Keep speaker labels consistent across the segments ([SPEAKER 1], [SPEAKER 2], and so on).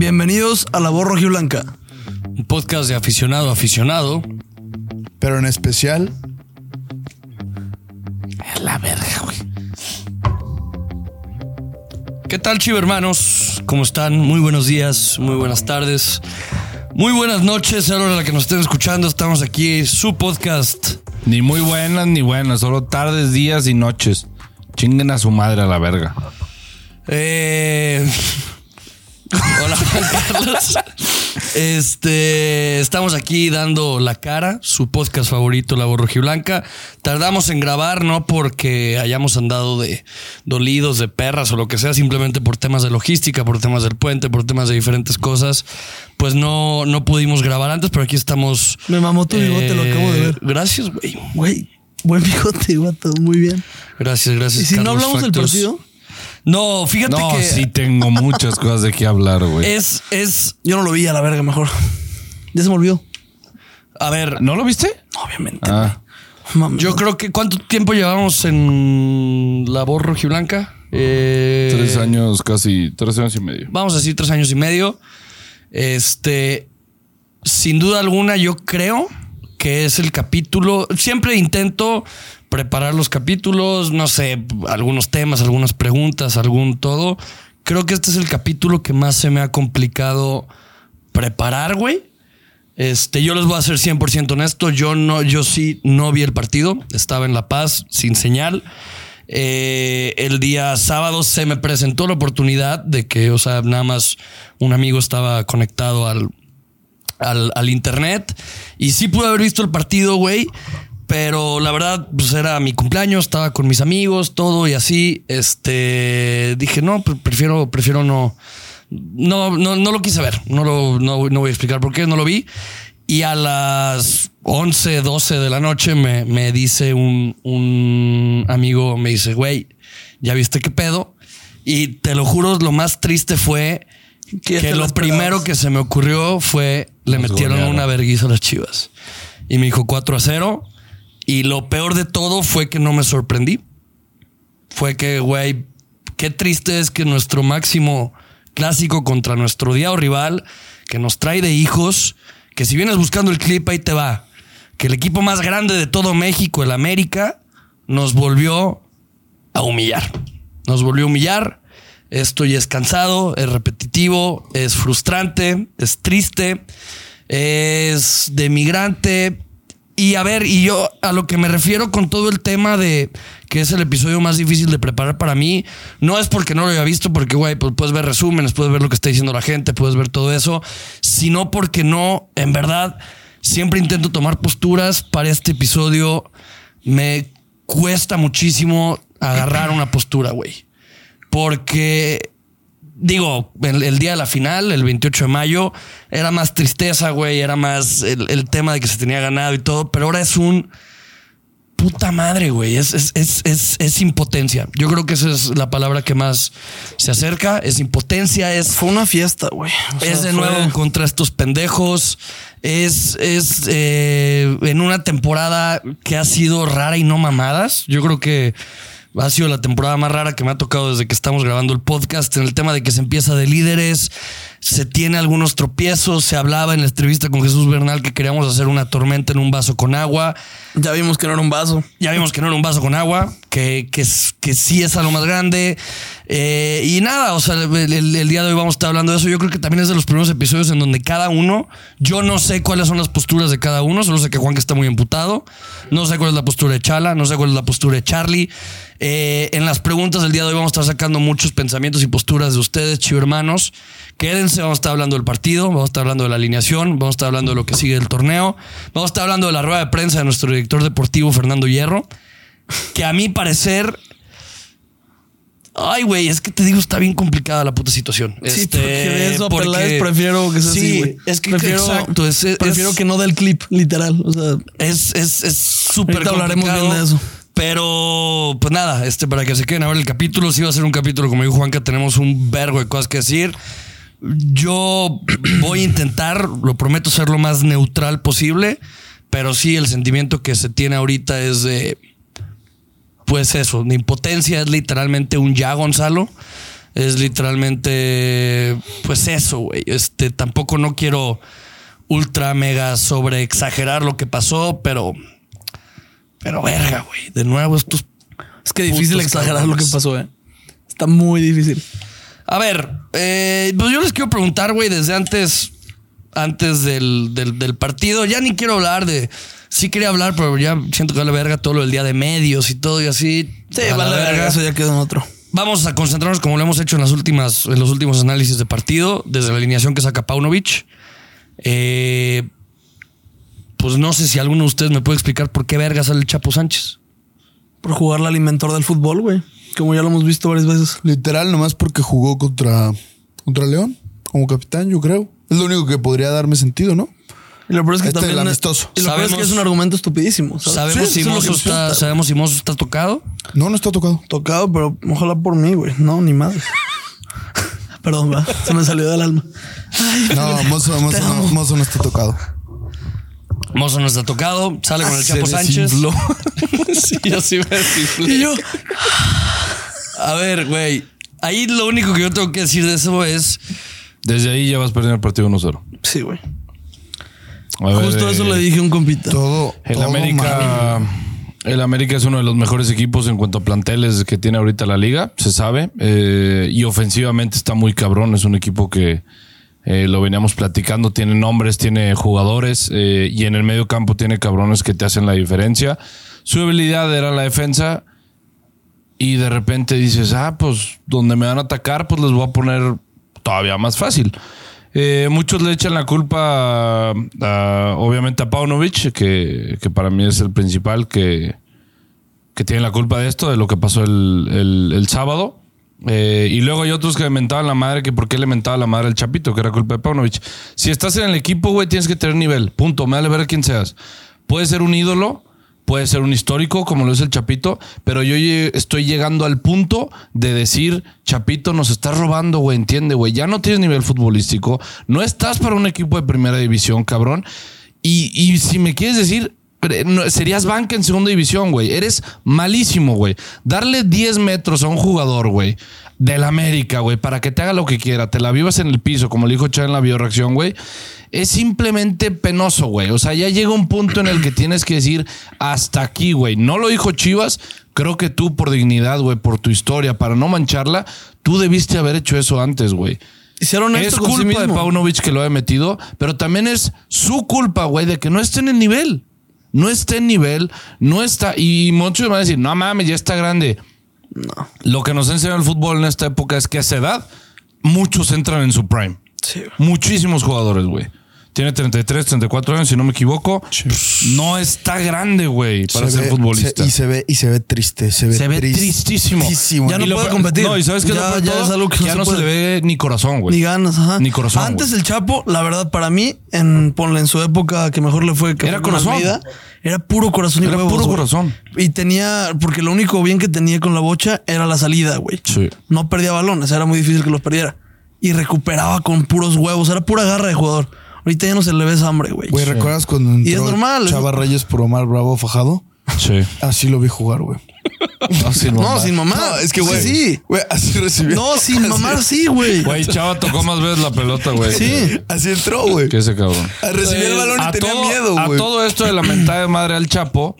[SPEAKER 1] Bienvenidos a La Voz Rojiblanca.
[SPEAKER 2] Un podcast de aficionado a aficionado.
[SPEAKER 3] Pero en especial,
[SPEAKER 2] La verga, güey. ¿Qué tal, chivo hermanos? ¿Cómo están? Muy buenos días, muy buenas tardes, muy buenas noches. A la hora en la que nos estén escuchando, estamos aquí. Su podcast.
[SPEAKER 4] Ni muy buenas ni buenas, solo tardes, días y noches. Chinguen a su madre a la verga.
[SPEAKER 2] Eh... Hola, Juan Carlos. Este, estamos aquí dando la cara, su podcast favorito, La Voz Blanca. Tardamos en grabar, no porque hayamos andado de dolidos, de perras o lo que sea, simplemente por temas de logística, por temas del puente, por temas de diferentes cosas. Pues no, no pudimos grabar antes, pero aquí estamos. eh,
[SPEAKER 1] Me mamó tu bigote, lo acabo de ver.
[SPEAKER 2] Gracias, güey.
[SPEAKER 1] Güey, buen bigote, todo muy bien.
[SPEAKER 2] Gracias, gracias.
[SPEAKER 1] Y si no
[SPEAKER 2] Carlos
[SPEAKER 1] hablamos del
[SPEAKER 2] Factors.
[SPEAKER 1] partido,
[SPEAKER 2] No, fíjate
[SPEAKER 4] No,
[SPEAKER 2] que
[SPEAKER 4] sí tengo muchas cosas de qué hablar, güey.
[SPEAKER 2] es, es,
[SPEAKER 1] yo no lo vi a la verga mejor. Ya se me olvidó.
[SPEAKER 2] a ver,
[SPEAKER 4] ¿No lo viste?
[SPEAKER 1] Obviamente.
[SPEAKER 4] Ah,
[SPEAKER 1] Mam-
[SPEAKER 2] Yo creo que ¿cuánto tiempo llevamos en la voz rojiblanca? Eh,
[SPEAKER 4] tres años casi, tres años y medio.
[SPEAKER 2] Vamos a decir tres años y medio. Este, sin duda alguna, yo creo que es el capítulo. Siempre intento preparar los capítulos, no sé, algunos temas, algunas preguntas, algún todo. Creo que este es el capítulo que más se me ha complicado preparar, güey. Este, yo les voy a ser 100% honesto. Yo no, yo sí no vi el partido. Estaba en La Paz sin señal. Eh, el día sábado se me presentó la oportunidad de que, o sea, nada más un amigo estaba conectado al, al, al internet y sí pude haber visto el partido, güey. Pero la verdad, pues era mi cumpleaños, estaba con mis amigos, todo y así. Este dije, no, pre- prefiero, prefiero no. No, no, no lo quise ver. No lo no, no voy a explicar por qué, no lo vi. Y a las 11, 12 de la noche me, me dice un, un amigo, me dice, güey, ¿ya viste qué pedo? Y te lo juro, lo más triste fue
[SPEAKER 1] Que ya
[SPEAKER 2] que
[SPEAKER 1] te lo
[SPEAKER 2] lo
[SPEAKER 1] esperabas.
[SPEAKER 2] primero que se me ocurrió fue le
[SPEAKER 4] Nos
[SPEAKER 2] metieron
[SPEAKER 4] golearon.
[SPEAKER 2] una verguiza a las chivas. Y me dijo 4 a 0. Y lo peor de todo fue que no me sorprendí. Fue que, güey, qué triste es que nuestro máximo clásico contra nuestro diablo rival, que nos trae de hijos, que si vienes buscando el clip, ahí te va. Que el equipo más grande de todo México, el América, nos volvió a humillar. Nos volvió a humillar. Esto ya es cansado, es repetitivo, es frustrante, es triste, es de migrante. Y a ver, y yo a lo que me refiero con todo el tema de que es el episodio más difícil de preparar para mí, no es porque no lo había visto, porque, güey, pues puedes ver resúmenes, puedes ver lo que está diciendo la gente, puedes ver todo eso, sino porque no, en verdad, siempre intento tomar posturas para este episodio. Me cuesta muchísimo agarrar una postura, güey. Porque, digo, el, el día de la final, el 28 de mayo, era más tristeza, güey, era más el, el tema de que se tenía ganado y todo, pero ahora es un... Puta madre, güey, es, es, es, es, es impotencia. Yo creo que esa es la palabra que más se acerca, es impotencia, es
[SPEAKER 1] Fue una fiesta, güey. O sea,
[SPEAKER 2] es de
[SPEAKER 1] fue-
[SPEAKER 2] nuevo contra estos pendejos. Es, es eh, en una temporada que ha sido rara y no mamadas. Yo creo que ha sido la temporada más rara que me ha tocado desde que estamos grabando el podcast en el tema de que se empieza de líderes, se tiene algunos tropiezos. Se hablaba en la entrevista con Jesús Bernal que queríamos hacer una tormenta en un vaso con agua.
[SPEAKER 1] Ya vimos que no era un vaso.
[SPEAKER 2] Ya vimos que no era un vaso con agua, que, que, es- que sí es algo más grande. Eh, y nada, o sea, el, el- el día de hoy vamos a estar hablando de eso. Yo creo que también es de los primeros episodios en donde cada uno, yo no sé cuáles son las posturas de cada uno, solo sé que Juan que está muy emputado, no sé cuál es la postura de Chala, no sé cuál es la postura de Charlie. Eh, en las preguntas del día de hoy vamos a estar sacando muchos pensamientos y posturas de ustedes, chivo hermanos. Quédense, vamos a estar hablando del partido, vamos a estar hablando de la alineación, vamos a estar hablando de lo que sigue del torneo, vamos a estar hablando de la rueda de prensa de nuestro director deportivo Fernando Hierro, que a mi parecer... Ay, güey, es que te digo, está bien complicada la puta situación.
[SPEAKER 1] Sí,
[SPEAKER 2] Este,
[SPEAKER 1] porque de eso a Peláez prefiero que sea así,
[SPEAKER 2] sí,
[SPEAKER 1] güey.
[SPEAKER 2] es que
[SPEAKER 1] prefiero,
[SPEAKER 2] exacto, es, es-
[SPEAKER 1] prefiero que no dé el clip, literal. O sea,
[SPEAKER 2] es es es súper
[SPEAKER 1] Ahorita hablaremos
[SPEAKER 2] complicado.
[SPEAKER 1] bien de eso.
[SPEAKER 2] Pero, pues nada, este, para que se queden a ver el capítulo, sí va a ser un capítulo, como dijo Juanca, tenemos un vergo de cosas que decir. Yo voy a intentar, lo prometo, ser lo más neutral posible, pero sí el sentimiento que se tiene ahorita es de, pues eso, de impotencia, es literalmente un ya, Gonzalo. es literalmente, pues eso, güey. Este, tampoco no quiero ultra mega sobre exagerar lo que pasó, pero, pero verga, güey. De nuevo, estos.
[SPEAKER 1] Es que difícil
[SPEAKER 2] Putos
[SPEAKER 1] exagerar lo
[SPEAKER 2] cabrones.
[SPEAKER 1] que pasó, eh. Está muy difícil.
[SPEAKER 2] A ver, eh, pues yo les quiero preguntar, güey, desde antes, antes del, del- del partido. Ya ni quiero hablar de. Sí quería hablar, pero ya siento que vale verga todo lo del día de medios y todo y así.
[SPEAKER 1] Sí,
[SPEAKER 2] A la
[SPEAKER 1] vale, verga, eso ya quedó en otro.
[SPEAKER 2] Vamos a concentrarnos como lo hemos hecho en las últimas, en los últimos análisis de partido, desde la alineación que saca Paunovic. Eh, pues no sé si alguno de ustedes me puede explicar por qué verga sale el Chapo Sánchez.
[SPEAKER 1] Por jugar al alimentor del fútbol, güey. Como ya lo hemos visto varias veces.
[SPEAKER 3] Literal, nomás porque jugó contra, contra León como capitán, yo creo. Es lo único que podría darme sentido, ¿no?
[SPEAKER 1] Y lo peor es que
[SPEAKER 3] Este, el
[SPEAKER 1] también.
[SPEAKER 3] amistoso.
[SPEAKER 1] Y lo peor es que
[SPEAKER 2] Sabemos-
[SPEAKER 1] es un argumento estupidísimo. ¿sabes?
[SPEAKER 2] Sabemos,
[SPEAKER 1] Sí, eso
[SPEAKER 2] si
[SPEAKER 1] es lo
[SPEAKER 2] Mozo
[SPEAKER 1] que me
[SPEAKER 2] está,
[SPEAKER 1] gusta.
[SPEAKER 2] sabemos si Mozo está tocado.
[SPEAKER 3] No, no está tocado.
[SPEAKER 1] Tocado, pero ojalá por mí, güey. No, ni madre. Perdón, va. Se me salió del alma.
[SPEAKER 3] No, Mozo, Mozo, no, Mozo no está tocado.
[SPEAKER 2] Mozo no está tocado. Sale con el
[SPEAKER 3] Se
[SPEAKER 2] Chapo Sánchez.
[SPEAKER 3] desinfló.
[SPEAKER 2] sí, yo sí me desinflé.
[SPEAKER 1] Y yo,
[SPEAKER 2] A ver, güey. Ahí lo único que yo tengo que decir de eso es.
[SPEAKER 4] Desde ahí ya vas perdiendo el partido 1-0.
[SPEAKER 1] sí, güey.
[SPEAKER 4] A ver,
[SPEAKER 1] Justo eso
[SPEAKER 4] eh,
[SPEAKER 1] le dije a un compita.
[SPEAKER 3] Todo.
[SPEAKER 4] El
[SPEAKER 3] todo mal.
[SPEAKER 4] América, el América es uno de los mejores equipos en cuanto a planteles que tiene ahorita la liga, se sabe. eh, y ofensivamente está muy cabrón. Es un equipo que eh, lo veníamos platicando. Tiene nombres, tiene jugadores. eh, y en el medio campo tiene cabrones que te hacen la diferencia. Su habilidad era la defensa. Y de repente dices, ah, pues donde me van a atacar, pues les voy a poner todavía más fácil. Eh, muchos le echan la culpa, a- a, obviamente, a Paunovic, que, que para mí es el principal que, que tiene la culpa de esto, de lo que pasó el, el- el sábado. Eh, y luego hay otros que le mentaban la madre, que por qué le mentaba la madre al Chapito, que era culpa de Paunovic. Si estás en el equipo, güey, tienes que tener nivel. Punto. Me vale ver quién seas. Puede ser un ídolo, puede ser un histórico, como lo es el Chapito, pero yo lle- estoy llegando al punto de decir, Chapito, nos estás robando, güey, entiende, güey. Ya no tienes nivel futbolístico, no estás para un equipo de primera división, cabrón. Y, y si me quieres decir, Cre- no, serías banca en segunda división, güey. Eres malísimo, güey. Darle 10 metros a un jugador, güey, del América, güey, para que te haga lo que quiera, te la vivas en el piso, como le dijo Chá en la bioreacción, güey, es simplemente penoso, güey. O sea, ya llega un punto en el que tienes que decir hasta aquí, güey. No lo dijo Chivas. Creo que tú, por dignidad, güey, por tu historia, para no mancharla, tú debiste haber hecho eso antes, güey.
[SPEAKER 1] Hicieron esto
[SPEAKER 4] Es
[SPEAKER 1] con sí
[SPEAKER 4] culpa de
[SPEAKER 1] mismo.
[SPEAKER 4] Paunovic que lo haya metido, pero también es su culpa, güey, de que no esté en el nivel. No está en nivel, no está. Y muchos van a decir, no mames, ya está grande. Lo que nos enseña el fútbol en esta época es que a esa edad muchos entran en su prime.
[SPEAKER 1] Sí, güey.
[SPEAKER 4] Muchísimos jugadores, güey. Tiene 33, 34 años, si no me equivoco. No está grande, güey, para
[SPEAKER 3] Se
[SPEAKER 4] ser
[SPEAKER 3] ve-
[SPEAKER 4] futbolista.
[SPEAKER 3] se- y se ve, y se ve triste. Se ve,
[SPEAKER 4] Se ve tristísimo.
[SPEAKER 3] tristísimo.
[SPEAKER 1] Ya no
[SPEAKER 4] Y lo
[SPEAKER 1] puede
[SPEAKER 4] peor-
[SPEAKER 1] competir.
[SPEAKER 4] No, y sabes que
[SPEAKER 1] Ya- ya es algo que no
[SPEAKER 4] ya
[SPEAKER 1] se
[SPEAKER 4] no se
[SPEAKER 1] puede.
[SPEAKER 4] le ve ni corazón, güey.
[SPEAKER 1] Ni ganas, ajá.
[SPEAKER 4] pues, Ni corazón,
[SPEAKER 1] Antes
[SPEAKER 4] güey.
[SPEAKER 1] el Chapo, la verdad, para mí, en ponle en su época que mejor le fue que
[SPEAKER 4] Era
[SPEAKER 1] fue con
[SPEAKER 4] corazón.
[SPEAKER 1] Almeida, era puro corazón y
[SPEAKER 4] Era
[SPEAKER 1] huevos,
[SPEAKER 4] puro
[SPEAKER 1] güey.
[SPEAKER 4] corazón.
[SPEAKER 1] Y tenía, porque lo único bien que tenía con la bocha era la salida, güey.
[SPEAKER 4] Sí.
[SPEAKER 1] No perdía balones, era muy difícil que los perdiera. Y recuperaba con puros huevos, era pura garra de jugador. Ahorita ya no se le ve esa hambre, güey.
[SPEAKER 3] Güey, ¿recuerdas cuando
[SPEAKER 1] Y
[SPEAKER 3] entró
[SPEAKER 1] es normal, es-
[SPEAKER 3] Chava Reyes por Omar Bravo Fajado?
[SPEAKER 4] Sí.
[SPEAKER 3] Así lo vi jugar, güey.
[SPEAKER 4] No, sin
[SPEAKER 1] No,
[SPEAKER 4] mamar.
[SPEAKER 1] sin mamá.
[SPEAKER 3] No, es que, güey.
[SPEAKER 1] Sí.
[SPEAKER 3] Güey, así recibió.
[SPEAKER 1] No, sin mamar, sí, güey.
[SPEAKER 4] Güey, Chava tocó más veces la pelota, güey.
[SPEAKER 1] Sí.
[SPEAKER 3] Así entró, güey.
[SPEAKER 4] Que ese cabrón.
[SPEAKER 3] Recibió el balón y tenía
[SPEAKER 4] todo,
[SPEAKER 3] miedo,
[SPEAKER 4] a
[SPEAKER 3] güey.
[SPEAKER 4] todo esto de la mentada de madre al Chapo,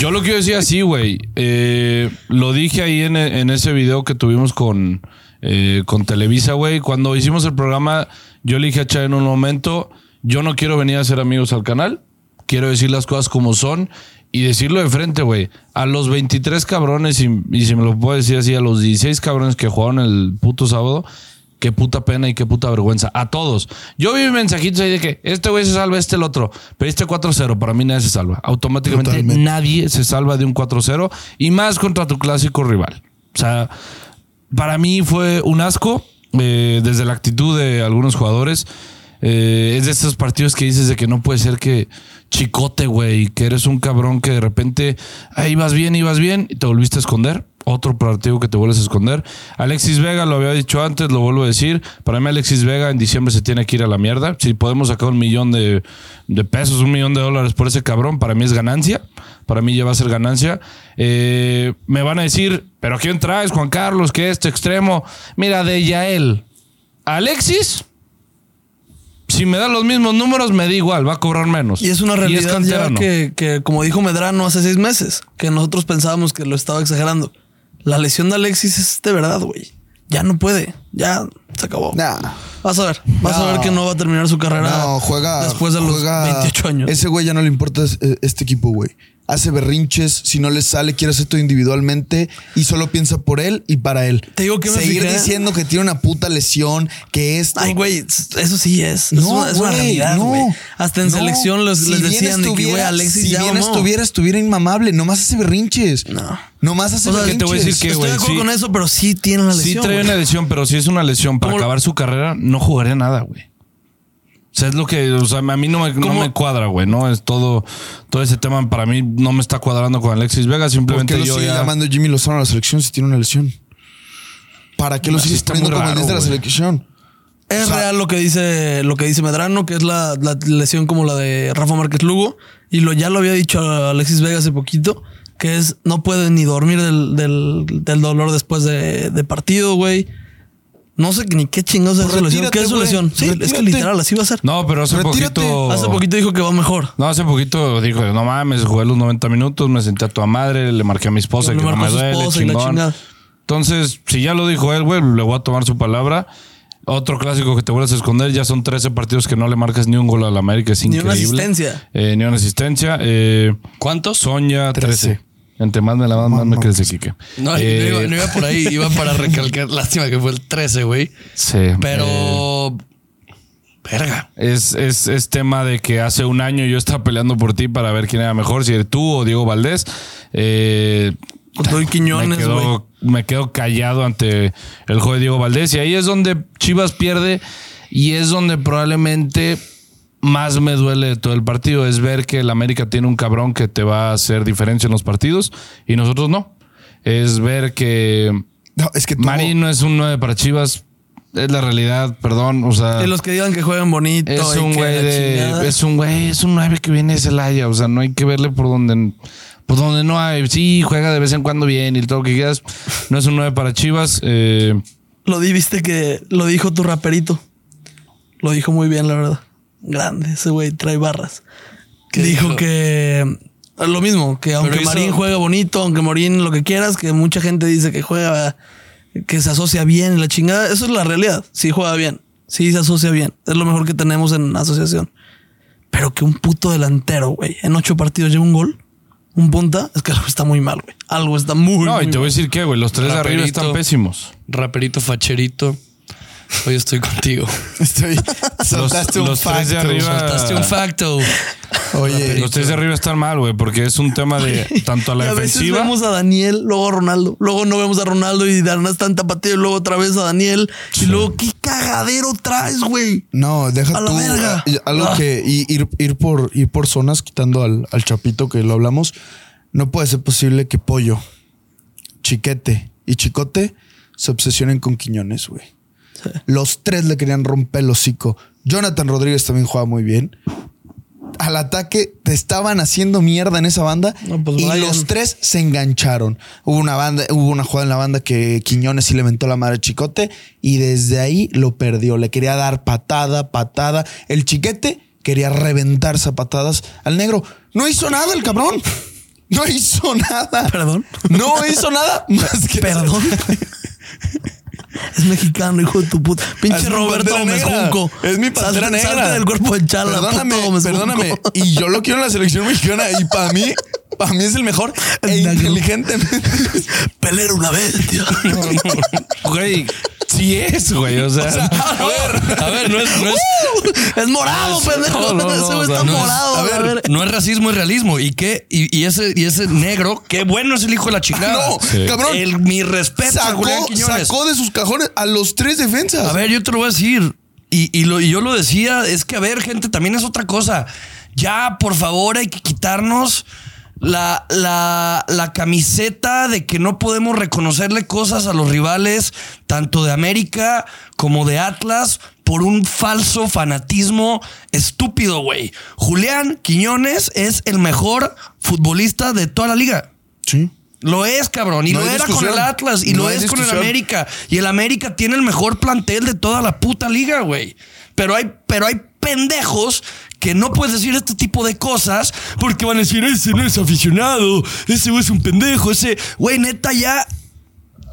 [SPEAKER 4] yo lo quiero decir así, güey. Eh, lo dije ahí en, en ese video que tuvimos con, eh, con Televisa, güey. Cuando hicimos el programa, yo le dije a Chá en un momento, yo no quiero venir a ser amigos al canal. Quiero decir las cosas como son y decirlo de frente, güey. A los 23 cabrones, y, y si me lo puedo decir así, a los 16 cabrones que jugaron el puto sábado, Qué puta pena y qué puta vergüenza. A todos. Yo vi mensajitos ahí de que este güey se salva, este el otro. Pediste 4-0. Para mí nadie se salva. Automáticamente
[SPEAKER 3] Totalmente.
[SPEAKER 4] nadie se salva de un 4-0. Y más contra tu clásico rival. O sea, para mí fue un asco. eh, desde la actitud de algunos jugadores. Eh, es de estos partidos que dices de que no puede ser que chicote, güey. Que eres un cabrón que de repente ah, ibas bien, ibas bien y te volviste a esconder. Otro partido que te vuelves a esconder. Alexis Vega, lo había dicho antes, lo vuelvo a decir. Para mí, Alexis Vega en diciembre se tiene que ir a la mierda. Si podemos sacar un millón de, de pesos, un millón de dólares por ese cabrón, para mí es ganancia. Para mí ya va a ser ganancia. Eh, me van a decir, ¿pero quién traes, Juan Carlos? que este extremo? Mira, de Yael. Alexis, si me dan los mismos números, me da igual, va a cobrar menos.
[SPEAKER 1] Y es una realidad ya
[SPEAKER 4] canterano.
[SPEAKER 1] que, que, como dijo Medrano hace seis meses, que nosotros pensábamos que lo estaba exagerando. La lesión de Alexis es de verdad, güey. Ya no puede. Ya se acabó.
[SPEAKER 3] Nah.
[SPEAKER 1] Vas a ver. Vas
[SPEAKER 3] No.
[SPEAKER 1] a ver que no va a terminar su carrera
[SPEAKER 3] No, juega.
[SPEAKER 1] después de los
[SPEAKER 3] juega-
[SPEAKER 1] 28 años.
[SPEAKER 3] Ese güey ya no le importa es- eh, este equipo, güey. Hace berrinches, si no le sale, quiere hacer todo individualmente y solo piensa por él y para él.
[SPEAKER 1] Te digo que me
[SPEAKER 3] Seguir
[SPEAKER 1] fijé-
[SPEAKER 3] diciendo que tiene una puta lesión, que esto.
[SPEAKER 1] Ay, güey, eso sí es. es
[SPEAKER 3] No,
[SPEAKER 1] una, es una
[SPEAKER 3] güey,
[SPEAKER 1] realidad,
[SPEAKER 3] no.
[SPEAKER 1] güey. Hasta en
[SPEAKER 3] No.
[SPEAKER 1] selección los-
[SPEAKER 3] Si
[SPEAKER 1] les
[SPEAKER 3] bien
[SPEAKER 1] decían de que, güey,
[SPEAKER 3] estuviera-
[SPEAKER 1] Alexis
[SPEAKER 3] Si
[SPEAKER 1] ya
[SPEAKER 3] bien
[SPEAKER 1] mamó.
[SPEAKER 3] estuviera, estuviera inmamable. Nomás hace berrinches.
[SPEAKER 1] No.
[SPEAKER 3] Nomás hace
[SPEAKER 1] O sea,
[SPEAKER 3] berrinches.
[SPEAKER 1] que te
[SPEAKER 4] voy a decir que,
[SPEAKER 1] Estoy
[SPEAKER 4] güey,
[SPEAKER 1] de acuerdo
[SPEAKER 4] sí.
[SPEAKER 1] con eso, pero sí tiene una
[SPEAKER 4] Sí
[SPEAKER 1] lesión.
[SPEAKER 4] trae
[SPEAKER 1] güey.
[SPEAKER 4] una lesión, pero si es una lesión para
[SPEAKER 1] ¿Cómo?
[SPEAKER 4] acabar su carrera, no jugaría nada, güey. O sea, es lo que, o sea, a mí no me, no
[SPEAKER 1] ¿Cómo?
[SPEAKER 4] me cuadra, güey, ¿no? Es todo, todo ese tema para mí no me está cuadrando con Alexis Vega,
[SPEAKER 3] ¿Por qué
[SPEAKER 4] simplemente
[SPEAKER 3] lo
[SPEAKER 4] yo
[SPEAKER 3] sigue
[SPEAKER 4] ya...
[SPEAKER 3] llamando Jimmy Lozano a la selección si tiene una lesión? ¿Para qué lo sigues
[SPEAKER 4] está
[SPEAKER 3] poniendo
[SPEAKER 4] muy
[SPEAKER 3] como el
[SPEAKER 4] raro,
[SPEAKER 3] 10 de la
[SPEAKER 4] güey.
[SPEAKER 3] selección?
[SPEAKER 1] Es
[SPEAKER 3] O sea-
[SPEAKER 1] real lo que dice lo que dice Medrano, que es la, la lesión como la de Rafa Márquez Lugo. Y lo ya lo había dicho Alexis Vega hace poquito, que es no puede ni dormir del, del- del dolor después de, de partido, güey. No sé ni qué chingados es
[SPEAKER 3] Pues
[SPEAKER 1] su lesión.
[SPEAKER 3] retírate,
[SPEAKER 1] ¿Qué es su
[SPEAKER 3] güey.
[SPEAKER 1] lesión? Sí, es que
[SPEAKER 3] Retírate.
[SPEAKER 1] literal, así va a ser.
[SPEAKER 4] No, pero hace
[SPEAKER 3] Retírate.
[SPEAKER 4] poquito...
[SPEAKER 1] Hace poquito dijo que va mejor.
[SPEAKER 4] No, hace poquito dijo, no mames, jugué los 90 minutos, me senté a tu madre, le marqué a mi esposa
[SPEAKER 1] Le
[SPEAKER 4] que no
[SPEAKER 1] marcó a
[SPEAKER 4] me
[SPEAKER 1] su
[SPEAKER 4] duele,
[SPEAKER 1] esposa y la
[SPEAKER 4] chingón.
[SPEAKER 1] chingada.
[SPEAKER 4] Entonces, si ya lo dijo él, güey, le voy a tomar su palabra. Otro clásico que te vuelves a esconder, ya son 13 partidos que no le marcas ni un gol al América, es
[SPEAKER 1] Ni
[SPEAKER 4] increíble.
[SPEAKER 1] una asistencia.
[SPEAKER 4] Eh, ni una asistencia. Eh,
[SPEAKER 2] ¿Cuántos?
[SPEAKER 4] son ya 13.
[SPEAKER 3] 13.
[SPEAKER 4] Entre más me la van, más me crece, Quique.
[SPEAKER 2] No,
[SPEAKER 4] Eh,
[SPEAKER 2] no, iba, no iba por ahí, iba para recalcar. Lástima que fue el 13, güey.
[SPEAKER 4] sí, eh,
[SPEAKER 2] Pero. Verga.
[SPEAKER 4] Es, es, es tema de que hace un año yo estaba peleando por ti para ver quién era mejor, si eres tú o Diego Valdés. Eh,
[SPEAKER 1] Con todo y
[SPEAKER 4] me,
[SPEAKER 1] Quiñones, güey.
[SPEAKER 4] quedo, me quedo callado ante el juego de Diego Valdés. Y ahí es donde Chivas pierde y es donde probablemente más me duele de todo el partido. Es ver que el América tiene un cabrón que te va a hacer diferencia en los partidos y nosotros no. Es ver que
[SPEAKER 3] No, es que tuvo-
[SPEAKER 4] Marín no es un 9 para Chivas. Es la realidad, perdón. O sea,
[SPEAKER 1] Y los que digan que juegan bonito.
[SPEAKER 4] es
[SPEAKER 1] y
[SPEAKER 4] un
[SPEAKER 1] que la
[SPEAKER 4] güey
[SPEAKER 1] chingada.
[SPEAKER 4] de. Es un güey, es un 9 que viene de Celaya. O sea, no hay que verle por donde. Por donde no hay. Sí, juega de vez en cuando bien y todo lo que quieras. No es un 9 para Chivas. eh,
[SPEAKER 1] Lo di, viste que lo dijo tu raperito. Lo dijo muy bien, la verdad. Grande, ese güey trae barras.
[SPEAKER 2] ¿Qué
[SPEAKER 1] dijo,
[SPEAKER 2] dijo?
[SPEAKER 1] que eh, lo mismo, que aunque
[SPEAKER 2] hizo-
[SPEAKER 1] Marín juega bonito, aunque Marín lo que quieras, que mucha gente dice que juega, que se asocia bien, y la chingada, eso es la realidad. Sí juega bien, sí se asocia bien, es lo mejor que tenemos en asociación. Pero que un puto delantero, güey, en ocho partidos lleva un gol, un punta, es que algo está muy mal, güey. Algo está muy,
[SPEAKER 4] no,
[SPEAKER 1] muy
[SPEAKER 4] y te voy
[SPEAKER 1] mal.
[SPEAKER 4] a decir que, güey, los tres de arriba
[SPEAKER 2] Raperito.
[SPEAKER 4] están pésimos.
[SPEAKER 2] Raperito, facherito. Hoy estoy contigo.
[SPEAKER 3] Estoy. Saltaste un
[SPEAKER 4] los tres de
[SPEAKER 3] facto.
[SPEAKER 4] arriba-
[SPEAKER 2] Soltaste un facto.
[SPEAKER 3] Oye,
[SPEAKER 4] Los tres de arriba están mal, güey, porque es un tema de tanto a
[SPEAKER 1] Y
[SPEAKER 4] la
[SPEAKER 1] Eh, a veces
[SPEAKER 4] defensiva.
[SPEAKER 1] vemos a Daniel, luego a Ronaldo, luego no vemos a Ronaldo y darnos tanta patilla y luego otra vez a Daniel. Y luego, ¿qué cagadero traes, güey?
[SPEAKER 3] no, deja
[SPEAKER 1] A la
[SPEAKER 3] tú.
[SPEAKER 1] verga.
[SPEAKER 3] eh, Algo
[SPEAKER 1] Ah.
[SPEAKER 3] que y- ir, ir por, ir por zonas, quitando al, al Chapito que lo hablamos. No puede ser posible que Pollo, Chiquete y Chicote se obsesionen con Quiñones, güey. Los tres le querían romper el hocico. Jonathan Rodríguez también jugaba muy bien. Al ataque te estaban haciendo mierda en esa banda
[SPEAKER 1] No, pues
[SPEAKER 3] y
[SPEAKER 1] vayan.
[SPEAKER 3] los tres se engancharon. Hubo una banda, hubo una jugada en la banda que Quiñones sí le mentó la madre a Chicote y desde ahí lo perdió. Le quería dar patada, patada. El chiquete quería reventarse a patadas al negro. No hizo nada el cabrón. No hizo nada.
[SPEAKER 1] Perdón.
[SPEAKER 3] No hizo nada más que
[SPEAKER 1] Perdón. es mexicano, hijo de tu puta. Pinche
[SPEAKER 3] Hazme
[SPEAKER 1] Roberto
[SPEAKER 3] pantera
[SPEAKER 1] Gómez
[SPEAKER 3] negra.
[SPEAKER 1] Junco.
[SPEAKER 3] Es mi pantera
[SPEAKER 1] Salte-
[SPEAKER 3] negra.
[SPEAKER 1] Salte del cuerpo de Chala.
[SPEAKER 3] Perdóname,
[SPEAKER 1] puto Gómez
[SPEAKER 3] perdóname.
[SPEAKER 1] Junco.
[SPEAKER 3] Y yo lo quiero en la selección mexicana. Y para mí, para mí es el mejor e
[SPEAKER 1] Negro.
[SPEAKER 3] inteligentemente.
[SPEAKER 1] Pelera una bestia.
[SPEAKER 4] Güey, sí es, güey. O sea,
[SPEAKER 2] A ver, a ver, no es, no es,
[SPEAKER 1] es morado, pendejo.
[SPEAKER 4] no, no,
[SPEAKER 1] Ese
[SPEAKER 4] o
[SPEAKER 1] güey
[SPEAKER 4] sea,
[SPEAKER 1] está
[SPEAKER 4] no es-
[SPEAKER 1] morado.
[SPEAKER 3] a ver,
[SPEAKER 2] no es racismo, es realismo. ¿Y qué? Y, y ese, y ese negro, qué bueno es el hijo de la chingada.
[SPEAKER 3] No, Sí. cabrón.
[SPEAKER 2] El- mi respeto a Julián
[SPEAKER 3] Sacó,
[SPEAKER 2] Quiñones.
[SPEAKER 3] sacó de sus cajones a los tres defensas.
[SPEAKER 2] A ver, yo te lo voy a decir. Y, y lo, y yo lo decía, es que, a ver, gente, también es otra cosa. Ya, por favor, hay que quitarnos la, la, la camiseta de que no podemos reconocerle cosas a los rivales, tanto de América como de Atlas, por un falso fanatismo estúpido, güey. Julián Quiñones es el mejor futbolista de toda la liga.
[SPEAKER 3] Sí.
[SPEAKER 2] Lo es, cabrón. Y
[SPEAKER 3] No
[SPEAKER 2] lo
[SPEAKER 3] hay
[SPEAKER 2] era con
[SPEAKER 3] discusión.
[SPEAKER 2] el Atlas. Y
[SPEAKER 3] No
[SPEAKER 2] lo
[SPEAKER 3] hay
[SPEAKER 2] es con el
[SPEAKER 3] discusión.
[SPEAKER 2] América. Y el América tiene el mejor plantel de toda la puta liga, güey. Pero hay, pero hay pendejos que no puedes decir este tipo de cosas porque van a decir, ese no es aficionado, ese güey es un pendejo, ese... Güey, neta, ya...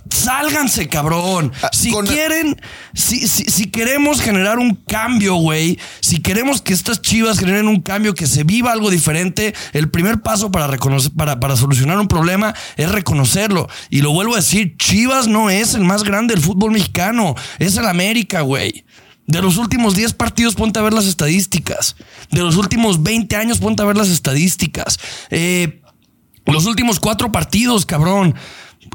[SPEAKER 2] Sálganse, cabrón.
[SPEAKER 3] Ah,
[SPEAKER 2] Si
[SPEAKER 3] con-
[SPEAKER 2] quieren, si, si, si queremos generar un cambio, güey, si queremos que estas chivas generen un cambio, que se viva algo diferente, el primer paso para, reconocer, para, para solucionar un problema es reconocerlo. Y lo vuelvo a decir, Chivas no es el más grande del fútbol mexicano, es el América, güey. De los últimos 10 partidos, ponte a ver las estadísticas. De los últimos 20 años, ponte a ver las estadísticas. Eh, los últimos cuatro partidos, cabrón.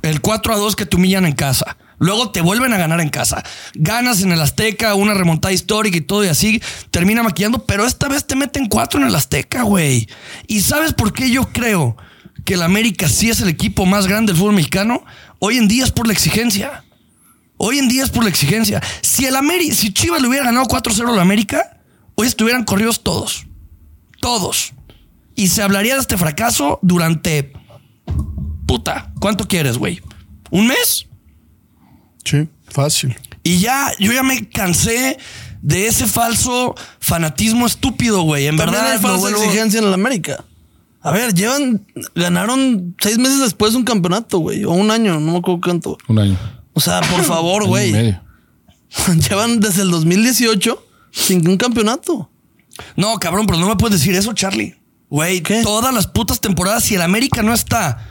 [SPEAKER 2] El 4 a 2 que te humillan en casa. Luego te vuelven a ganar en casa. Ganas en el Azteca, una remontada histórica y todo y así. Termina maquillando, pero esta vez te meten cuatro en el Azteca, güey. ¿Y sabes por qué yo creo que el América sí es el equipo más grande del fútbol mexicano? Hoy en día es por la exigencia. Hoy en día es por la exigencia. Si el Ameri si Chivas le hubiera ganado 4-0 al América, hoy estuvieran corridos todos. Todos. Y se hablaría de este fracaso durante. Puta, ¿cuánto quieres, güey? ¿Un mes?
[SPEAKER 3] Sí. Fácil.
[SPEAKER 2] Y ya, yo ya me cansé de ese falso fanatismo estúpido, güey. En
[SPEAKER 1] También
[SPEAKER 2] verdad,
[SPEAKER 1] hay
[SPEAKER 2] lo
[SPEAKER 1] falsa
[SPEAKER 2] vuelvo-
[SPEAKER 1] exigencia en el América. A ver, llevan, ganaron seis meses después un campeonato, güey, o un año, no me acuerdo cuánto.
[SPEAKER 4] Un año.
[SPEAKER 1] O sea, por favor,
[SPEAKER 4] Año y
[SPEAKER 1] güey.
[SPEAKER 4] medio.
[SPEAKER 1] llevan desde el 2018 sin un campeonato.
[SPEAKER 2] No, cabrón, pero no me puedes decir eso, Charlie. Güey,
[SPEAKER 1] ¿Qué?
[SPEAKER 2] todas las putas temporadas, si el América no está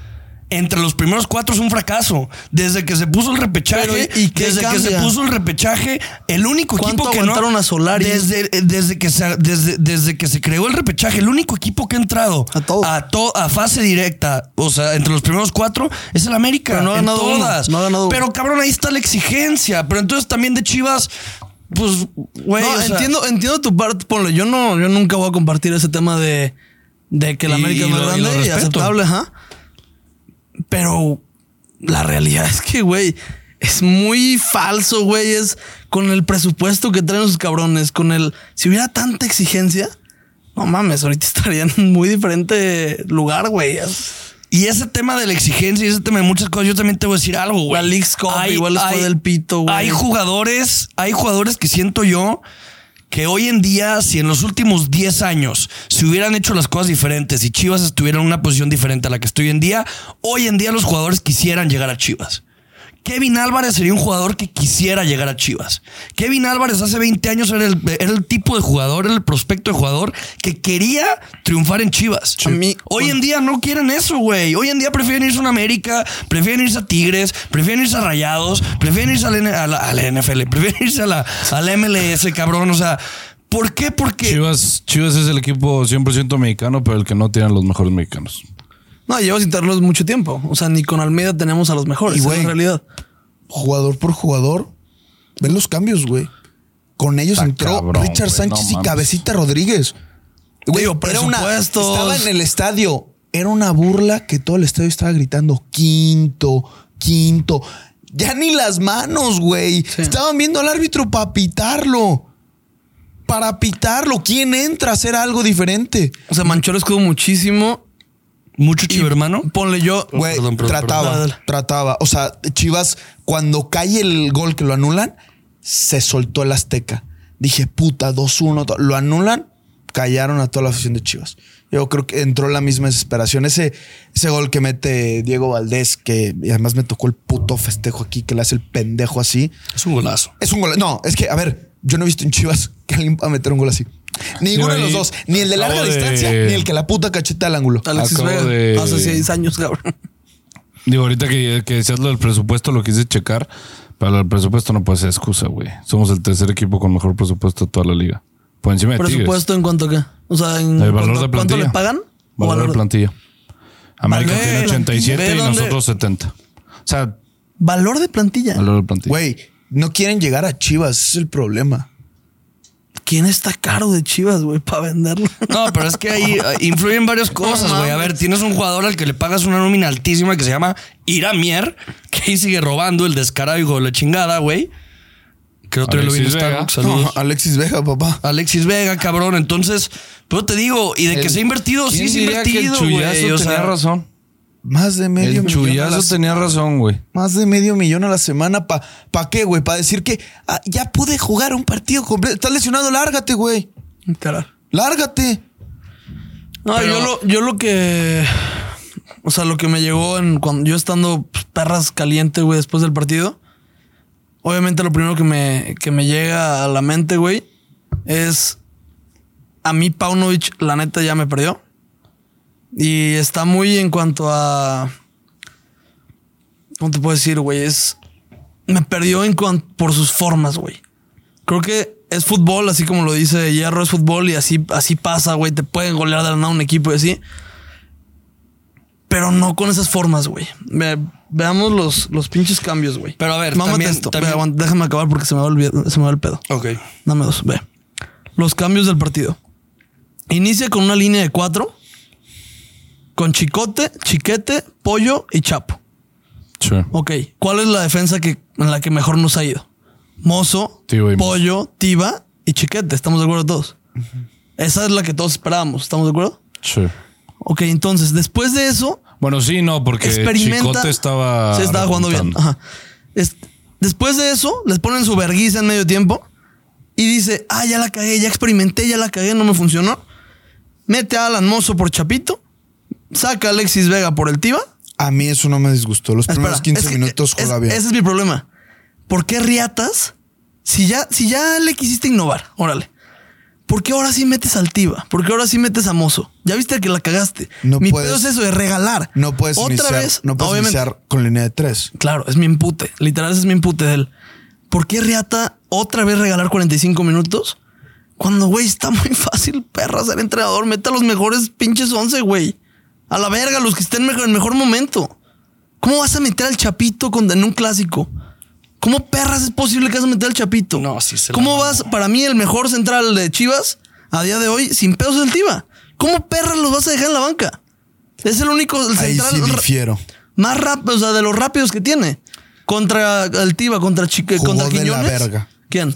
[SPEAKER 2] entre los primeros cuatro, es un fracaso. Desde que se puso el repechaje,
[SPEAKER 1] Pero, ¿y qué
[SPEAKER 2] desde que se
[SPEAKER 1] cambia?
[SPEAKER 2] puso el repechaje, el único
[SPEAKER 1] ¿Cuánto
[SPEAKER 2] equipo que
[SPEAKER 1] aguantaron
[SPEAKER 2] no.
[SPEAKER 1] a Solari?
[SPEAKER 2] Desde, desde, que se, desde, desde que se creó el repechaje, el único equipo que ha entrado
[SPEAKER 1] A todo.
[SPEAKER 2] to- a fase directa, o sea, entre los primeros cuatro, es el América.
[SPEAKER 1] Pero no ha
[SPEAKER 2] en
[SPEAKER 1] ganado uno,
[SPEAKER 2] todas.
[SPEAKER 1] no ha ganado uno.
[SPEAKER 2] Pero cabrón, ahí está la exigencia. Pero entonces también de Chivas, pues, güey.
[SPEAKER 1] no,
[SPEAKER 2] o sea-
[SPEAKER 1] entiendo, entiendo tu parte, ponle, yo no, yo nunca voy a compartir ese tema de, de que el
[SPEAKER 2] Y-
[SPEAKER 1] América
[SPEAKER 2] y
[SPEAKER 1] es más
[SPEAKER 2] lo- y lo
[SPEAKER 1] grande y,
[SPEAKER 2] respeto.
[SPEAKER 1] aceptable, ajá. Pero la realidad es que, güey, es muy falso, güey. Es con el presupuesto que traen los cabrones, con el. Si hubiera tanta exigencia, no mames, ahorita estaría en muy diferente lugar, güey. Es-
[SPEAKER 2] Y ese tema de la exigencia y ese tema de muchas cosas, yo también te voy a decir algo, güey.
[SPEAKER 1] La Leagues Cup igual les fue del pito, güey.
[SPEAKER 2] Hay jugadores, hay jugadores que siento yo que hoy en día, si en los últimos 10 años se hubieran hecho las cosas diferentes y Chivas estuviera en una posición diferente a la que estoy hoy en día, hoy en día los jugadores quisieran llegar a Chivas. Kevin Álvarez sería un jugador que quisiera llegar a Chivas. Kevin Álvarez hace 20 años era el, era el tipo de jugador, era el prospecto de jugador que quería triunfar en Chivas.
[SPEAKER 1] Sí. A mí-
[SPEAKER 2] Hoy en día no quieren eso, güey. Hoy en día prefieren irse a una América, prefieren irse a Tigres, prefieren irse a Rayados, prefieren irse a la, N- a la- a la NFL, prefieren irse a la, a la MLS, cabrón. O sea, ¿por qué? Porque...
[SPEAKER 4] Chivas, Chivas es el equipo 100% mexicano, pero el que no tiene los mejores mexicanos.
[SPEAKER 1] No, llevo sin tenerlos mucho tiempo. O sea, ni con Almeida tenemos a los mejores,
[SPEAKER 3] Y,
[SPEAKER 1] en
[SPEAKER 3] güey,
[SPEAKER 1] realidad.
[SPEAKER 3] Jugador por jugador. Ven los cambios, güey. Con ellos
[SPEAKER 4] Está
[SPEAKER 3] entró
[SPEAKER 4] cabrón,
[SPEAKER 3] Richard
[SPEAKER 4] güey,
[SPEAKER 3] Sánchez
[SPEAKER 4] no
[SPEAKER 3] y
[SPEAKER 4] mames.
[SPEAKER 3] Cabecita Rodríguez.
[SPEAKER 1] Digo, presupuestos.
[SPEAKER 3] estaba en el estadio. Era una burla que todo el estadio estaba gritando quinto, quinto. Ya ni las manos, güey.
[SPEAKER 1] Sí.
[SPEAKER 3] Estaban viendo al árbitro para pitarlo. Para pitarlo. ¿Quién entra a hacer algo diferente?
[SPEAKER 1] O sea, manchó el escudo muchísimo.
[SPEAKER 2] Mucho chivo, hermano.
[SPEAKER 1] Ponle yo.
[SPEAKER 3] Güey,
[SPEAKER 2] perdón, perdón,
[SPEAKER 3] trataba,
[SPEAKER 1] perdón. Dale, dale.
[SPEAKER 3] trataba. O sea, Chivas, cuando cae el gol que lo anulan, se soltó el Azteca. Dije, puta, 2-1. to- Lo anulan, callaron a toda la afición de Chivas. Yo creo que entró la misma desesperación. Ese, ese gol que mete Diego Valdés, que y además me tocó el puto festejo aquí, que le hace el pendejo así.
[SPEAKER 2] Es un golazo.
[SPEAKER 3] Es un gol. No, es que, a ver, yo no he visto en Chivas que alguien va a meter un gol así. Ninguno de los
[SPEAKER 4] ahí
[SPEAKER 3] dos, ni el de larga
[SPEAKER 4] acabo de-
[SPEAKER 3] distancia, ni el que la puta cacheta al ángulo.
[SPEAKER 1] Alexis
[SPEAKER 4] Acabo
[SPEAKER 1] Vega.
[SPEAKER 4] de-
[SPEAKER 1] Hace seis años, cabrón.
[SPEAKER 4] Digo, ahorita que, que decías lo del presupuesto, lo quise checar. Para el presupuesto no puede ser excusa, güey. Somos el tercer equipo con mejor presupuesto de toda la liga. Por encima de Tigres.
[SPEAKER 1] ¿Presupuesto en cuanto a qué? O sea, en
[SPEAKER 4] El valor
[SPEAKER 1] cuanto-
[SPEAKER 4] de plantilla.
[SPEAKER 1] ¿cuánto le pagan? ¿O
[SPEAKER 4] Valor de plantilla. América
[SPEAKER 1] Valor de
[SPEAKER 4] tiene
[SPEAKER 1] plantilla.
[SPEAKER 4] 87
[SPEAKER 1] Ve
[SPEAKER 4] y
[SPEAKER 1] dónde-
[SPEAKER 4] nosotros 70. O sea,
[SPEAKER 1] Valor de plantilla.
[SPEAKER 4] valor de plantilla.
[SPEAKER 3] Güey, no quieren llegar a Chivas, ese es el problema.
[SPEAKER 1] ¿Quién está caro de Chivas, güey, para venderlo?
[SPEAKER 2] No, pero es que ahí eh, influyen varias cosas, güey. A ver, tienes un jugador al que le pagas una nómina altísima que se llama Iramier, que ahí sigue robando el descarado hijo de la chingada, güey. Que el otro día lo vi en
[SPEAKER 4] Alexis Vega.
[SPEAKER 2] Starbucks, saludos.
[SPEAKER 3] No, Alexis Veja, papá.
[SPEAKER 2] Alexis Vega, cabrón. Entonces, pero te digo, y de que se ha invertido, sí
[SPEAKER 4] ¿Quién
[SPEAKER 2] se ha
[SPEAKER 4] diría que
[SPEAKER 2] invertido,
[SPEAKER 4] el chullazo
[SPEAKER 2] güey. O
[SPEAKER 4] tenía
[SPEAKER 2] sea,
[SPEAKER 4] razón.
[SPEAKER 3] Más de medio
[SPEAKER 4] El
[SPEAKER 3] millón. a la
[SPEAKER 4] chullazo tenía razón, güey.
[SPEAKER 3] Más de medio millón a la semana. ¿Para pa qué, güey? ¿Para decir que ah, ya pude jugar un partido completo? Estás lesionado, lárgate, güey.
[SPEAKER 1] Carajo.
[SPEAKER 3] Lárgate.
[SPEAKER 1] No,
[SPEAKER 2] Pero-
[SPEAKER 1] yo, lo, yo lo que. O sea, lo que me llegó en cuando yo estando pues, perras caliente, güey, después del partido. Obviamente, lo primero que me, que me llega a la mente, güey, es. A mí, Paunovic, la neta, ya me perdió. Y está muy en cuanto a. ¿Cómo te puedo decir, güey? Es. Me perdió en cuanto por sus formas, güey. Creo que es fútbol, así como lo dice Hierro, es fútbol y así, así pasa, güey. Te pueden golear de la nada un equipo y así. Pero no con esas formas, güey. Ve- veamos los, los pinches cambios, güey.
[SPEAKER 2] Pero a ver,
[SPEAKER 1] Mámate
[SPEAKER 2] también-
[SPEAKER 1] esto. Ve,
[SPEAKER 2] también-
[SPEAKER 1] aguanta, déjame acabar porque se me va, a olvidar- se me va el pedo.
[SPEAKER 2] Ok.
[SPEAKER 1] Dame dos, ve. Los cambios del partido. Inicia con una línea de cuatro. Con Chicote, Chiquete, Pollo y Chapo.
[SPEAKER 4] Sí.
[SPEAKER 1] Ok, ¿cuál es la defensa que, en la que mejor nos ha ido? Mozo,
[SPEAKER 4] Tiba y Mozo.
[SPEAKER 1] Pollo, Tiba y Chiquete, ¿estamos de acuerdo todos? Esa es la que todos esperábamos, ¿estamos de acuerdo?
[SPEAKER 4] Sí.
[SPEAKER 1] Ok, entonces, después de eso,
[SPEAKER 4] Bueno, sí, no, porque
[SPEAKER 1] experimenta...
[SPEAKER 4] Chicote estaba.
[SPEAKER 1] Se estaba jugando bien.
[SPEAKER 4] repuntando.
[SPEAKER 1] ajá. Es- después de eso, les ponen su verguiza en medio tiempo y dice, ah, ya la cagué, ya experimenté, ya la cagué, no me funcionó. Mete a Alan Mozo por Chapito, saca a Alexis Vega por el Tiba
[SPEAKER 3] A mí eso no me disgustó. Los primeros
[SPEAKER 1] Espera,
[SPEAKER 3] 15
[SPEAKER 1] es que-
[SPEAKER 3] minutos
[SPEAKER 1] es-
[SPEAKER 3] juega bien.
[SPEAKER 1] Ese es mi problema. ¿Por qué riatas? Si ya, si ya le quisiste innovar, órale. ¿Por qué ahora sí metes al Tiva? ¿Por qué ahora sí metes a Mozo? Ya viste que la cagaste.
[SPEAKER 3] No
[SPEAKER 1] mi
[SPEAKER 3] puedes-
[SPEAKER 1] pedo es eso, de regalar.
[SPEAKER 3] no puedes, iniciar, no puedes
[SPEAKER 1] obviamente,
[SPEAKER 3] iniciar con línea de tres.
[SPEAKER 1] Claro, es mi impute. Literal, ese es mi impute de él. ¿Por qué Riata otra vez regalar 45 minutos? Cuando, güey, está muy fácil, perra, ser entrenador. Mete a los mejores pinches 11, güey. A la verga, los que estén mejor, en mejor momento. ¿Cómo vas a meter al Chapito con, en un clásico? ¿Cómo perras es posible que vas a meter al Chapito?
[SPEAKER 2] No, sí se la
[SPEAKER 1] ¿Cómo
[SPEAKER 2] mamó.
[SPEAKER 1] vas? Para mí, el mejor central de Chivas a día de hoy, sin pedos, es el Tiva. ¿Cómo perras los vas a dejar en la banca? Es el único
[SPEAKER 3] Ahí
[SPEAKER 1] central
[SPEAKER 3] sí
[SPEAKER 1] ra-
[SPEAKER 3] difiero.
[SPEAKER 1] más rápido, o sea, de los rápidos que tiene. Contra el Tiva, contra Chique,
[SPEAKER 3] Jugó
[SPEAKER 1] contra
[SPEAKER 3] de la
[SPEAKER 1] Quiñones.
[SPEAKER 3] verga.
[SPEAKER 1] ¿Quién?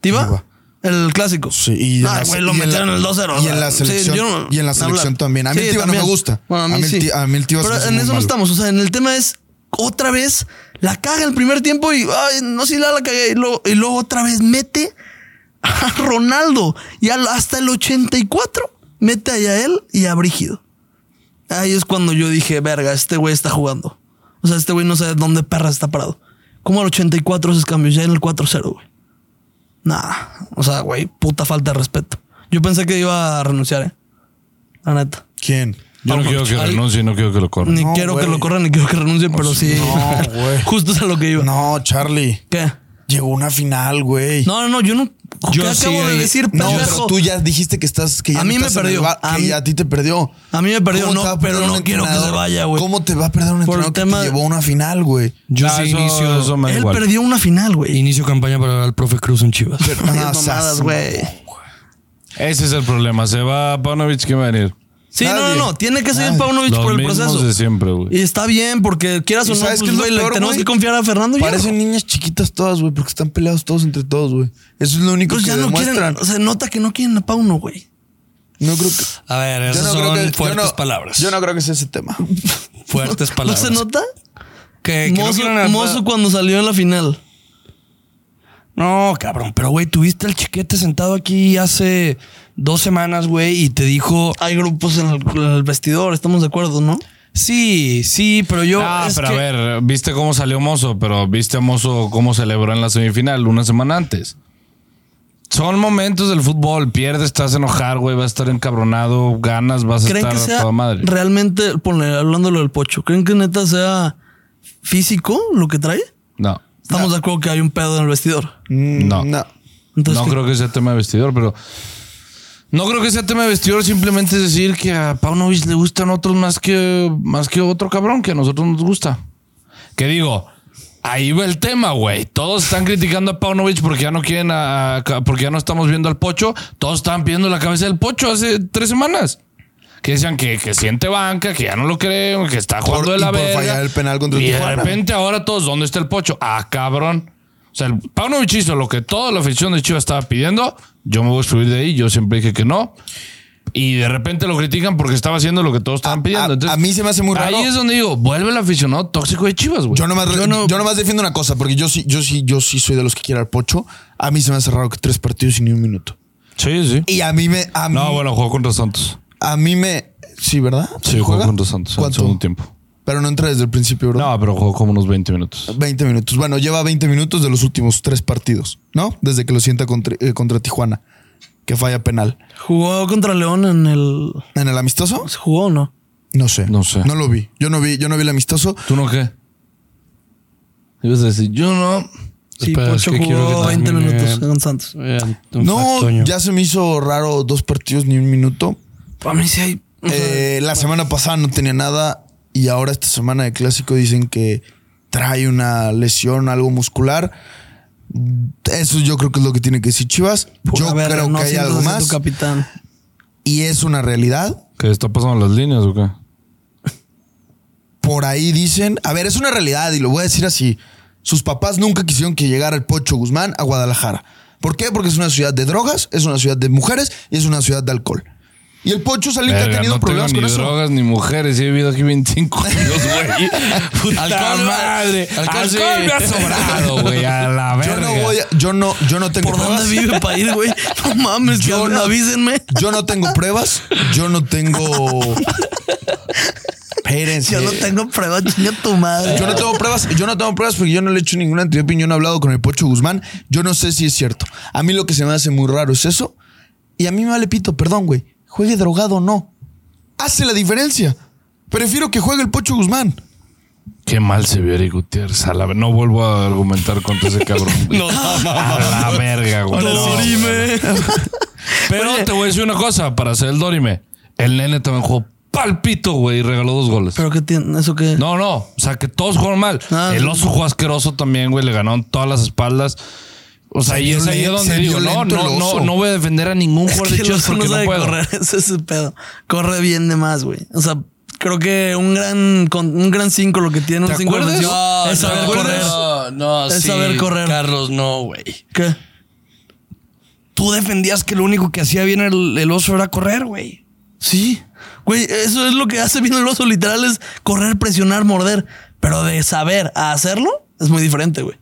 [SPEAKER 1] ¿Tiva?
[SPEAKER 3] Tiva.
[SPEAKER 1] El clásico.
[SPEAKER 3] Sí, y en
[SPEAKER 1] Ah,
[SPEAKER 3] la-
[SPEAKER 1] güey, lo
[SPEAKER 3] y en la-
[SPEAKER 1] metieron en el 2-0.
[SPEAKER 3] y en la
[SPEAKER 1] Sí,
[SPEAKER 3] selección-
[SPEAKER 1] yo no-
[SPEAKER 3] y en la
[SPEAKER 1] ni
[SPEAKER 3] selección
[SPEAKER 1] hablar.
[SPEAKER 3] también. A mí el Tiva no me gusta.
[SPEAKER 1] Bueno, a mí,
[SPEAKER 3] A mí el
[SPEAKER 1] sí.
[SPEAKER 3] Ti- a mí el Tiva se
[SPEAKER 1] Pero
[SPEAKER 3] me hace
[SPEAKER 1] en
[SPEAKER 3] muy
[SPEAKER 1] eso no
[SPEAKER 3] malo.
[SPEAKER 1] estamos. O sea, en el tema es otra vez la caga el primer tiempo y ay, no si la, la cagué. Y luego, y luego otra vez mete a Ronaldo y al- hasta el 84 mete ahí a él y a Brígido. Ahí es cuando yo dije, verga, este güey está jugando. O sea, este güey no sabe dónde perra está parado. ¿Cómo al 84 esos cambios? Ya en el 4-0, güey. Nah, o sea, güey, puta falta de respeto. Yo pensé que iba a renunciar, eh. La neta.
[SPEAKER 3] ¿Quién?
[SPEAKER 4] Yo no quiero que
[SPEAKER 2] Ahí-
[SPEAKER 4] renuncie, no quiero que lo corran.
[SPEAKER 1] Ni
[SPEAKER 3] Pues No,
[SPEAKER 1] quiero que
[SPEAKER 3] güey.
[SPEAKER 1] lo corran, ni quiero que renuncie, pero sí.
[SPEAKER 3] no, güey.
[SPEAKER 1] Justo es a lo que iba.
[SPEAKER 3] No, Charlie.
[SPEAKER 1] ¿Qué?
[SPEAKER 3] Llegó una final, güey.
[SPEAKER 1] No, no, no, yo no.
[SPEAKER 2] Yo
[SPEAKER 1] ¿Qué
[SPEAKER 2] sí,
[SPEAKER 1] acabo de
[SPEAKER 2] ahí-
[SPEAKER 1] decir,
[SPEAKER 3] No,
[SPEAKER 1] pendejo?
[SPEAKER 3] pero tú ya dijiste que estás. Que ya
[SPEAKER 1] A
[SPEAKER 3] no
[SPEAKER 1] mí me
[SPEAKER 3] estás en
[SPEAKER 1] perdió.
[SPEAKER 3] el bar,
[SPEAKER 1] A
[SPEAKER 3] que
[SPEAKER 1] mí-
[SPEAKER 3] ya a ti te perdió.
[SPEAKER 1] A mí me perdió,
[SPEAKER 3] ¿Cómo te va
[SPEAKER 1] no,
[SPEAKER 3] a
[SPEAKER 1] pero
[SPEAKER 3] perder
[SPEAKER 1] no
[SPEAKER 3] un
[SPEAKER 1] quiero que se
[SPEAKER 3] entrenador?
[SPEAKER 1] vaya, güey.
[SPEAKER 3] ¿Cómo te va a perder un
[SPEAKER 1] Por el
[SPEAKER 3] entrenador que
[SPEAKER 1] tema-
[SPEAKER 3] te llevó a una final, güey?
[SPEAKER 2] Yo
[SPEAKER 4] Ah,
[SPEAKER 2] sí
[SPEAKER 4] eso-
[SPEAKER 2] inicio,
[SPEAKER 4] eso me da
[SPEAKER 1] Él
[SPEAKER 4] igual.
[SPEAKER 1] perdió una final, güey.
[SPEAKER 2] inicio campaña para el profe Cruz en Chivas.
[SPEAKER 1] Esas
[SPEAKER 3] Ah,
[SPEAKER 1] mamadas,
[SPEAKER 3] sas-
[SPEAKER 1] güey.
[SPEAKER 4] Ese es el problema. Se va Panovich, ¿quién va a venir?
[SPEAKER 1] Sí, no, no,
[SPEAKER 3] Nadie.
[SPEAKER 1] no. Tiene que seguir
[SPEAKER 3] Nadie.
[SPEAKER 1] Paunovic
[SPEAKER 4] Los
[SPEAKER 1] por el
[SPEAKER 4] mismos
[SPEAKER 1] proceso.
[SPEAKER 4] de siempre, güey.
[SPEAKER 1] Y está bien, porque quieras
[SPEAKER 3] ¿Y
[SPEAKER 1] o no,
[SPEAKER 3] sabes qué
[SPEAKER 1] pues,
[SPEAKER 3] es lo
[SPEAKER 1] güey, le
[SPEAKER 3] peor,
[SPEAKER 1] tenemos
[SPEAKER 3] güey?
[SPEAKER 1] que confiar a Fernando. Hierro.
[SPEAKER 3] Parecen niñas chiquitas todas, güey, porque están peleados todos entre todos, güey. Eso es lo único
[SPEAKER 1] Pues
[SPEAKER 3] que
[SPEAKER 1] ya no
[SPEAKER 3] demuestran.
[SPEAKER 1] quieren. Se nota que no quieren a Pauno, güey.
[SPEAKER 3] No creo que.
[SPEAKER 2] A ver,
[SPEAKER 3] Yo
[SPEAKER 2] esas
[SPEAKER 3] no, creo
[SPEAKER 2] son
[SPEAKER 3] que, yo
[SPEAKER 2] fuertes
[SPEAKER 3] no-
[SPEAKER 2] palabras.
[SPEAKER 3] yo no creo que sea ese tema.
[SPEAKER 2] Fuertes
[SPEAKER 1] ¿No
[SPEAKER 2] palabras.
[SPEAKER 1] se nota?
[SPEAKER 2] Que, que no
[SPEAKER 1] Mozo,
[SPEAKER 2] quieren a-
[SPEAKER 1] Mozo cuando salió en la final.
[SPEAKER 2] No, cabrón, pero güey, tuviste al chiquete sentado aquí hace dos semanas, güey, y te dijo,
[SPEAKER 1] Hay grupos en el, en el vestidor, estamos de acuerdo, ¿no?
[SPEAKER 2] sí, sí, pero yo...
[SPEAKER 4] Ah,
[SPEAKER 2] es
[SPEAKER 4] pero
[SPEAKER 2] que-
[SPEAKER 4] a ver, viste cómo salió Mozo, pero viste a Mozo cómo celebró en la semifinal una semana antes. Son momentos del fútbol. Pierdes, estás enojado, güey, vas a estar encabronado, ganas, vas a
[SPEAKER 1] ¿Creen
[SPEAKER 4] estar
[SPEAKER 1] que
[SPEAKER 4] a
[SPEAKER 1] sea
[SPEAKER 4] toda madre.
[SPEAKER 1] realmente, ponle, hablándolo del pocho, ¿creen que neta sea físico lo que trae?
[SPEAKER 4] No,
[SPEAKER 1] Estamos de acuerdo que hay un pedo en el vestidor.
[SPEAKER 3] Mm,
[SPEAKER 4] No.
[SPEAKER 3] No.
[SPEAKER 1] Entonces,
[SPEAKER 4] no
[SPEAKER 1] ¿qué-
[SPEAKER 4] creo que sea tema de vestidor, pero no creo que sea tema de vestidor. Simplemente es decir que a Paunovic le gustan otros más que más que otro cabrón que a nosotros nos gusta. Que digo, Ahí va el tema, güey. Todos están criticando a Paunovic porque ya no quieren a, a- porque ya no estamos viendo al Pocho. Todos estaban pidiendo la cabeza del Pocho hace tres semanas. Que decían que, que siente banca, que ya no lo creen, que está jugando
[SPEAKER 3] Por-
[SPEAKER 4] de la
[SPEAKER 3] y por
[SPEAKER 4] verga.
[SPEAKER 3] fallar el penal contra
[SPEAKER 4] Y de
[SPEAKER 3] Tijuana.
[SPEAKER 4] repente ahora todos, ¿dónde está el Pocho? Ah, cabrón. O sea, el Paunovic hizo lo que toda la afición de Chivas estaba pidiendo. Yo me voy a excluir de ahí. Yo siempre dije que no. Y de repente lo critican porque estaba haciendo lo que todos estaban pidiendo.
[SPEAKER 3] a-
[SPEAKER 4] Entonces,
[SPEAKER 3] a mí se me hace muy raro.
[SPEAKER 4] Ahí es donde digo, vuelve el aficionado tóxico de Chivas, güey.
[SPEAKER 3] Yo nomás, yo, nomás defiendo una cosa, porque yo sí, yo sí, yo sí soy de los que quiere al pocho. A mí se me hace raro que tres partidos y ni un minuto.
[SPEAKER 4] Sí, sí.
[SPEAKER 3] Y a mí me. A mí,
[SPEAKER 4] No, bueno, jugó contra Santos.
[SPEAKER 3] A mí me. Sí, ¿verdad?
[SPEAKER 4] Sí, jugó contra Santos en el
[SPEAKER 3] ¿Cuánto?
[SPEAKER 4] segundo tiempo.
[SPEAKER 3] Pero no entra desde el principio, ¿verdad?
[SPEAKER 4] No, pero jugó como unos 20 minutos.
[SPEAKER 3] 20 minutos. Bueno, lleva 20 minutos de los últimos tres partidos, ¿no? Desde que lo sienta contra, eh, contra Tijuana, que falla penal.
[SPEAKER 1] Jugó contra León en el.
[SPEAKER 3] ¿En el amistoso?
[SPEAKER 1] ¿Se jugó o no?
[SPEAKER 3] No sé.
[SPEAKER 4] No sé.
[SPEAKER 3] No lo vi. Yo no vi, yo no vi el amistoso.
[SPEAKER 4] ¿Tú no qué? Ibas a decir, yo no.
[SPEAKER 1] Sí,
[SPEAKER 2] Espera, es
[SPEAKER 1] Pocho
[SPEAKER 2] que quiero
[SPEAKER 1] jugó
[SPEAKER 2] que
[SPEAKER 1] 20
[SPEAKER 2] termine.
[SPEAKER 1] minutos con Santos.
[SPEAKER 3] No, ya se me hizo raro dos partidos ni un minuto.
[SPEAKER 1] Para mí sí hay.
[SPEAKER 3] Eh, la semana pasada no tenía nada y ahora esta semana de clásico dicen que trae una lesión, algo muscular. Eso yo creo que es lo que tiene que decir Chivas. Yo
[SPEAKER 1] Pues, A ver,
[SPEAKER 3] creo
[SPEAKER 1] no
[SPEAKER 3] que hay
[SPEAKER 1] sientas
[SPEAKER 3] algo
[SPEAKER 1] a tu
[SPEAKER 3] más
[SPEAKER 1] capitán.
[SPEAKER 3] y es una realidad.
[SPEAKER 4] ¿Qué está pasando en las líneas o qué?
[SPEAKER 3] Por ahí dicen, a ver, es una realidad y lo voy a decir así. Sus papás nunca quisieron que llegara el Pocho Guzmán a Guadalajara. ¿Por qué? Porque es una ciudad de drogas, es una ciudad de mujeres y es una ciudad de alcohol. Y el Pocho Salica ha
[SPEAKER 4] Verga,
[SPEAKER 3] tenido
[SPEAKER 4] no
[SPEAKER 3] problemas
[SPEAKER 4] tengo
[SPEAKER 3] con
[SPEAKER 4] ni
[SPEAKER 3] eso.
[SPEAKER 4] drogas ni mujeres. He vivido aquí 25 años, güey. Puta
[SPEAKER 2] Alcohol,
[SPEAKER 4] madre. Ah,
[SPEAKER 2] alcohol, sí.
[SPEAKER 4] me ha sobrado, güey. A la verga.
[SPEAKER 3] Yo no voy, a- yo no, yo no tengo
[SPEAKER 1] ¿Por dónde
[SPEAKER 3] pruebas.
[SPEAKER 1] vive para ir, güey? No mames,
[SPEAKER 3] Yo
[SPEAKER 1] cabrón,
[SPEAKER 3] no-
[SPEAKER 1] avísenme.
[SPEAKER 3] Yo no tengo pruebas. Yo no tengo. Espérense.
[SPEAKER 1] Yo no tengo pruebas, chinga tu madre.
[SPEAKER 3] Eh. Yo no tengo pruebas, yo no tengo pruebas porque yo no le he hecho ninguna antidoping, yo no he hablado con el Pocho Guzmán, yo no sé si es cierto. A mí lo que se me hace muy raro es eso. Y a mí me vale pito, perdón, güey, juegue drogado o no. Hace la diferencia. Prefiero que juegue el Pocho Guzmán.
[SPEAKER 4] Qué mal se vio Eric Gutiérrez. A la ver- No vuelvo a argumentar contra ese cabrón. güey. a la verga, güey. No,
[SPEAKER 2] Dorime.
[SPEAKER 4] Pero
[SPEAKER 1] Oye.
[SPEAKER 4] te voy a decir una cosa, para hacer el Dorime, el nene también jugó palpito, güey, y regaló dos goles.
[SPEAKER 1] Pero qué tiene, eso qué.
[SPEAKER 4] no, no, o sea que todos jugaron mal.
[SPEAKER 1] Ah.
[SPEAKER 4] el oso jugó asqueroso también, güey, le ganaron todas las espaldas. O sea,
[SPEAKER 3] Se
[SPEAKER 4] y es
[SPEAKER 3] vio
[SPEAKER 4] ahí
[SPEAKER 3] le-
[SPEAKER 4] donde
[SPEAKER 3] se
[SPEAKER 4] digo,
[SPEAKER 3] vio
[SPEAKER 4] no,
[SPEAKER 3] lento
[SPEAKER 4] no,
[SPEAKER 3] el
[SPEAKER 4] no,
[SPEAKER 3] oso.
[SPEAKER 4] no voy a defender a ningún
[SPEAKER 1] Es
[SPEAKER 4] jugador
[SPEAKER 1] que
[SPEAKER 4] de
[SPEAKER 1] el
[SPEAKER 4] Chivas
[SPEAKER 1] oso no
[SPEAKER 4] porque no,
[SPEAKER 1] sabe
[SPEAKER 4] puedo.
[SPEAKER 1] correr, ese es su pedo. Corre bien de más, güey. O sea, creo que un gran con un gran 5 lo que tiene un
[SPEAKER 4] ¿Te
[SPEAKER 1] 5
[SPEAKER 4] acuerdas?
[SPEAKER 2] No,
[SPEAKER 1] es
[SPEAKER 2] no,
[SPEAKER 1] saber correr.
[SPEAKER 2] No, no,
[SPEAKER 1] Es
[SPEAKER 2] sí,
[SPEAKER 1] saber correr.
[SPEAKER 2] Carlos, no, güey.
[SPEAKER 1] ¿Qué?
[SPEAKER 2] Tú defendías que lo único que hacía bien el, el oso era correr, güey.
[SPEAKER 1] Sí. Güey, eso es lo que hace bien el oso literal es correr, presionar, morder, pero de saber a hacerlo es muy diferente, güey.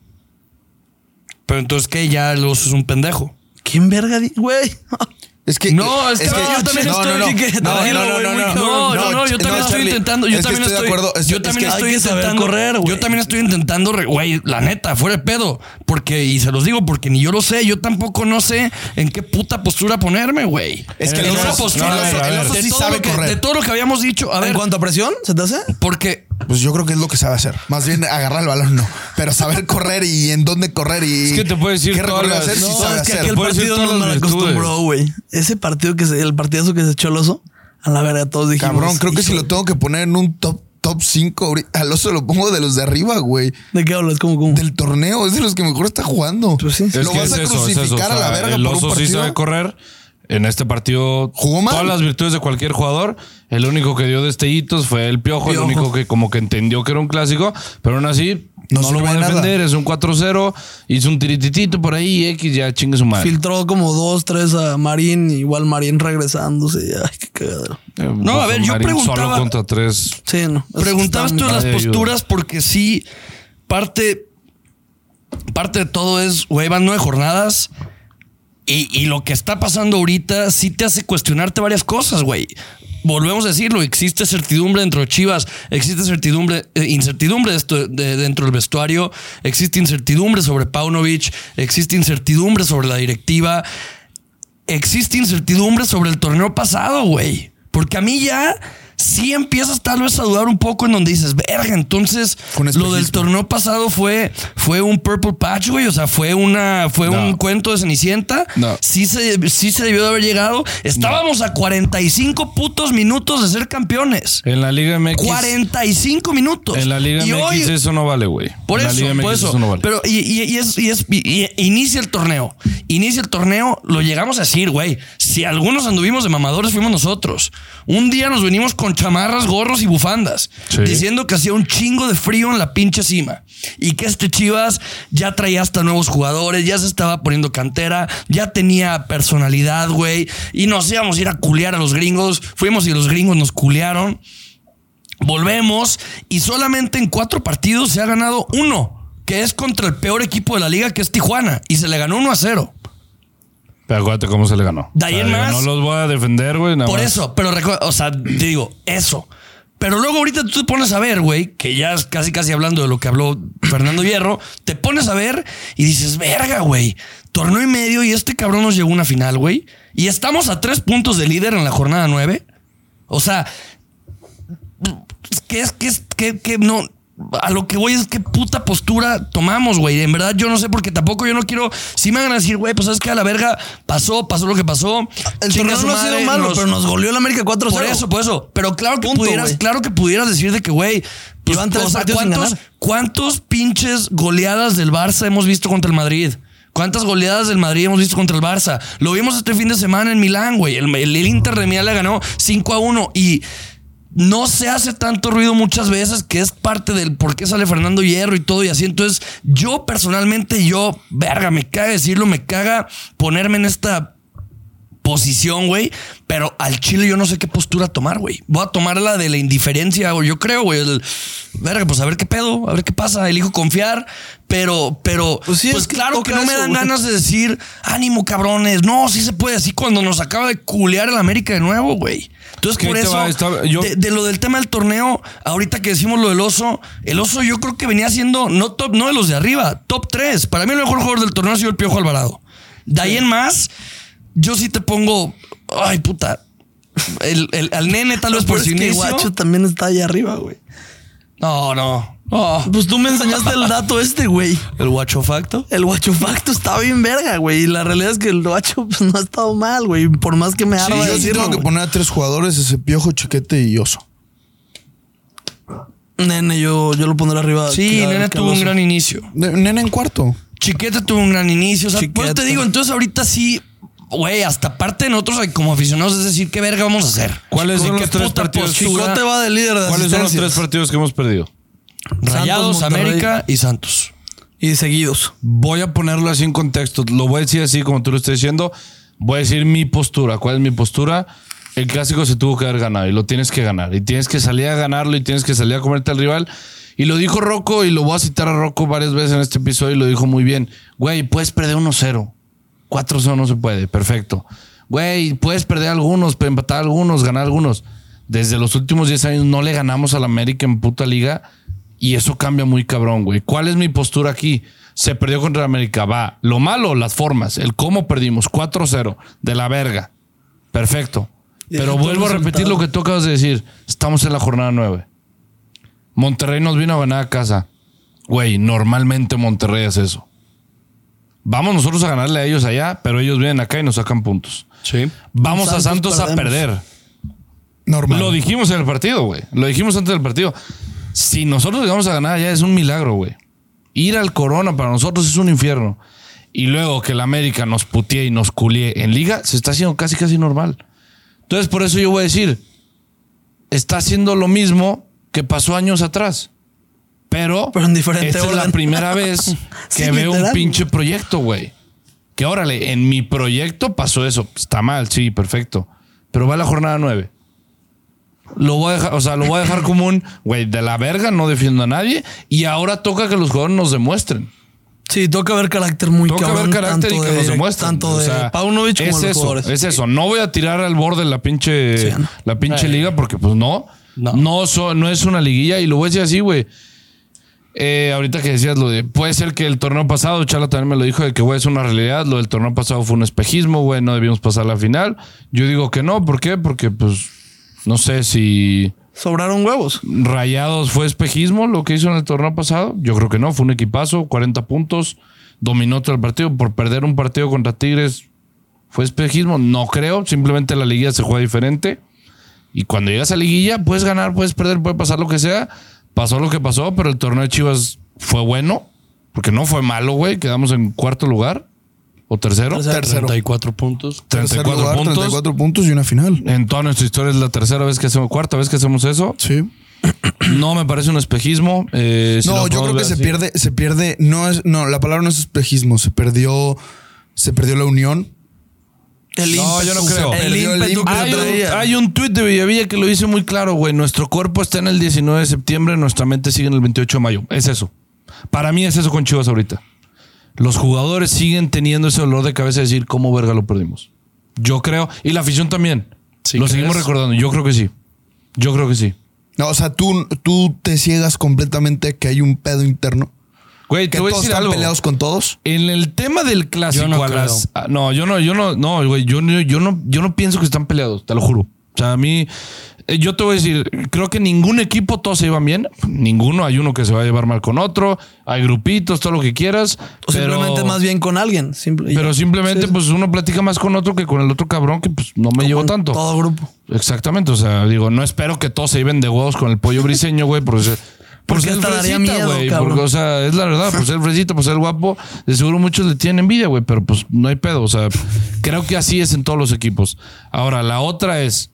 [SPEAKER 2] Pero entonces, ¿qué? Ya el oso es un pendejo.
[SPEAKER 1] ¿Quién verga, di- güey?
[SPEAKER 3] Es que
[SPEAKER 2] No, es que yo también
[SPEAKER 3] no,
[SPEAKER 1] estoy
[SPEAKER 3] no,
[SPEAKER 1] aquí
[SPEAKER 3] no,
[SPEAKER 1] que-
[SPEAKER 3] no,
[SPEAKER 1] tranquilo,
[SPEAKER 3] no,
[SPEAKER 1] güey,
[SPEAKER 3] no,
[SPEAKER 1] muy
[SPEAKER 3] no,
[SPEAKER 1] cabrón.
[SPEAKER 2] No, no, no, yo
[SPEAKER 1] Ch-
[SPEAKER 2] también
[SPEAKER 1] no,
[SPEAKER 2] estoy
[SPEAKER 1] Charlie,
[SPEAKER 2] intentando. Yo
[SPEAKER 3] es que
[SPEAKER 2] también
[SPEAKER 3] estoy
[SPEAKER 2] estoy.
[SPEAKER 3] de acuerdo, es-
[SPEAKER 2] yo
[SPEAKER 3] es
[SPEAKER 2] también
[SPEAKER 3] que
[SPEAKER 2] estoy
[SPEAKER 1] hay que saber
[SPEAKER 2] intentando
[SPEAKER 1] correr, güey.
[SPEAKER 2] Yo también estoy intentando, re- güey, la neta, fuera de pedo. Porque, y se los digo, porque ni yo lo sé, yo tampoco no sé en qué puta postura ponerme, güey.
[SPEAKER 3] Es que
[SPEAKER 2] En
[SPEAKER 3] el
[SPEAKER 2] esa
[SPEAKER 3] oso-
[SPEAKER 2] postura,
[SPEAKER 3] no, a
[SPEAKER 2] güey,
[SPEAKER 3] ver, a ver.
[SPEAKER 2] de
[SPEAKER 3] sí
[SPEAKER 2] todo
[SPEAKER 3] sabe
[SPEAKER 2] lo que-
[SPEAKER 3] correr.
[SPEAKER 2] De todo lo que habíamos dicho, a
[SPEAKER 1] ¿En
[SPEAKER 2] ver,
[SPEAKER 1] cuanto a presión se te hace?
[SPEAKER 2] porque
[SPEAKER 3] Pues yo creo que es lo que sabe hacer. Más bien agarrar el balón, no. Pero saber correr y en dónde correr y.
[SPEAKER 4] Es que te puedo decir
[SPEAKER 3] ¿Qué recorrido
[SPEAKER 4] todas las-
[SPEAKER 3] hacer? sí
[SPEAKER 4] no,
[SPEAKER 3] sabe
[SPEAKER 1] es que
[SPEAKER 3] hacer.
[SPEAKER 1] aquel
[SPEAKER 4] Puedes decir
[SPEAKER 1] partido
[SPEAKER 4] todas
[SPEAKER 1] no
[SPEAKER 4] las
[SPEAKER 1] me acostumbró,
[SPEAKER 4] virtudes.
[SPEAKER 1] güey. Ese partido que se, el partidazo que se echó el oso, a la verga todos dijimos.
[SPEAKER 3] Cabrón, creo que si
[SPEAKER 1] "Hijo,
[SPEAKER 3] lo tengo que poner en un top top 5, al oso lo pongo de los de arriba, güey.
[SPEAKER 1] ¿De qué hablas? ¿Cómo, cómo?
[SPEAKER 3] Del torneo, es de los que mejor está jugando.
[SPEAKER 1] Pues sí. Es
[SPEAKER 3] Lo
[SPEAKER 4] que
[SPEAKER 3] vas a
[SPEAKER 4] eso,
[SPEAKER 3] crucificar
[SPEAKER 4] eso, o
[SPEAKER 3] a la
[SPEAKER 4] sea,
[SPEAKER 3] verga
[SPEAKER 4] El
[SPEAKER 3] por un
[SPEAKER 4] oso sí
[SPEAKER 3] partido.
[SPEAKER 4] sabe correr. En este partido
[SPEAKER 3] Jugó mal.
[SPEAKER 4] todas las virtudes de cualquier jugador. El único que dio destellitos fue el piojo,
[SPEAKER 1] Piojo.
[SPEAKER 4] el único que como que entendió que era un clásico, pero aún así
[SPEAKER 3] No
[SPEAKER 4] no, lo
[SPEAKER 3] sirve
[SPEAKER 4] va a
[SPEAKER 3] de nada.
[SPEAKER 4] defender. Es un 4-0, hizo un tirititito por ahí X, ya chingue su madre.
[SPEAKER 1] Filtró como dos, tres a Marín, igual Marín regresándose. Ay, qué cagadero.
[SPEAKER 4] Eh,
[SPEAKER 2] No, a ver, yo
[SPEAKER 4] Marín Solo
[SPEAKER 2] preguntaba-
[SPEAKER 4] contra tres.
[SPEAKER 1] Sí, no. es-
[SPEAKER 2] Preguntabas
[SPEAKER 1] está-
[SPEAKER 2] tú las
[SPEAKER 4] Nadie ayuda.
[SPEAKER 2] posturas porque sí, parte, parte de todo es, güey, van nueve jornadas y, y lo que está pasando ahorita sí te hace cuestionarte varias cosas, güey. Volvemos a decirlo, existe certidumbre dentro de Chivas, existe certidumbre, eh, incertidumbre esto- de- dentro del vestuario, existe incertidumbre sobre Paunovic, existe incertidumbre sobre la directiva existe incertidumbre sobre el torneo pasado, güey. Porque a mí ya sí empiezas tal vez a dudar un poco en donde dices, verga, entonces
[SPEAKER 3] Fue un
[SPEAKER 2] lo
[SPEAKER 3] espejismo.
[SPEAKER 2] del torneo pasado fue, fue un Purple Patch, güey. O sea, fue una, fue
[SPEAKER 4] No.
[SPEAKER 2] un cuento de Cenicienta.
[SPEAKER 4] No.
[SPEAKER 2] Sí se, sí se debió de haber llegado. Estábamos a 45 putos minutos de ser campeones.
[SPEAKER 4] En la Liga MX.
[SPEAKER 2] 45 minutos.
[SPEAKER 4] En la Liga
[SPEAKER 2] y
[SPEAKER 4] MX
[SPEAKER 2] hoy,
[SPEAKER 4] eso no vale, güey.
[SPEAKER 2] por
[SPEAKER 4] En la
[SPEAKER 2] eso,
[SPEAKER 4] Liga
[SPEAKER 2] por
[SPEAKER 4] MX
[SPEAKER 2] eso.
[SPEAKER 4] no vale.
[SPEAKER 2] Pero y, y- y es, y es- y- y- inicia el torneo. Inicia el torneo, lo llegamos a decir, güey. Si algunos anduvimos de mamadores, fuimos nosotros. Un día nos venimos con chamarras, gorros y bufandas,
[SPEAKER 4] Sí.
[SPEAKER 2] diciendo que hacía un chingo de frío en la pinche cima. Y que este Chivas ya traía hasta nuevos jugadores, ya se estaba poniendo cantera, ya tenía personalidad, güey. Y nos íbamos a ir a culear a los gringos. Fuimos y los gringos nos culearon. Volvemos y solamente en cuatro partidos se ha ganado uno, que es contra el peor equipo de la liga, que es Tijuana, y se le ganó 1 a 0.
[SPEAKER 4] Pero acuérdate cómo se le ganó.
[SPEAKER 2] De ahí en
[SPEAKER 4] digo,
[SPEAKER 2] más-
[SPEAKER 4] No los voy a defender, güey. nada
[SPEAKER 2] Por
[SPEAKER 4] más.
[SPEAKER 2] eso, pero recuerda, o sea, te digo, eso. Pero luego ahorita tú te pones a ver, güey, que ya es casi casi hablando de lo que habló Fernando Hierro, te pones a ver y dices, verga, güey, torneo y medio y este cabrón nos llegó a una final, güey. Y estamos a tres puntos de líder en la jornada nueve. O sea, que es que es que, que no. A lo que voy es qué puta postura tomamos, güey. En verdad, yo no sé, porque tampoco yo no quiero. Si me van a decir, güey, pues sabes que a la verga pasó, pasó lo que pasó.
[SPEAKER 1] El
[SPEAKER 2] Chinga
[SPEAKER 1] torneo
[SPEAKER 2] su
[SPEAKER 1] no ha sido
[SPEAKER 2] madre,
[SPEAKER 1] malo, pero nos goleó el América 4-0.
[SPEAKER 2] Por eso, por eso. Pero claro que
[SPEAKER 1] Punto,
[SPEAKER 2] pudieras,
[SPEAKER 1] güey.
[SPEAKER 2] claro que pudieras decir de que, güey, pues,
[SPEAKER 1] Llevan tres
[SPEAKER 2] o sea,
[SPEAKER 1] partidos sin
[SPEAKER 2] ¿cuántos,
[SPEAKER 1] ganar.
[SPEAKER 2] ¿cuántos pinches goleadas del Barça hemos visto contra el Madrid? ¿Cuántas goleadas del Madrid hemos visto contra el Barça? Lo vimos este fin de semana en Milán, güey. El, el- el Inter de Milán le ganó 5 a 1 y no se hace tanto ruido muchas veces que es parte del por qué sale Fernando Hierro y todo y así. Entonces, yo personalmente, yo, verga, me caga decirlo, me caga ponerme en esta posición, güey. Pero al Chile yo no sé qué postura tomar, güey. Voy a tomar la de la indiferencia, güey. Yo creo, güey. el- Verga, pues a ver qué pedo, a ver qué pasa. Elijo confiar, pero, pero,
[SPEAKER 1] Pues
[SPEAKER 2] pues,
[SPEAKER 1] sí, es que
[SPEAKER 2] claro que
[SPEAKER 1] toca
[SPEAKER 2] no me
[SPEAKER 1] eso,
[SPEAKER 2] dan
[SPEAKER 1] güey.
[SPEAKER 2] ganas de decir, ánimo, cabrones. No, sí se puede. Así cuando nos acaba de culear el América de nuevo, güey. Entonces,
[SPEAKER 4] que
[SPEAKER 2] por
[SPEAKER 4] ahí te
[SPEAKER 2] eso,
[SPEAKER 4] va, está- yo-
[SPEAKER 2] de, de lo del tema del torneo, ahorita que decimos lo del oso, el oso yo creo que venía siendo no top, no de los de arriba, top 3. Para mí, el mejor jugador del torneo ha sido el Piojo Alvarado. De ahí en más, yo sí te pongo. Ay, puta. El, el- al nene, tal vez por
[SPEAKER 1] Pero
[SPEAKER 2] su
[SPEAKER 1] es que
[SPEAKER 2] inicio.
[SPEAKER 1] Guacho también está allá arriba, güey.
[SPEAKER 2] No, no. no.
[SPEAKER 1] Pues tú me enseñaste el dato este, güey.
[SPEAKER 2] El guacho facto.
[SPEAKER 1] El guacho facto está bien verga, güey. Y la realidad es que el guacho pues, no ha estado mal, güey. Por más que me
[SPEAKER 3] Sí,
[SPEAKER 1] arda
[SPEAKER 3] yo sí
[SPEAKER 1] decirlo,
[SPEAKER 3] tengo que
[SPEAKER 1] güey.
[SPEAKER 3] poner a tres jugadores, ese piojo, chiquete y oso.
[SPEAKER 1] Nene, yo, yo lo pondré arriba.
[SPEAKER 2] Sí,
[SPEAKER 1] que-
[SPEAKER 2] nene
[SPEAKER 1] que
[SPEAKER 2] tuvo
[SPEAKER 1] Alonso.
[SPEAKER 2] un gran inicio.
[SPEAKER 3] De- Nena en cuarto.
[SPEAKER 2] Chiquete tuvo un gran inicio. O sea,
[SPEAKER 1] Chiquete.
[SPEAKER 2] pues te digo, entonces ahorita sí, güey, hasta parte de nosotros como aficionados es decir, ¿qué verga vamos a hacer?
[SPEAKER 4] ¿Cuáles
[SPEAKER 2] ¿Con
[SPEAKER 4] son
[SPEAKER 2] qué
[SPEAKER 4] los tres
[SPEAKER 2] puta
[SPEAKER 4] partidos?
[SPEAKER 2] postura?
[SPEAKER 1] Chicote va de líder de
[SPEAKER 4] ¿Cuáles son los tres
[SPEAKER 1] asistencias.
[SPEAKER 4] partidos que hemos perdido?
[SPEAKER 2] Rayados,
[SPEAKER 1] Santos, Monterrey.
[SPEAKER 2] América y Santos.
[SPEAKER 1] Y seguidos.
[SPEAKER 4] Voy a ponerlo así en contexto. Lo voy a decir así como tú lo estás diciendo. Voy a decir mi postura. ¿Cuál es mi postura? El clásico se tuvo que haber ganado y lo tienes que ganar. Y tienes que salir a ganarlo y tienes que salir a comerte al rival. Y lo dijo Rocco y lo voy a citar a Rocco varias veces en este episodio y lo dijo muy bien. Güey, puedes perder 1-0. 4-0 no se puede. Perfecto. Güey, puedes perder algunos, pe- empatar algunos, ganar algunos. Desde los últimos 10 años no le ganamos al América en puta liga y eso cambia muy cabrón, güey. ¿Cuál es mi postura aquí? Se perdió contra el América. Va. Lo malo, las formas. El cómo perdimos. 4-0. De la verga. Perfecto.
[SPEAKER 1] Y deja
[SPEAKER 4] Pero
[SPEAKER 1] todo
[SPEAKER 4] vuelvo a
[SPEAKER 1] el
[SPEAKER 4] repetir
[SPEAKER 1] resultado.
[SPEAKER 4] lo que tú acabas de decir. Estamos en la jornada 9. Monterrey nos vino a ganar a casa. Güey, normalmente Monterrey hace eso vamos nosotros a ganarle a ellos allá, pero ellos vienen acá y nos sacan puntos.
[SPEAKER 2] Sí.
[SPEAKER 4] Vamos
[SPEAKER 1] Con
[SPEAKER 4] a
[SPEAKER 1] Santos
[SPEAKER 4] Santos a
[SPEAKER 1] perdemos.
[SPEAKER 4] perder.
[SPEAKER 3] Normal.
[SPEAKER 4] Lo dijimos en el partido, güey. Lo dijimos antes del partido. Si nosotros llegamos a ganar allá es un milagro, güey. Ir al Corona para nosotros es un infierno. Y luego que el América nos putee y nos culie en liga, se está haciendo casi casi normal. Entonces, por eso yo voy a decir, está haciendo lo mismo que pasó años atrás. Pero,
[SPEAKER 1] Pero en diferente
[SPEAKER 4] esta es la
[SPEAKER 1] orden.
[SPEAKER 4] primera vez que
[SPEAKER 1] Sí,
[SPEAKER 4] veo un
[SPEAKER 1] literal.
[SPEAKER 4] pinche proyecto, güey. Que órale, en mi proyecto pasó eso. Está mal, sí, perfecto. Pero va a la jornada 9. Lo voy a dejar, o sea, lo voy a dejar como un, güey, de la verga, no defiendo a nadie. Y ahora toca que los jugadores nos demuestren.
[SPEAKER 1] Sí, toca ver carácter muy
[SPEAKER 4] Toca
[SPEAKER 1] cabrón.
[SPEAKER 4] ver carácter y
[SPEAKER 1] tanto
[SPEAKER 4] que
[SPEAKER 1] de-
[SPEAKER 4] nos demuestren.
[SPEAKER 1] Tanto
[SPEAKER 4] O
[SPEAKER 1] de
[SPEAKER 4] sea,
[SPEAKER 1] Paunovic como
[SPEAKER 4] es
[SPEAKER 1] de los
[SPEAKER 4] eso,
[SPEAKER 1] jugadores.
[SPEAKER 4] Es eso. No voy a tirar al borde la pinche,
[SPEAKER 1] Sí, ¿no?
[SPEAKER 4] la pinche
[SPEAKER 2] Eh.
[SPEAKER 4] liga porque, pues, no. No,
[SPEAKER 2] No.
[SPEAKER 4] so- no es una liguilla. Y lo voy a decir así, güey. Eh, ahorita que decías lo de, puede ser que el torneo pasado, Chala también me lo dijo, de que, güey, es una realidad. Lo del torneo pasado fue un espejismo, güey, no debíamos pasar la final. Yo digo que no, ¿por qué? Porque, pues, No sé si
[SPEAKER 1] Sobraron huevos.
[SPEAKER 4] Rayados fue espejismo lo que hizo en el torneo pasado. Yo creo que no, fue un equipazo, 40 puntos, dominó todo el partido. Por perder un partido contra Tigres, ¿fue espejismo? No creo, simplemente la liguilla se juega diferente. Y cuando llegas a liguilla, puedes ganar, puedes perder, puede pasar lo que sea. Pasó lo que pasó, pero el torneo de Chivas fue bueno, porque no fue malo, güey. Quedamos en cuarto lugar o tercero.
[SPEAKER 3] Tercero.
[SPEAKER 2] 34 puntos.
[SPEAKER 3] Tercer
[SPEAKER 4] 34
[SPEAKER 3] lugar,
[SPEAKER 4] puntos.
[SPEAKER 3] 34 puntos y una final.
[SPEAKER 4] En toda nuestra historia es la tercera vez que hacemos, cuarta vez que hacemos eso.
[SPEAKER 3] Sí.
[SPEAKER 4] No me parece un espejismo. eh, si
[SPEAKER 3] no,
[SPEAKER 4] lo
[SPEAKER 3] yo
[SPEAKER 4] podemos
[SPEAKER 3] creo que
[SPEAKER 4] ver
[SPEAKER 3] se
[SPEAKER 4] así.
[SPEAKER 3] pierde, se pierde, no es, no, la palabra no es espejismo, se perdió, se perdió la unión.
[SPEAKER 1] El
[SPEAKER 4] No, yo no
[SPEAKER 1] ímpetu-
[SPEAKER 4] creo.
[SPEAKER 1] El
[SPEAKER 3] Perdió el
[SPEAKER 1] ímpetu que
[SPEAKER 4] Hay un,
[SPEAKER 1] traía.
[SPEAKER 4] hay un tuit de Villavilla que lo dice muy claro, güey. Nuestro cuerpo está en el 19 de septiembre, nuestra mente sigue en el 28 de mayo. Es eso. Para mí es eso con Chivas ahorita. Los jugadores siguen teniendo ese dolor de cabeza de decir cómo verga lo perdimos. Yo creo. Y la afición también.
[SPEAKER 2] ¿Sí
[SPEAKER 4] lo
[SPEAKER 2] crees?
[SPEAKER 4] seguimos recordando. Yo creo que sí. Yo creo que sí.
[SPEAKER 3] No, o sea, tú, tú te ciegas completamente a que hay un pedo interno.
[SPEAKER 4] Güey,
[SPEAKER 3] Que
[SPEAKER 4] te voy a
[SPEAKER 3] todos
[SPEAKER 4] decir
[SPEAKER 3] están
[SPEAKER 4] algo.
[SPEAKER 3] peleados con todos.
[SPEAKER 4] En el tema del clásico
[SPEAKER 2] Yo no
[SPEAKER 4] a
[SPEAKER 2] creo.
[SPEAKER 4] las- ah, no, yo no, yo no, no, güey, yo no, yo no, yo no pienso que están peleados, te lo juro. O sea, a mí, eh, yo te voy a decir, creo que ningún equipo todos se llevan bien. Ninguno, hay uno que se va a llevar mal con otro, hay grupitos, todo lo que quieras.
[SPEAKER 1] O
[SPEAKER 4] pero-
[SPEAKER 1] simplemente más bien con alguien. simple-
[SPEAKER 4] Pero simplemente,
[SPEAKER 1] Sí, sí.
[SPEAKER 4] pues uno platica más con otro que con el otro cabrón que pues no me llevo
[SPEAKER 1] Con
[SPEAKER 4] tanto.
[SPEAKER 1] Todo grupo.
[SPEAKER 4] Exactamente, o sea, digo, no espero que todos se lleven de huevos con el pollo briseño, güey, porque, porque es
[SPEAKER 1] hasta daría
[SPEAKER 4] fresita,
[SPEAKER 1] miedo,
[SPEAKER 4] güey,
[SPEAKER 1] cabrón.
[SPEAKER 4] porque, o sea, es la verdad, pues por ser fresita, por ser guapo, de seguro muchos le tienen envidia, güey, pero pues no hay pedo, o sea, creo que así es en todos los equipos. Ahora, la otra es,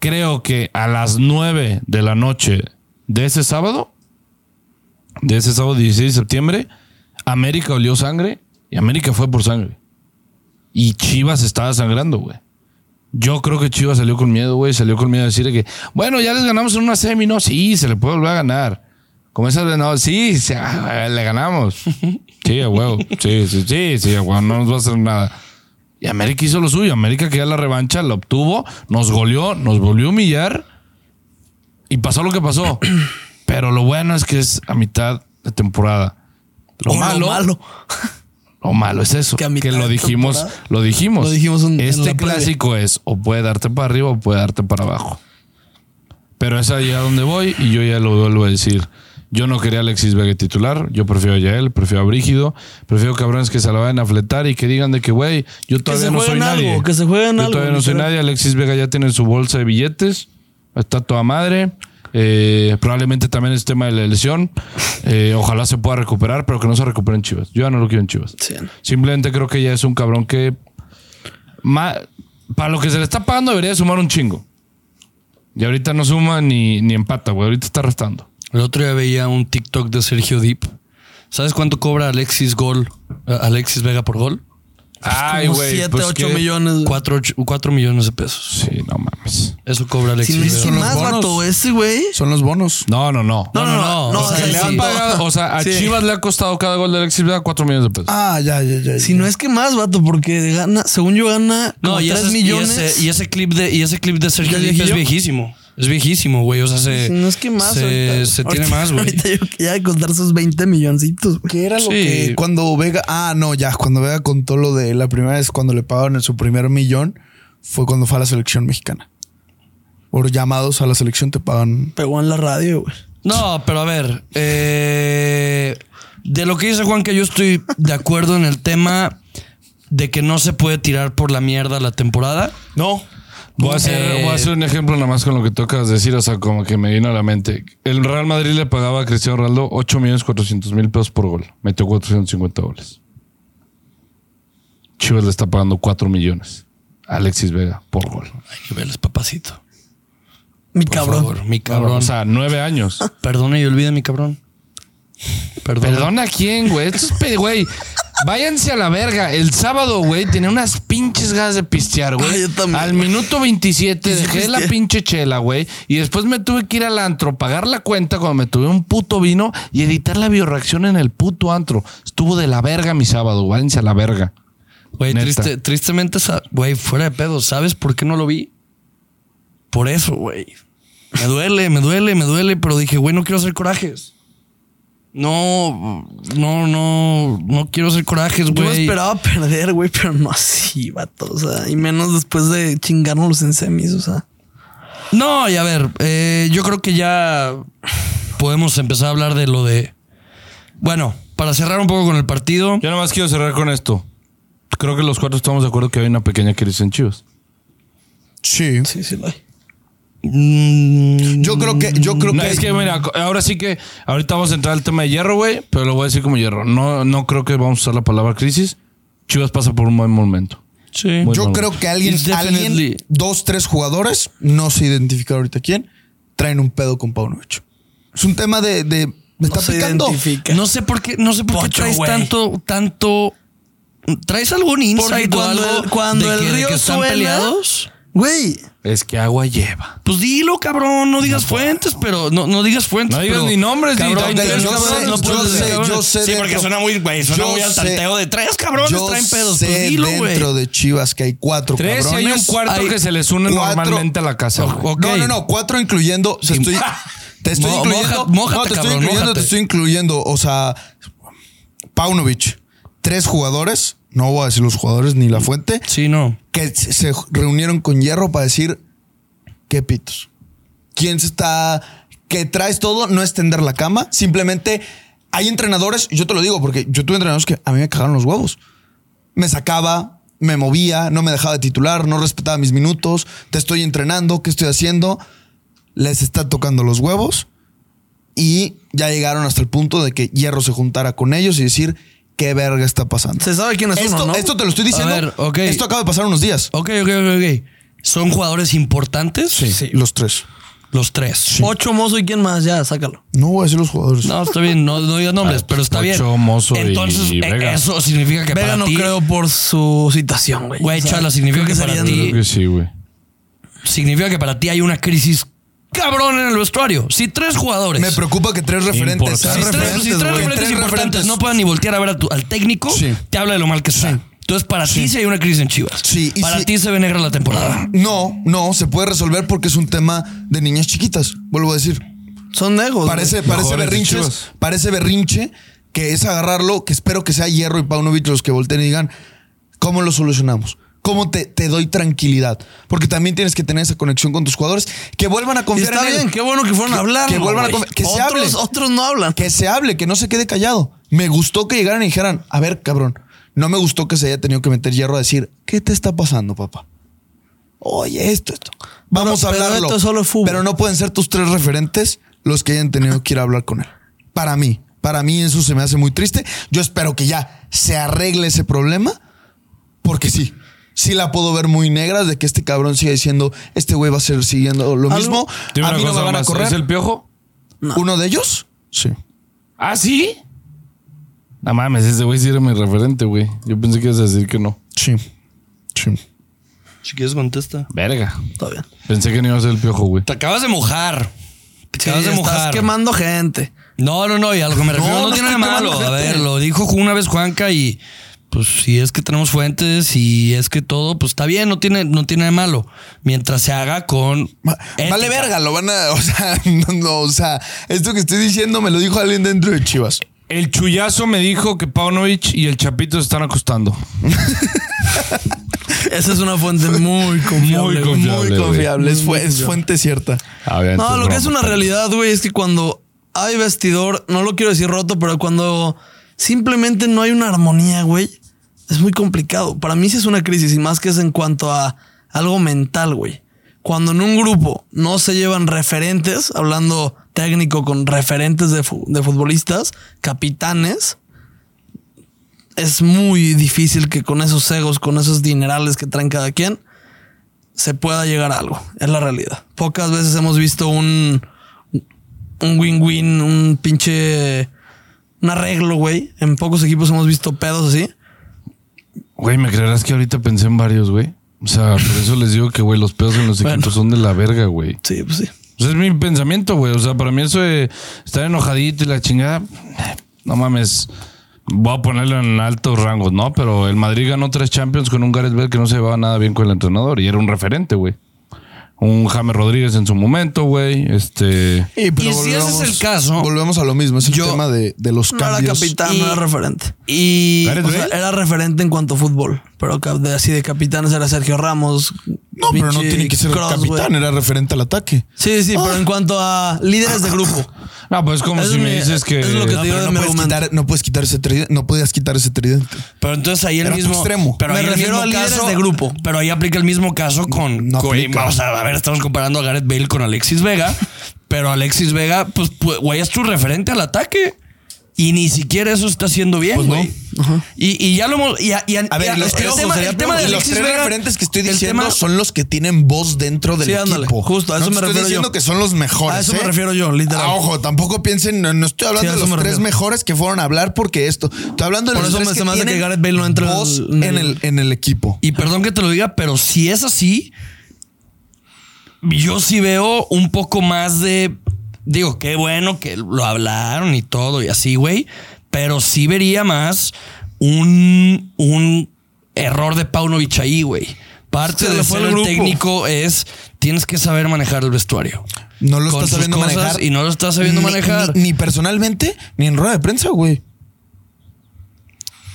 [SPEAKER 4] creo que a las 9 de la noche de ese sábado, de ese sábado 16 de septiembre, América olió sangre y América fue por sangre. Y Chivas estaba sangrando, güey. Yo creo que Chivas salió con miedo, güey. Salió con miedo de decir que, bueno, ya les ganamos en una semi, ¿no? Sí, se le puede volver a ganar. Como esas de no, sí, se- ah, le ganamos. Sí, a huevo. Sí, sí, sí, sí, a huevo. No nos va a hacer nada. Y América hizo lo suyo. América que ya la revancha, la obtuvo, nos goleó, nos volvió a humillar. Y pasó lo que pasó. Pero lo bueno es que es a mitad de temporada. Lo
[SPEAKER 1] O
[SPEAKER 4] malo, lo malo es eso.
[SPEAKER 1] Que a
[SPEAKER 4] Que,
[SPEAKER 1] mitad
[SPEAKER 4] lo
[SPEAKER 1] de
[SPEAKER 4] dijimos,
[SPEAKER 1] temporada.
[SPEAKER 4] lo dijimos.
[SPEAKER 1] Lo dijimos en- en
[SPEAKER 4] este
[SPEAKER 1] la previa.
[SPEAKER 4] clásico es o puede darte para arriba o puede darte para abajo. Pero es ahí a donde voy y yo ya lo vuelvo a decir. Yo no quería a Alexis Vega titular, yo prefiero a Yael, prefiero a Brígido, prefiero cabrones que se la vayan a fletar y que digan de que, güey, yo todavía
[SPEAKER 1] se
[SPEAKER 4] no soy
[SPEAKER 1] jueguen algo,
[SPEAKER 4] nadie.
[SPEAKER 1] que se jueguen
[SPEAKER 4] yo
[SPEAKER 1] algo,
[SPEAKER 4] todavía no soy
[SPEAKER 1] literal.
[SPEAKER 4] nadie, Alexis Vega ya tiene su bolsa de billetes, está toda madre. Eh, probablemente también es tema de la lesión. Eh, ojalá se pueda recuperar, pero que no se recuperen Chivas. Yo ya no lo quiero en Chivas.
[SPEAKER 1] Sí.
[SPEAKER 4] Simplemente creo que ya es un cabrón que. ma- para lo que se le está pagando, debería de sumar un chingo. Y ahorita no suma ni, ni empata, güey. Ahorita está restando.
[SPEAKER 2] El otro día veía un TikTok de Sergio Deep. ¿Sabes cuánto cobra Alexis Gol? eh, Alexis Vega por gol? Pues
[SPEAKER 4] Ay, pues,
[SPEAKER 1] Como 7, 8 Pues millones.
[SPEAKER 2] 4, millones de pesos.
[SPEAKER 4] Sí, no mames.
[SPEAKER 2] Eso cobra
[SPEAKER 1] Si
[SPEAKER 2] Alexis
[SPEAKER 1] no
[SPEAKER 2] Vega.
[SPEAKER 1] es
[SPEAKER 3] los
[SPEAKER 1] más,
[SPEAKER 3] bonos.
[SPEAKER 1] vato, ese, güey.
[SPEAKER 3] Son los bonos.
[SPEAKER 4] No, no, no.
[SPEAKER 1] No, no, no.
[SPEAKER 2] no,
[SPEAKER 1] no,
[SPEAKER 2] o sea,
[SPEAKER 1] sí,
[SPEAKER 4] Le han
[SPEAKER 1] sí.
[SPEAKER 4] pagado- o sea, a
[SPEAKER 1] Sí.
[SPEAKER 4] Chivas le ha costado cada gol de Alexis Vega 4 millones de pesos.
[SPEAKER 3] Ah, ya, ya, ya.
[SPEAKER 1] Si no es que más, vato, porque gana, según yo gana como
[SPEAKER 2] No, y
[SPEAKER 1] 3
[SPEAKER 2] ese,
[SPEAKER 1] millones.
[SPEAKER 2] Y ese, y ese clip de, y ese clip de Sergio
[SPEAKER 1] ¿Ya
[SPEAKER 2] Deep es
[SPEAKER 1] viejillo?
[SPEAKER 2] viejísimo. Es viejísimo, güey. O sea, se.
[SPEAKER 1] Si no es que más.
[SPEAKER 2] Se,
[SPEAKER 1] ahorita-
[SPEAKER 2] se tiene
[SPEAKER 1] ahorita-
[SPEAKER 2] más, güey.
[SPEAKER 1] Ahorita yo que ya de contar sus 20 milloncitos, güey.
[SPEAKER 3] que era lo
[SPEAKER 4] Sí.
[SPEAKER 3] que cuando Vega. Ah, no, ya. Cuando Vega contó lo de la primera vez cuando le pagaron en su primer millón, fue cuando fue a la selección mexicana. Por llamados a la selección te pagan.
[SPEAKER 1] Pegó en la radio, güey.
[SPEAKER 2] No, pero a ver. eh, de lo que dice Juan, que yo estoy de acuerdo en el tema de que no se puede tirar por la mierda la temporada.
[SPEAKER 3] No.
[SPEAKER 4] Voy a, hacer,
[SPEAKER 2] Eh.
[SPEAKER 4] voy a hacer un ejemplo nada más con lo que tocas decir, o sea, como que me vino a la mente. El Real Madrid le pagaba a Cristiano Ronaldo 8 millones 400 mil pesos por gol. Metió 450 goles. Chivas le está pagando 4 millones. a Alexis Vega por gol.
[SPEAKER 2] Hay niveles, papacito.
[SPEAKER 1] Mi
[SPEAKER 2] Por
[SPEAKER 1] cabrón.
[SPEAKER 2] favor, mi cabrón.
[SPEAKER 4] O sea, 9 años.
[SPEAKER 2] Perdona y olvida mi cabrón. Perdona.
[SPEAKER 4] ¿Perdona a quién, güey? Estos pe- güey. Váyanse a la verga. El sábado, güey, tenía unas pinches ganas de pistear, güey.
[SPEAKER 1] Ay, yo también.
[SPEAKER 4] Al minuto 27
[SPEAKER 1] Sí, sí,
[SPEAKER 4] dejé la
[SPEAKER 1] pisteé.
[SPEAKER 4] pinche chela, güey. Y después me tuve que ir al antro, pagar la cuenta cuando me tuve un puto vino y editar la bioreacción en el puto antro. Estuvo de la verga mi sábado. Váyanse a la verga.
[SPEAKER 2] Güey,
[SPEAKER 4] Neta.
[SPEAKER 2] triste- tristemente, sa- güey, fuera de pedo, ¿sabes por qué no lo vi? Por eso, güey. Me duele, me duele, me duele, pero dije, güey, no quiero hacer corajes. No, no, no, no quiero hacer corajes,
[SPEAKER 1] Yo
[SPEAKER 2] güey.
[SPEAKER 1] esperaba perder, güey, pero no así, vato. O sea, y menos después de chingárnoslos en semis, o sea.
[SPEAKER 2] No, y a ver, eh, yo creo que ya podemos empezar a hablar de lo de. Bueno, para cerrar un poco con el partido,
[SPEAKER 4] Yo nada más quiero cerrar con esto. Creo que los cuatro estamos de acuerdo que hay una pequeña crisis en Chivas.
[SPEAKER 3] Sí.
[SPEAKER 1] Sí, sí, lo hay.
[SPEAKER 2] mm,
[SPEAKER 3] Yo creo que, yo creo
[SPEAKER 4] No,
[SPEAKER 3] que,
[SPEAKER 4] es que, mira, ahora sí que ahorita vamos a entrar al tema de hierro, güey, pero lo voy a decir como hierro. No, no creo que vamos a usar la palabra crisis. Chivas pasa por un buen momento.
[SPEAKER 2] sí.
[SPEAKER 4] Muy-
[SPEAKER 3] yo
[SPEAKER 4] bueno.
[SPEAKER 3] creo que alguien,
[SPEAKER 2] It's definitely-
[SPEAKER 3] alguien, dos, tres jugadores, no se identifica ahorita quién, traen un pedo con Paunovic. Es un tema de, de- me está
[SPEAKER 1] se
[SPEAKER 3] picando.
[SPEAKER 1] identifica.
[SPEAKER 2] no sé por qué, no sé por qué
[SPEAKER 1] Pocho,
[SPEAKER 2] traes
[SPEAKER 1] güey.
[SPEAKER 2] tanto, tanto. ¿Traes algún
[SPEAKER 1] Porque
[SPEAKER 2] insight o
[SPEAKER 1] cuando
[SPEAKER 2] algo
[SPEAKER 1] el, cuando
[SPEAKER 2] de
[SPEAKER 1] el
[SPEAKER 2] que- de
[SPEAKER 1] río
[SPEAKER 2] que están
[SPEAKER 1] suena,
[SPEAKER 2] peleados?
[SPEAKER 1] Güey,
[SPEAKER 4] Es que agua lleva.
[SPEAKER 2] Pues dilo, cabrón, no digas fuentes, pero no, no digas fuentes.
[SPEAKER 4] No digas
[SPEAKER 2] pero-
[SPEAKER 4] ni nombres, ni
[SPEAKER 2] cabrón,
[SPEAKER 4] Ay,
[SPEAKER 3] Ok,
[SPEAKER 4] tres,
[SPEAKER 3] yo
[SPEAKER 4] cabrón,
[SPEAKER 3] sé,
[SPEAKER 4] no
[SPEAKER 3] yo
[SPEAKER 4] puedes
[SPEAKER 3] sé,
[SPEAKER 4] decir,
[SPEAKER 3] yo sé
[SPEAKER 2] Sí, porque
[SPEAKER 3] dentro-
[SPEAKER 2] suena muy, güey, suena
[SPEAKER 3] yo
[SPEAKER 2] muy al
[SPEAKER 3] sé-
[SPEAKER 2] tanteo de tres cabrones
[SPEAKER 3] yo
[SPEAKER 2] traen pedos.
[SPEAKER 3] sé
[SPEAKER 2] Pues dilo, güey.
[SPEAKER 3] dentro de Chivas que hay cuatro
[SPEAKER 4] Tres, y
[SPEAKER 3] cabrones.
[SPEAKER 4] hay un cuarto
[SPEAKER 3] Hay
[SPEAKER 4] que se les une
[SPEAKER 3] cuatro-
[SPEAKER 4] normalmente a la casa. güey.
[SPEAKER 2] Ok.
[SPEAKER 3] No, no, no, cuatro incluyendo. se estoy- te estoy
[SPEAKER 2] Mo-
[SPEAKER 3] incluyendo.
[SPEAKER 2] moja- mójate,
[SPEAKER 3] no, te estoy
[SPEAKER 2] cabrón,
[SPEAKER 3] incluyendo,
[SPEAKER 2] mójate.
[SPEAKER 3] te estoy incluyendo. O sea, Paunovic, tres jugadores, no voy a decir los jugadores ni la fuente,
[SPEAKER 2] Sí, no.
[SPEAKER 3] que se se reunieron con Hierro para decir qué pitos. ¿Quién se está que traes todo? No es tender la cama, simplemente hay entrenadores, y yo te lo digo porque yo tuve entrenadores que a mí me cagaron los huevos. Me sacaba, me movía, no me dejaba de titular, no respetaba mis minutos, te estoy entrenando, ¿qué estoy haciendo? Les está tocando los huevos y ya llegaron hasta el punto de que Hierro se juntara con ellos y decir qué verga está pasando.
[SPEAKER 1] se sabe quién es
[SPEAKER 3] Esto,
[SPEAKER 1] uno, ¿no?
[SPEAKER 3] esto te lo estoy diciendo.
[SPEAKER 2] ver, ok.
[SPEAKER 3] Esto acaba de pasar unos días.
[SPEAKER 2] Ok, ok, ok, ok. ¿Son jugadores importantes?
[SPEAKER 1] Sí.
[SPEAKER 3] Los tres.
[SPEAKER 2] Los tres.
[SPEAKER 1] Ah, Ocho mozo y quién más, ya, sácalo.
[SPEAKER 3] No voy a decir los jugadores.
[SPEAKER 2] No, está bien, no, no digas nombres,
[SPEAKER 4] Ah,
[SPEAKER 2] pero está bien.
[SPEAKER 4] Ochoa, Mozo y-
[SPEAKER 2] Entonces,
[SPEAKER 4] y
[SPEAKER 2] eh,
[SPEAKER 4] Vega.
[SPEAKER 2] eso significa que
[SPEAKER 1] Vega
[SPEAKER 2] para
[SPEAKER 1] no
[SPEAKER 2] ti,
[SPEAKER 1] creo por su citación, güey.
[SPEAKER 2] Güey,
[SPEAKER 1] O sea,
[SPEAKER 2] chala, significa
[SPEAKER 1] creo
[SPEAKER 2] que para
[SPEAKER 1] serían-
[SPEAKER 2] ti-
[SPEAKER 4] Creo que sí, güey.
[SPEAKER 2] significa que para ti hay una crisis cabrón en el vestuario. Si tres jugadores,
[SPEAKER 3] Me preocupa que tres referentes.
[SPEAKER 2] si
[SPEAKER 4] Importante.
[SPEAKER 2] tres, si tres
[SPEAKER 3] güey.
[SPEAKER 2] referentes
[SPEAKER 3] Tres
[SPEAKER 2] importantes
[SPEAKER 3] referentes.
[SPEAKER 2] no puedan ni voltear a ver a tu- al técnico,
[SPEAKER 3] Sí.
[SPEAKER 2] te habla de lo mal que está. Entonces, para ti sí hay una crisis en Chivas.
[SPEAKER 3] Sí, y
[SPEAKER 2] para
[SPEAKER 3] si-
[SPEAKER 2] ti se ve negra la temporada.
[SPEAKER 3] No, no, se puede resolver porque es un tema de niñas chiquitas. Vuelvo a decir.
[SPEAKER 1] Son negros.
[SPEAKER 3] Parece, parece
[SPEAKER 4] Mejores de
[SPEAKER 3] berrinches.
[SPEAKER 4] Chivas.
[SPEAKER 3] Parece berrinche que es agarrarlo, que espero que sea Hierro y Paunovic los que volteen y digan cómo lo solucionamos. ¿Cómo te, te doy tranquilidad? Porque también tienes que tener esa conexión con tus jugadores. Que vuelvan a
[SPEAKER 1] Y
[SPEAKER 3] confiar
[SPEAKER 1] está
[SPEAKER 3] en él.
[SPEAKER 1] bien, qué bueno que fueron a hablar.
[SPEAKER 3] Que
[SPEAKER 1] ¿no,
[SPEAKER 3] vuelvan a
[SPEAKER 1] güey?
[SPEAKER 3] confiar- que se
[SPEAKER 1] otros,
[SPEAKER 3] hable.
[SPEAKER 1] Otros no hablan.
[SPEAKER 3] que se hable, que no se quede callado. Me gustó que llegaran y dijeran, a ver, cabrón, no me gustó que se haya tenido que meter hierro a decir, ¿qué te está pasando, papá? Oye, esto, esto. Vamos
[SPEAKER 1] Pero-
[SPEAKER 3] a
[SPEAKER 1] pero
[SPEAKER 3] hablarlo.
[SPEAKER 1] esto es solo fútbol.
[SPEAKER 3] Pero no pueden ser tus tres referentes los que hayan tenido que ir a hablar con él. Para mí, para mí eso se me hace muy triste. Yo espero que ya se arregle ese problema, porque sí. Sí la puedo ver muy negra de que este cabrón sigue diciendo, este güey va a ser siguiendo lo
[SPEAKER 1] Algo-
[SPEAKER 3] mismo.
[SPEAKER 4] Dime
[SPEAKER 3] A
[SPEAKER 4] una
[SPEAKER 3] mí no me
[SPEAKER 4] cosa
[SPEAKER 3] van a
[SPEAKER 4] más,
[SPEAKER 3] correr.
[SPEAKER 4] ¿Es el piojo?
[SPEAKER 3] ¿Uno de ellos? Sí.
[SPEAKER 4] ¿Ah, sí? No mames, ese güey sí era mi referente, güey. Yo pensé que ibas a decir que no.
[SPEAKER 3] Sí. Sí.
[SPEAKER 2] Si quieres, contesta.
[SPEAKER 4] Verga.
[SPEAKER 1] Está bien.
[SPEAKER 4] Pensé que no iba a ser el piojo, güey.
[SPEAKER 2] Te acabas de mojar. Te
[SPEAKER 1] Sí,
[SPEAKER 2] acabas de
[SPEAKER 1] estás
[SPEAKER 2] mojar.
[SPEAKER 1] quemando gente.
[SPEAKER 2] No, no, no, y algo me refiero. No,
[SPEAKER 1] no
[SPEAKER 2] tiene nada
[SPEAKER 1] estoy quemando
[SPEAKER 2] malo. A
[SPEAKER 1] gente.
[SPEAKER 2] ver, lo dijo una vez Juanca y pues si es que tenemos fuentes y es que todo, pues está bien, no tiene, no tiene nada de malo. Mientras se haga con.
[SPEAKER 3] Va-
[SPEAKER 2] ética.
[SPEAKER 3] Vale verga, lo van a. O sea, no, no, o sea, esto que estoy diciendo me lo dijo alguien dentro de Chivas.
[SPEAKER 4] El chullazo me dijo que Paunovic y el Chapito se están acostando.
[SPEAKER 1] Esa es una fuente muy confiable.
[SPEAKER 4] Muy
[SPEAKER 1] güey.
[SPEAKER 4] confiable,
[SPEAKER 3] Muy
[SPEAKER 4] güey.
[SPEAKER 3] confiable, es, fu- es fuente cierta.
[SPEAKER 4] Obviamente
[SPEAKER 1] No, lo que
[SPEAKER 4] broma.
[SPEAKER 1] es una realidad, güey, es que cuando hay vestidor, no lo quiero decir roto, pero cuando simplemente no hay una armonía, güey, es muy complicado. Para mí sí es una crisis y más que es en cuanto a algo mental, güey. Cuando en un grupo no se llevan referentes, hablando técnico con referentes de, fu- de futbolistas, capitanes, es muy difícil que con esos egos, con esos dinerales que traen cada quien, se pueda llegar a algo. Es la realidad. Pocas veces hemos visto un un win-win, un pinche un arreglo, güey. En pocos equipos hemos visto pedos así.
[SPEAKER 4] Güey, me creerás que ahorita pensé en varios, güey. O sea, por eso les digo que, güey, los pedos en los
[SPEAKER 1] Bueno.
[SPEAKER 4] equipos son de la verga, güey.
[SPEAKER 1] Sí, pues sí.
[SPEAKER 4] O sea, es mi pensamiento, güey. O sea, para mí eso de estar enojadito y la chingada, no mames. Voy a ponerlo en altos rangos, ¿no? Pero el Madrid ganó tres Champions con un Gareth Bale que no se llevaba nada bien con el entrenador y era un referente, güey. Un James Rodríguez en su momento, güey. Este.
[SPEAKER 2] pero Y si ese volvemos- es el caso-
[SPEAKER 3] Volvemos a lo mismo, es el
[SPEAKER 2] Yo-
[SPEAKER 3] tema de, de los
[SPEAKER 1] No era
[SPEAKER 3] Pues cambios.
[SPEAKER 1] capitán,
[SPEAKER 2] Y-
[SPEAKER 1] no era referente.
[SPEAKER 2] Y.
[SPEAKER 4] Gareth
[SPEAKER 1] O sea, era referente en cuanto a fútbol, pero ca- de- así de capitanes era Sergio Ramos,
[SPEAKER 3] No, pero no
[SPEAKER 1] Pinche
[SPEAKER 3] tiene que ser
[SPEAKER 1] Cross,
[SPEAKER 3] capitán,
[SPEAKER 1] güey.
[SPEAKER 3] era Ah. referente al ataque.
[SPEAKER 1] Sí, sí, pero en cuanto a líderes de grupo.
[SPEAKER 4] No, pues es como
[SPEAKER 1] Eso
[SPEAKER 4] si
[SPEAKER 1] es
[SPEAKER 4] me
[SPEAKER 1] mi-
[SPEAKER 4] dices que.
[SPEAKER 1] es lo que
[SPEAKER 3] No,
[SPEAKER 1] te- digo de
[SPEAKER 3] pero no
[SPEAKER 1] mi
[SPEAKER 3] puedes
[SPEAKER 1] argumento.
[SPEAKER 3] quitar, no puedes quitar ese tridente, no podías quitar ese tridente.
[SPEAKER 2] Pero entonces ahí el
[SPEAKER 3] Era tu
[SPEAKER 2] mismo.
[SPEAKER 3] extremo.
[SPEAKER 2] Pero
[SPEAKER 1] Me
[SPEAKER 2] ahí el
[SPEAKER 1] refiero
[SPEAKER 2] mismo
[SPEAKER 1] a líderes
[SPEAKER 2] caso-
[SPEAKER 1] de grupo.
[SPEAKER 2] Pero ahí aplica el mismo caso con.
[SPEAKER 3] No
[SPEAKER 2] güey,
[SPEAKER 3] aplica.
[SPEAKER 2] vamos a, a ver, estamos comparando a Gareth Bale con Alexis Vega. pero Alexis Vega, pues, pu- güey, es tu referente al ataque. Y ni siquiera eso está haciendo bien,
[SPEAKER 3] Pues no.
[SPEAKER 2] güey. y, y ya lo hemos. Y, a- y a-
[SPEAKER 3] A
[SPEAKER 2] y
[SPEAKER 3] ver,
[SPEAKER 2] a-
[SPEAKER 3] los,
[SPEAKER 2] el
[SPEAKER 3] ojo,
[SPEAKER 2] tema,
[SPEAKER 3] sería
[SPEAKER 2] el tema
[SPEAKER 3] pregunta-
[SPEAKER 2] de
[SPEAKER 3] los
[SPEAKER 2] Alexis
[SPEAKER 3] tres
[SPEAKER 2] Vega-
[SPEAKER 3] referentes que estoy
[SPEAKER 2] el
[SPEAKER 3] diciendo
[SPEAKER 2] tema-
[SPEAKER 3] son los que tienen voz dentro del
[SPEAKER 1] Sí, ándale,
[SPEAKER 3] equipo.
[SPEAKER 1] justo, a eso
[SPEAKER 3] No
[SPEAKER 1] me
[SPEAKER 3] te
[SPEAKER 1] refiero
[SPEAKER 3] estoy diciendo
[SPEAKER 1] yo.
[SPEAKER 3] que son los mejores.
[SPEAKER 1] A eso
[SPEAKER 3] ¿eh?
[SPEAKER 1] me refiero yo, literal.
[SPEAKER 3] Ah, ojo, tampoco piensen, no, no estoy hablando
[SPEAKER 1] Sí, a
[SPEAKER 3] de
[SPEAKER 1] eso
[SPEAKER 3] los
[SPEAKER 1] me
[SPEAKER 3] tres
[SPEAKER 1] refiero.
[SPEAKER 3] mejores que fueron a hablar porque esto. Estoy hablando de
[SPEAKER 1] Por
[SPEAKER 3] los
[SPEAKER 1] eso
[SPEAKER 3] tres
[SPEAKER 1] me-
[SPEAKER 3] que
[SPEAKER 1] se me hace que
[SPEAKER 3] tienen
[SPEAKER 1] Gareth Bale no entra en
[SPEAKER 3] voz
[SPEAKER 1] el-
[SPEAKER 3] en el, en el equipo.
[SPEAKER 2] Y perdón que te lo diga, pero si es así, yo sí veo un poco más de. Digo, qué bueno que lo hablaron y todo y así, güey. Pero sí vería más un, un error de Paunovic ahí, güey. Parte
[SPEAKER 1] Se le
[SPEAKER 2] de
[SPEAKER 1] fue el
[SPEAKER 2] ser el
[SPEAKER 1] grupo.
[SPEAKER 2] técnico es tienes que saber manejar el vestuario.
[SPEAKER 3] No lo
[SPEAKER 2] Con
[SPEAKER 3] está
[SPEAKER 2] sus
[SPEAKER 3] sabiendo
[SPEAKER 2] cosas
[SPEAKER 3] manejar.
[SPEAKER 2] Y no lo está sabiendo
[SPEAKER 3] Ni-
[SPEAKER 2] manejar.
[SPEAKER 3] Ni, ni personalmente, ni en rueda de prensa, güey.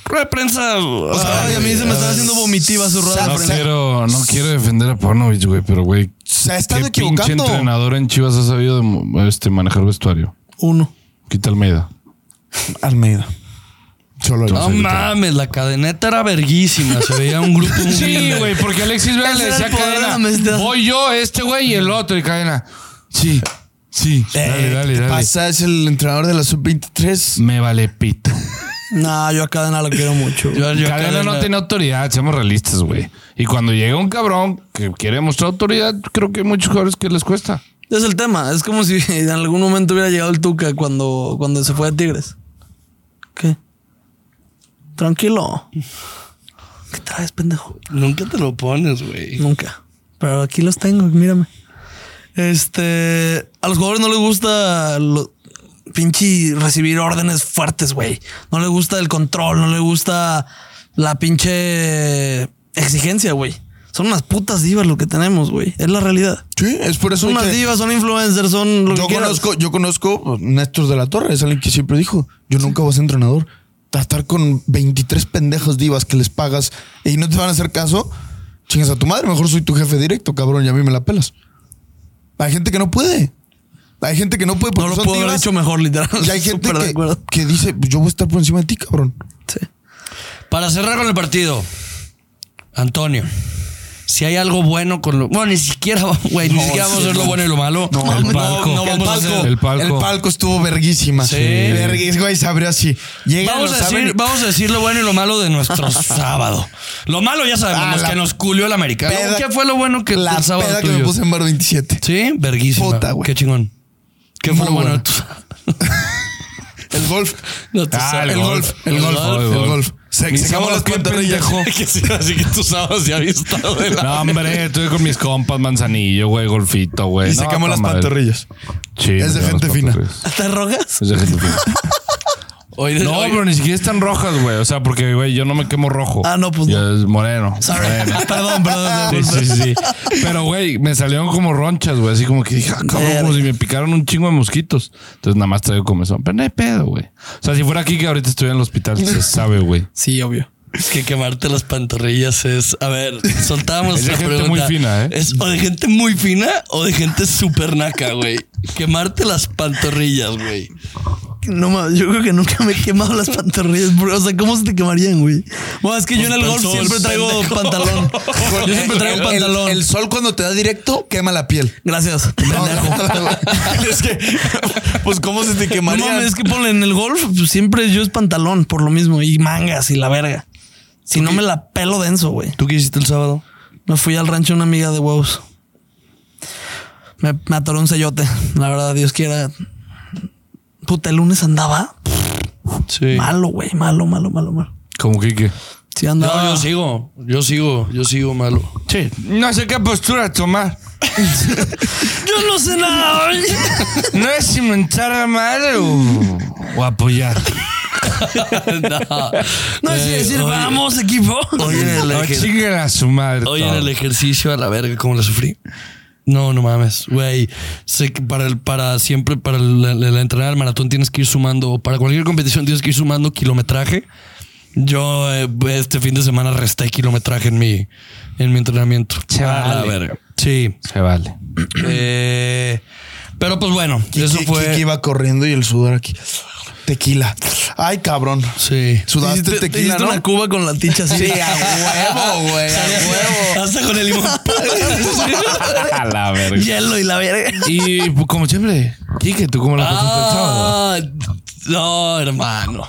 [SPEAKER 2] Rueda de prensa.
[SPEAKER 1] Ay, a mí se me está haciendo vomitiva su rueda.
[SPEAKER 3] Sa-
[SPEAKER 1] de
[SPEAKER 4] No
[SPEAKER 1] prensa.
[SPEAKER 3] sa-
[SPEAKER 4] quiero, no quiero defender a Pornovich, güey, pero güey.
[SPEAKER 3] Se ha estado
[SPEAKER 4] ¿Qué pinche
[SPEAKER 3] equivocando.
[SPEAKER 4] entrenador en Chivas ha sabido de mo- este, manejar vestuario?
[SPEAKER 1] Uno.
[SPEAKER 4] Quita Almeida.
[SPEAKER 3] Almeida. Solo
[SPEAKER 2] No
[SPEAKER 3] Almeida.
[SPEAKER 2] mames, la cadeneta era verguísima. Se veía un grupo muy
[SPEAKER 4] Sí,
[SPEAKER 2] humilde.
[SPEAKER 4] güey, porque Alexis Vega
[SPEAKER 1] Ese
[SPEAKER 4] le
[SPEAKER 1] era
[SPEAKER 4] decía
[SPEAKER 1] el poder de la
[SPEAKER 4] cadena.
[SPEAKER 1] amistad.
[SPEAKER 4] Voy yo, este güey y el otro, y cadena. Sí, sí. Dale,
[SPEAKER 3] Eh,
[SPEAKER 4] dale,
[SPEAKER 3] ¿qué te
[SPEAKER 4] dale.
[SPEAKER 3] pasa? Es el entrenador de la sub-23.
[SPEAKER 4] Me vale pito.
[SPEAKER 1] Nah, yo a Cadena lo quiero mucho.
[SPEAKER 2] Yo- yo
[SPEAKER 4] Cadena no tiene autoridad, seamos realistas, güey. Y cuando llega un cabrón que quiere mostrar autoridad, creo que hay muchos jugadores que les cuesta.
[SPEAKER 1] Es el tema. Es como si en algún momento hubiera llegado el Tuca cuando, cuando se fue a Tigres. ¿Qué? Tranquilo. ¿Qué traes, pendejo?
[SPEAKER 2] Nunca te lo pones, güey.
[SPEAKER 1] Nunca. Pero aquí los tengo, mírame. Este. A los jugadores no les gusta lo- pinche recibir órdenes fuertes, güey. No les gusta el control, no les gusta la pinche exigencia, güey. Son unas putas divas lo que tenemos, güey. Es la realidad.
[SPEAKER 3] Sí, es por eso
[SPEAKER 1] Son unas
[SPEAKER 3] que-
[SPEAKER 1] divas, son influencers, son lo
[SPEAKER 3] yo
[SPEAKER 1] que quieras.
[SPEAKER 3] conozco, yo conozco a Néstor de la Torre, es alguien que siempre dijo, yo nunca voy a ser entrenador. Tratar con 23 pendejos divas que les pagas y no te van a hacer caso, chingas a tu madre, mejor soy tu jefe directo, cabrón, y a mí me la pelas. Hay gente que no puede. Hay gente que no puede
[SPEAKER 1] No
[SPEAKER 3] porque
[SPEAKER 1] lo
[SPEAKER 3] son
[SPEAKER 1] puedo haber
[SPEAKER 3] divas,
[SPEAKER 1] hecho mejor, literal.
[SPEAKER 3] Y hay gente
[SPEAKER 1] Súper de
[SPEAKER 3] que,
[SPEAKER 1] acuerdo.
[SPEAKER 3] que dice, "Pues, yo voy a estar por encima de ti, cabrón.
[SPEAKER 1] Sí.
[SPEAKER 2] Para cerrar con el partido, Antonio. Si hay algo bueno con lo. Bueno, ni siquiera, güey, ni
[SPEAKER 3] No,
[SPEAKER 2] siquiera vamos a
[SPEAKER 3] sí,
[SPEAKER 2] ver lo
[SPEAKER 3] no.
[SPEAKER 2] bueno y lo malo.
[SPEAKER 3] No,
[SPEAKER 2] el
[SPEAKER 3] no,
[SPEAKER 2] palco.
[SPEAKER 3] no,
[SPEAKER 2] vamos
[SPEAKER 3] el
[SPEAKER 2] a
[SPEAKER 3] palco,
[SPEAKER 2] hacer-
[SPEAKER 4] El palco.
[SPEAKER 3] el palco estuvo verguísima.
[SPEAKER 2] Sí.
[SPEAKER 3] Verguis, güey, se abrió así. Llegan,
[SPEAKER 2] Vamos
[SPEAKER 3] lo
[SPEAKER 2] a,
[SPEAKER 3] saben
[SPEAKER 2] decir,
[SPEAKER 3] y-
[SPEAKER 2] vamos a decir lo bueno y lo malo de nuestro sábado. Lo malo ya
[SPEAKER 3] Ah,
[SPEAKER 2] sabemos,
[SPEAKER 3] la
[SPEAKER 2] que nos culió el americano.
[SPEAKER 3] peda-
[SPEAKER 2] ¿Qué fue lo bueno que
[SPEAKER 3] la
[SPEAKER 2] el sábado
[SPEAKER 3] peda que
[SPEAKER 2] tuyo?
[SPEAKER 3] me puse en bar 27.
[SPEAKER 2] Sí, verguísima.
[SPEAKER 3] Puta, güey.
[SPEAKER 2] Qué chingón. ¿Qué fue
[SPEAKER 3] Muy
[SPEAKER 2] lo bueno de
[SPEAKER 3] buena.
[SPEAKER 2] tu sábado?
[SPEAKER 3] El golf.
[SPEAKER 2] No te
[SPEAKER 4] Ah,
[SPEAKER 2] sabes.
[SPEAKER 4] el golf.
[SPEAKER 3] El golf. El golf. Se,
[SPEAKER 4] Mis
[SPEAKER 3] se acabó
[SPEAKER 4] sábados,
[SPEAKER 3] las
[SPEAKER 4] qué
[SPEAKER 3] pantorrillas.
[SPEAKER 4] pendejo.
[SPEAKER 2] Que sí, así que tus sábados ya había estado de la.
[SPEAKER 4] No, hombre, estoy con mis compas, manzanillo, güey, golfito, güey.
[SPEAKER 3] Y se
[SPEAKER 4] No,
[SPEAKER 3] quemó
[SPEAKER 4] con
[SPEAKER 3] las
[SPEAKER 4] madre.
[SPEAKER 3] pantorrillas.
[SPEAKER 4] Sí,
[SPEAKER 3] Es
[SPEAKER 4] se quemó
[SPEAKER 3] de
[SPEAKER 4] las
[SPEAKER 3] gente fina.
[SPEAKER 4] pantorrillas.
[SPEAKER 1] ¿Te rojas?
[SPEAKER 4] Es de gente fina.
[SPEAKER 2] Hoy de-
[SPEAKER 4] No,
[SPEAKER 2] hoy-
[SPEAKER 4] pero ni siquiera están rojas, güey. O sea, porque, güey, yo no me quemo rojo.
[SPEAKER 1] Ah, no, pues
[SPEAKER 4] Ya
[SPEAKER 1] no.
[SPEAKER 4] Es moreno.
[SPEAKER 1] Sorry.
[SPEAKER 4] Moreno.
[SPEAKER 1] perdón, perdón.
[SPEAKER 4] Sí, sí, sí. Pero, güey, me salieron como ronchas, güey. Así como que dije, ah, cabrón,
[SPEAKER 1] Verga.
[SPEAKER 4] como si me picaron un chingo de mosquitos. Entonces nada más traigo comezón. Pero no hay pedo, güey. O sea, si fuera aquí que ahorita estuviera en el hospital, se sabe, güey.
[SPEAKER 1] Sí, obvio.
[SPEAKER 2] Es que quemarte las pantorrillas es. A ver, soltábamos
[SPEAKER 4] Es de
[SPEAKER 2] la
[SPEAKER 4] gente
[SPEAKER 2] pregunta.
[SPEAKER 4] muy fina, ¿eh?
[SPEAKER 2] ¿Es o de gente muy fina o de gente súper naca, güey? Quemarte las pantorrillas, güey.
[SPEAKER 1] No mames, yo creo que nunca me he quemado las pantorrillas, bro. O sea, ¿cómo se te quemarían, güey? Bueno, es que yo en el
[SPEAKER 2] Con
[SPEAKER 1] golf
[SPEAKER 2] sol,
[SPEAKER 1] siempre traigo
[SPEAKER 2] pendejo.
[SPEAKER 1] pantalón. Yo siempre traigo
[SPEAKER 3] El-
[SPEAKER 1] pantalón.
[SPEAKER 3] El, sol cuando te da directo quema la piel.
[SPEAKER 1] Gracias.
[SPEAKER 3] es que, pues, ¿cómo se te
[SPEAKER 1] No
[SPEAKER 3] quemaría?
[SPEAKER 1] mames, es que ponle en el golf, pues, siempre yo es pantalón por lo mismo y mangas y la verga. Si no me la pelo denso, güey.
[SPEAKER 2] ¿Tú qué hiciste el sábado?
[SPEAKER 1] Me fui al rancho de una amiga de huevos. Me, me atoró un sellote. La verdad, Dios quiera. Puta, el lunes andaba
[SPEAKER 2] Sí.
[SPEAKER 1] malo, güey. Malo, malo, malo, malo.
[SPEAKER 4] Como que, que.
[SPEAKER 1] Sí,
[SPEAKER 2] No,
[SPEAKER 1] andaba.
[SPEAKER 2] yo sigo. Yo sigo. Yo sigo malo.
[SPEAKER 4] Sí. No sé qué postura tomar.
[SPEAKER 1] Yo no sé nada, güey.
[SPEAKER 4] No es si mentar la madre o, apoyar.
[SPEAKER 2] no.
[SPEAKER 1] No es
[SPEAKER 2] Güey,
[SPEAKER 1] decir,
[SPEAKER 2] hoy-
[SPEAKER 1] vamos, equipo.
[SPEAKER 2] Hoy en el, ejer-
[SPEAKER 4] a su madre.
[SPEAKER 2] hoy en el ejercicio a la verga, ¿cómo la sufrí? No, no mames, güey. Sé que para, el, para siempre, para la, la- la entrenada del maratón tienes que ir sumando, o para cualquier competición tienes que ir sumando kilometraje. Yo eh, este fin de semana resté kilometraje en mi, en mi entrenamiento.
[SPEAKER 4] Se
[SPEAKER 2] A la
[SPEAKER 4] vale.
[SPEAKER 2] verga. Sí.
[SPEAKER 4] Se vale.
[SPEAKER 2] Eh, pero pues bueno, eso
[SPEAKER 3] Kiki-
[SPEAKER 2] fue.
[SPEAKER 3] Kiki iba corriendo y el sudor aquí. Tequila. Ay, cabrón.
[SPEAKER 2] Sí.
[SPEAKER 3] Sudaste
[SPEAKER 1] Hiciste-
[SPEAKER 3] tequila,
[SPEAKER 1] hiciste
[SPEAKER 3] ¿no?
[SPEAKER 1] una cuba con la ticha así.
[SPEAKER 3] huevo, güey. A
[SPEAKER 2] Hasta con el limón.
[SPEAKER 4] A la verga.
[SPEAKER 1] Hielo y la verga.
[SPEAKER 4] Y pues, como siempre, Kike, ¿tú cómo la pasaste el sábado?
[SPEAKER 2] Ah, no, hermano.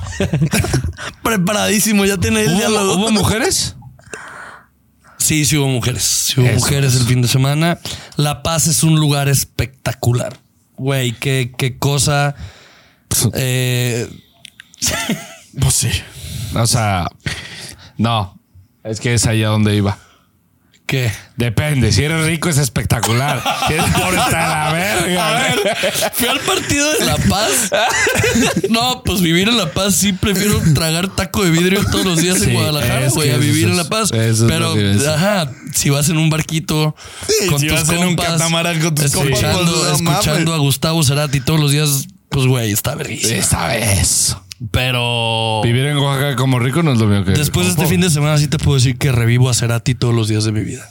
[SPEAKER 1] Preparadísimo, ya tiene el
[SPEAKER 4] ¿Hubo,
[SPEAKER 1] diálogo.
[SPEAKER 4] hubo mujeres?
[SPEAKER 2] Sí, sí hubo mujeres. Sí hubo
[SPEAKER 4] Eso
[SPEAKER 2] mujeres el fin de semana. La Paz es un lugar espectacular. Güey, qué, qué cosa. Eh,
[SPEAKER 3] Pues sí.
[SPEAKER 4] O sea, no. Es que es allá donde iba.
[SPEAKER 2] ¿Qué?
[SPEAKER 4] Depende. Si eres rico es espectacular. Si eres pobre está la verga.
[SPEAKER 2] A ver, fui al partido de La Paz. No, pues vivir en La Paz sí prefiero tragar taco de vidrio todos los días
[SPEAKER 4] Sí,
[SPEAKER 2] en Guadalajara,
[SPEAKER 4] es que
[SPEAKER 2] güey, a
[SPEAKER 4] eso
[SPEAKER 2] vivir
[SPEAKER 4] es-
[SPEAKER 2] en La Paz.
[SPEAKER 4] eso es lo
[SPEAKER 2] Pero,
[SPEAKER 4] que es.
[SPEAKER 2] ajá, si vas en un barquito con
[SPEAKER 3] si
[SPEAKER 2] tus
[SPEAKER 3] vas en
[SPEAKER 2] compas,
[SPEAKER 3] un catamarán con tus compas,
[SPEAKER 2] escuchando,
[SPEAKER 3] pues, no
[SPEAKER 2] escuchando
[SPEAKER 3] mames.
[SPEAKER 2] a Gustavo Cerati todos los días, pues güey, está verguísima.
[SPEAKER 4] Esta vez.
[SPEAKER 2] Pero
[SPEAKER 4] Vivir en Oaxaca como rico no es lo mío que.
[SPEAKER 2] después de este fin de semana sí te puedo decir que revivo a Cerati todos los días de mi vida.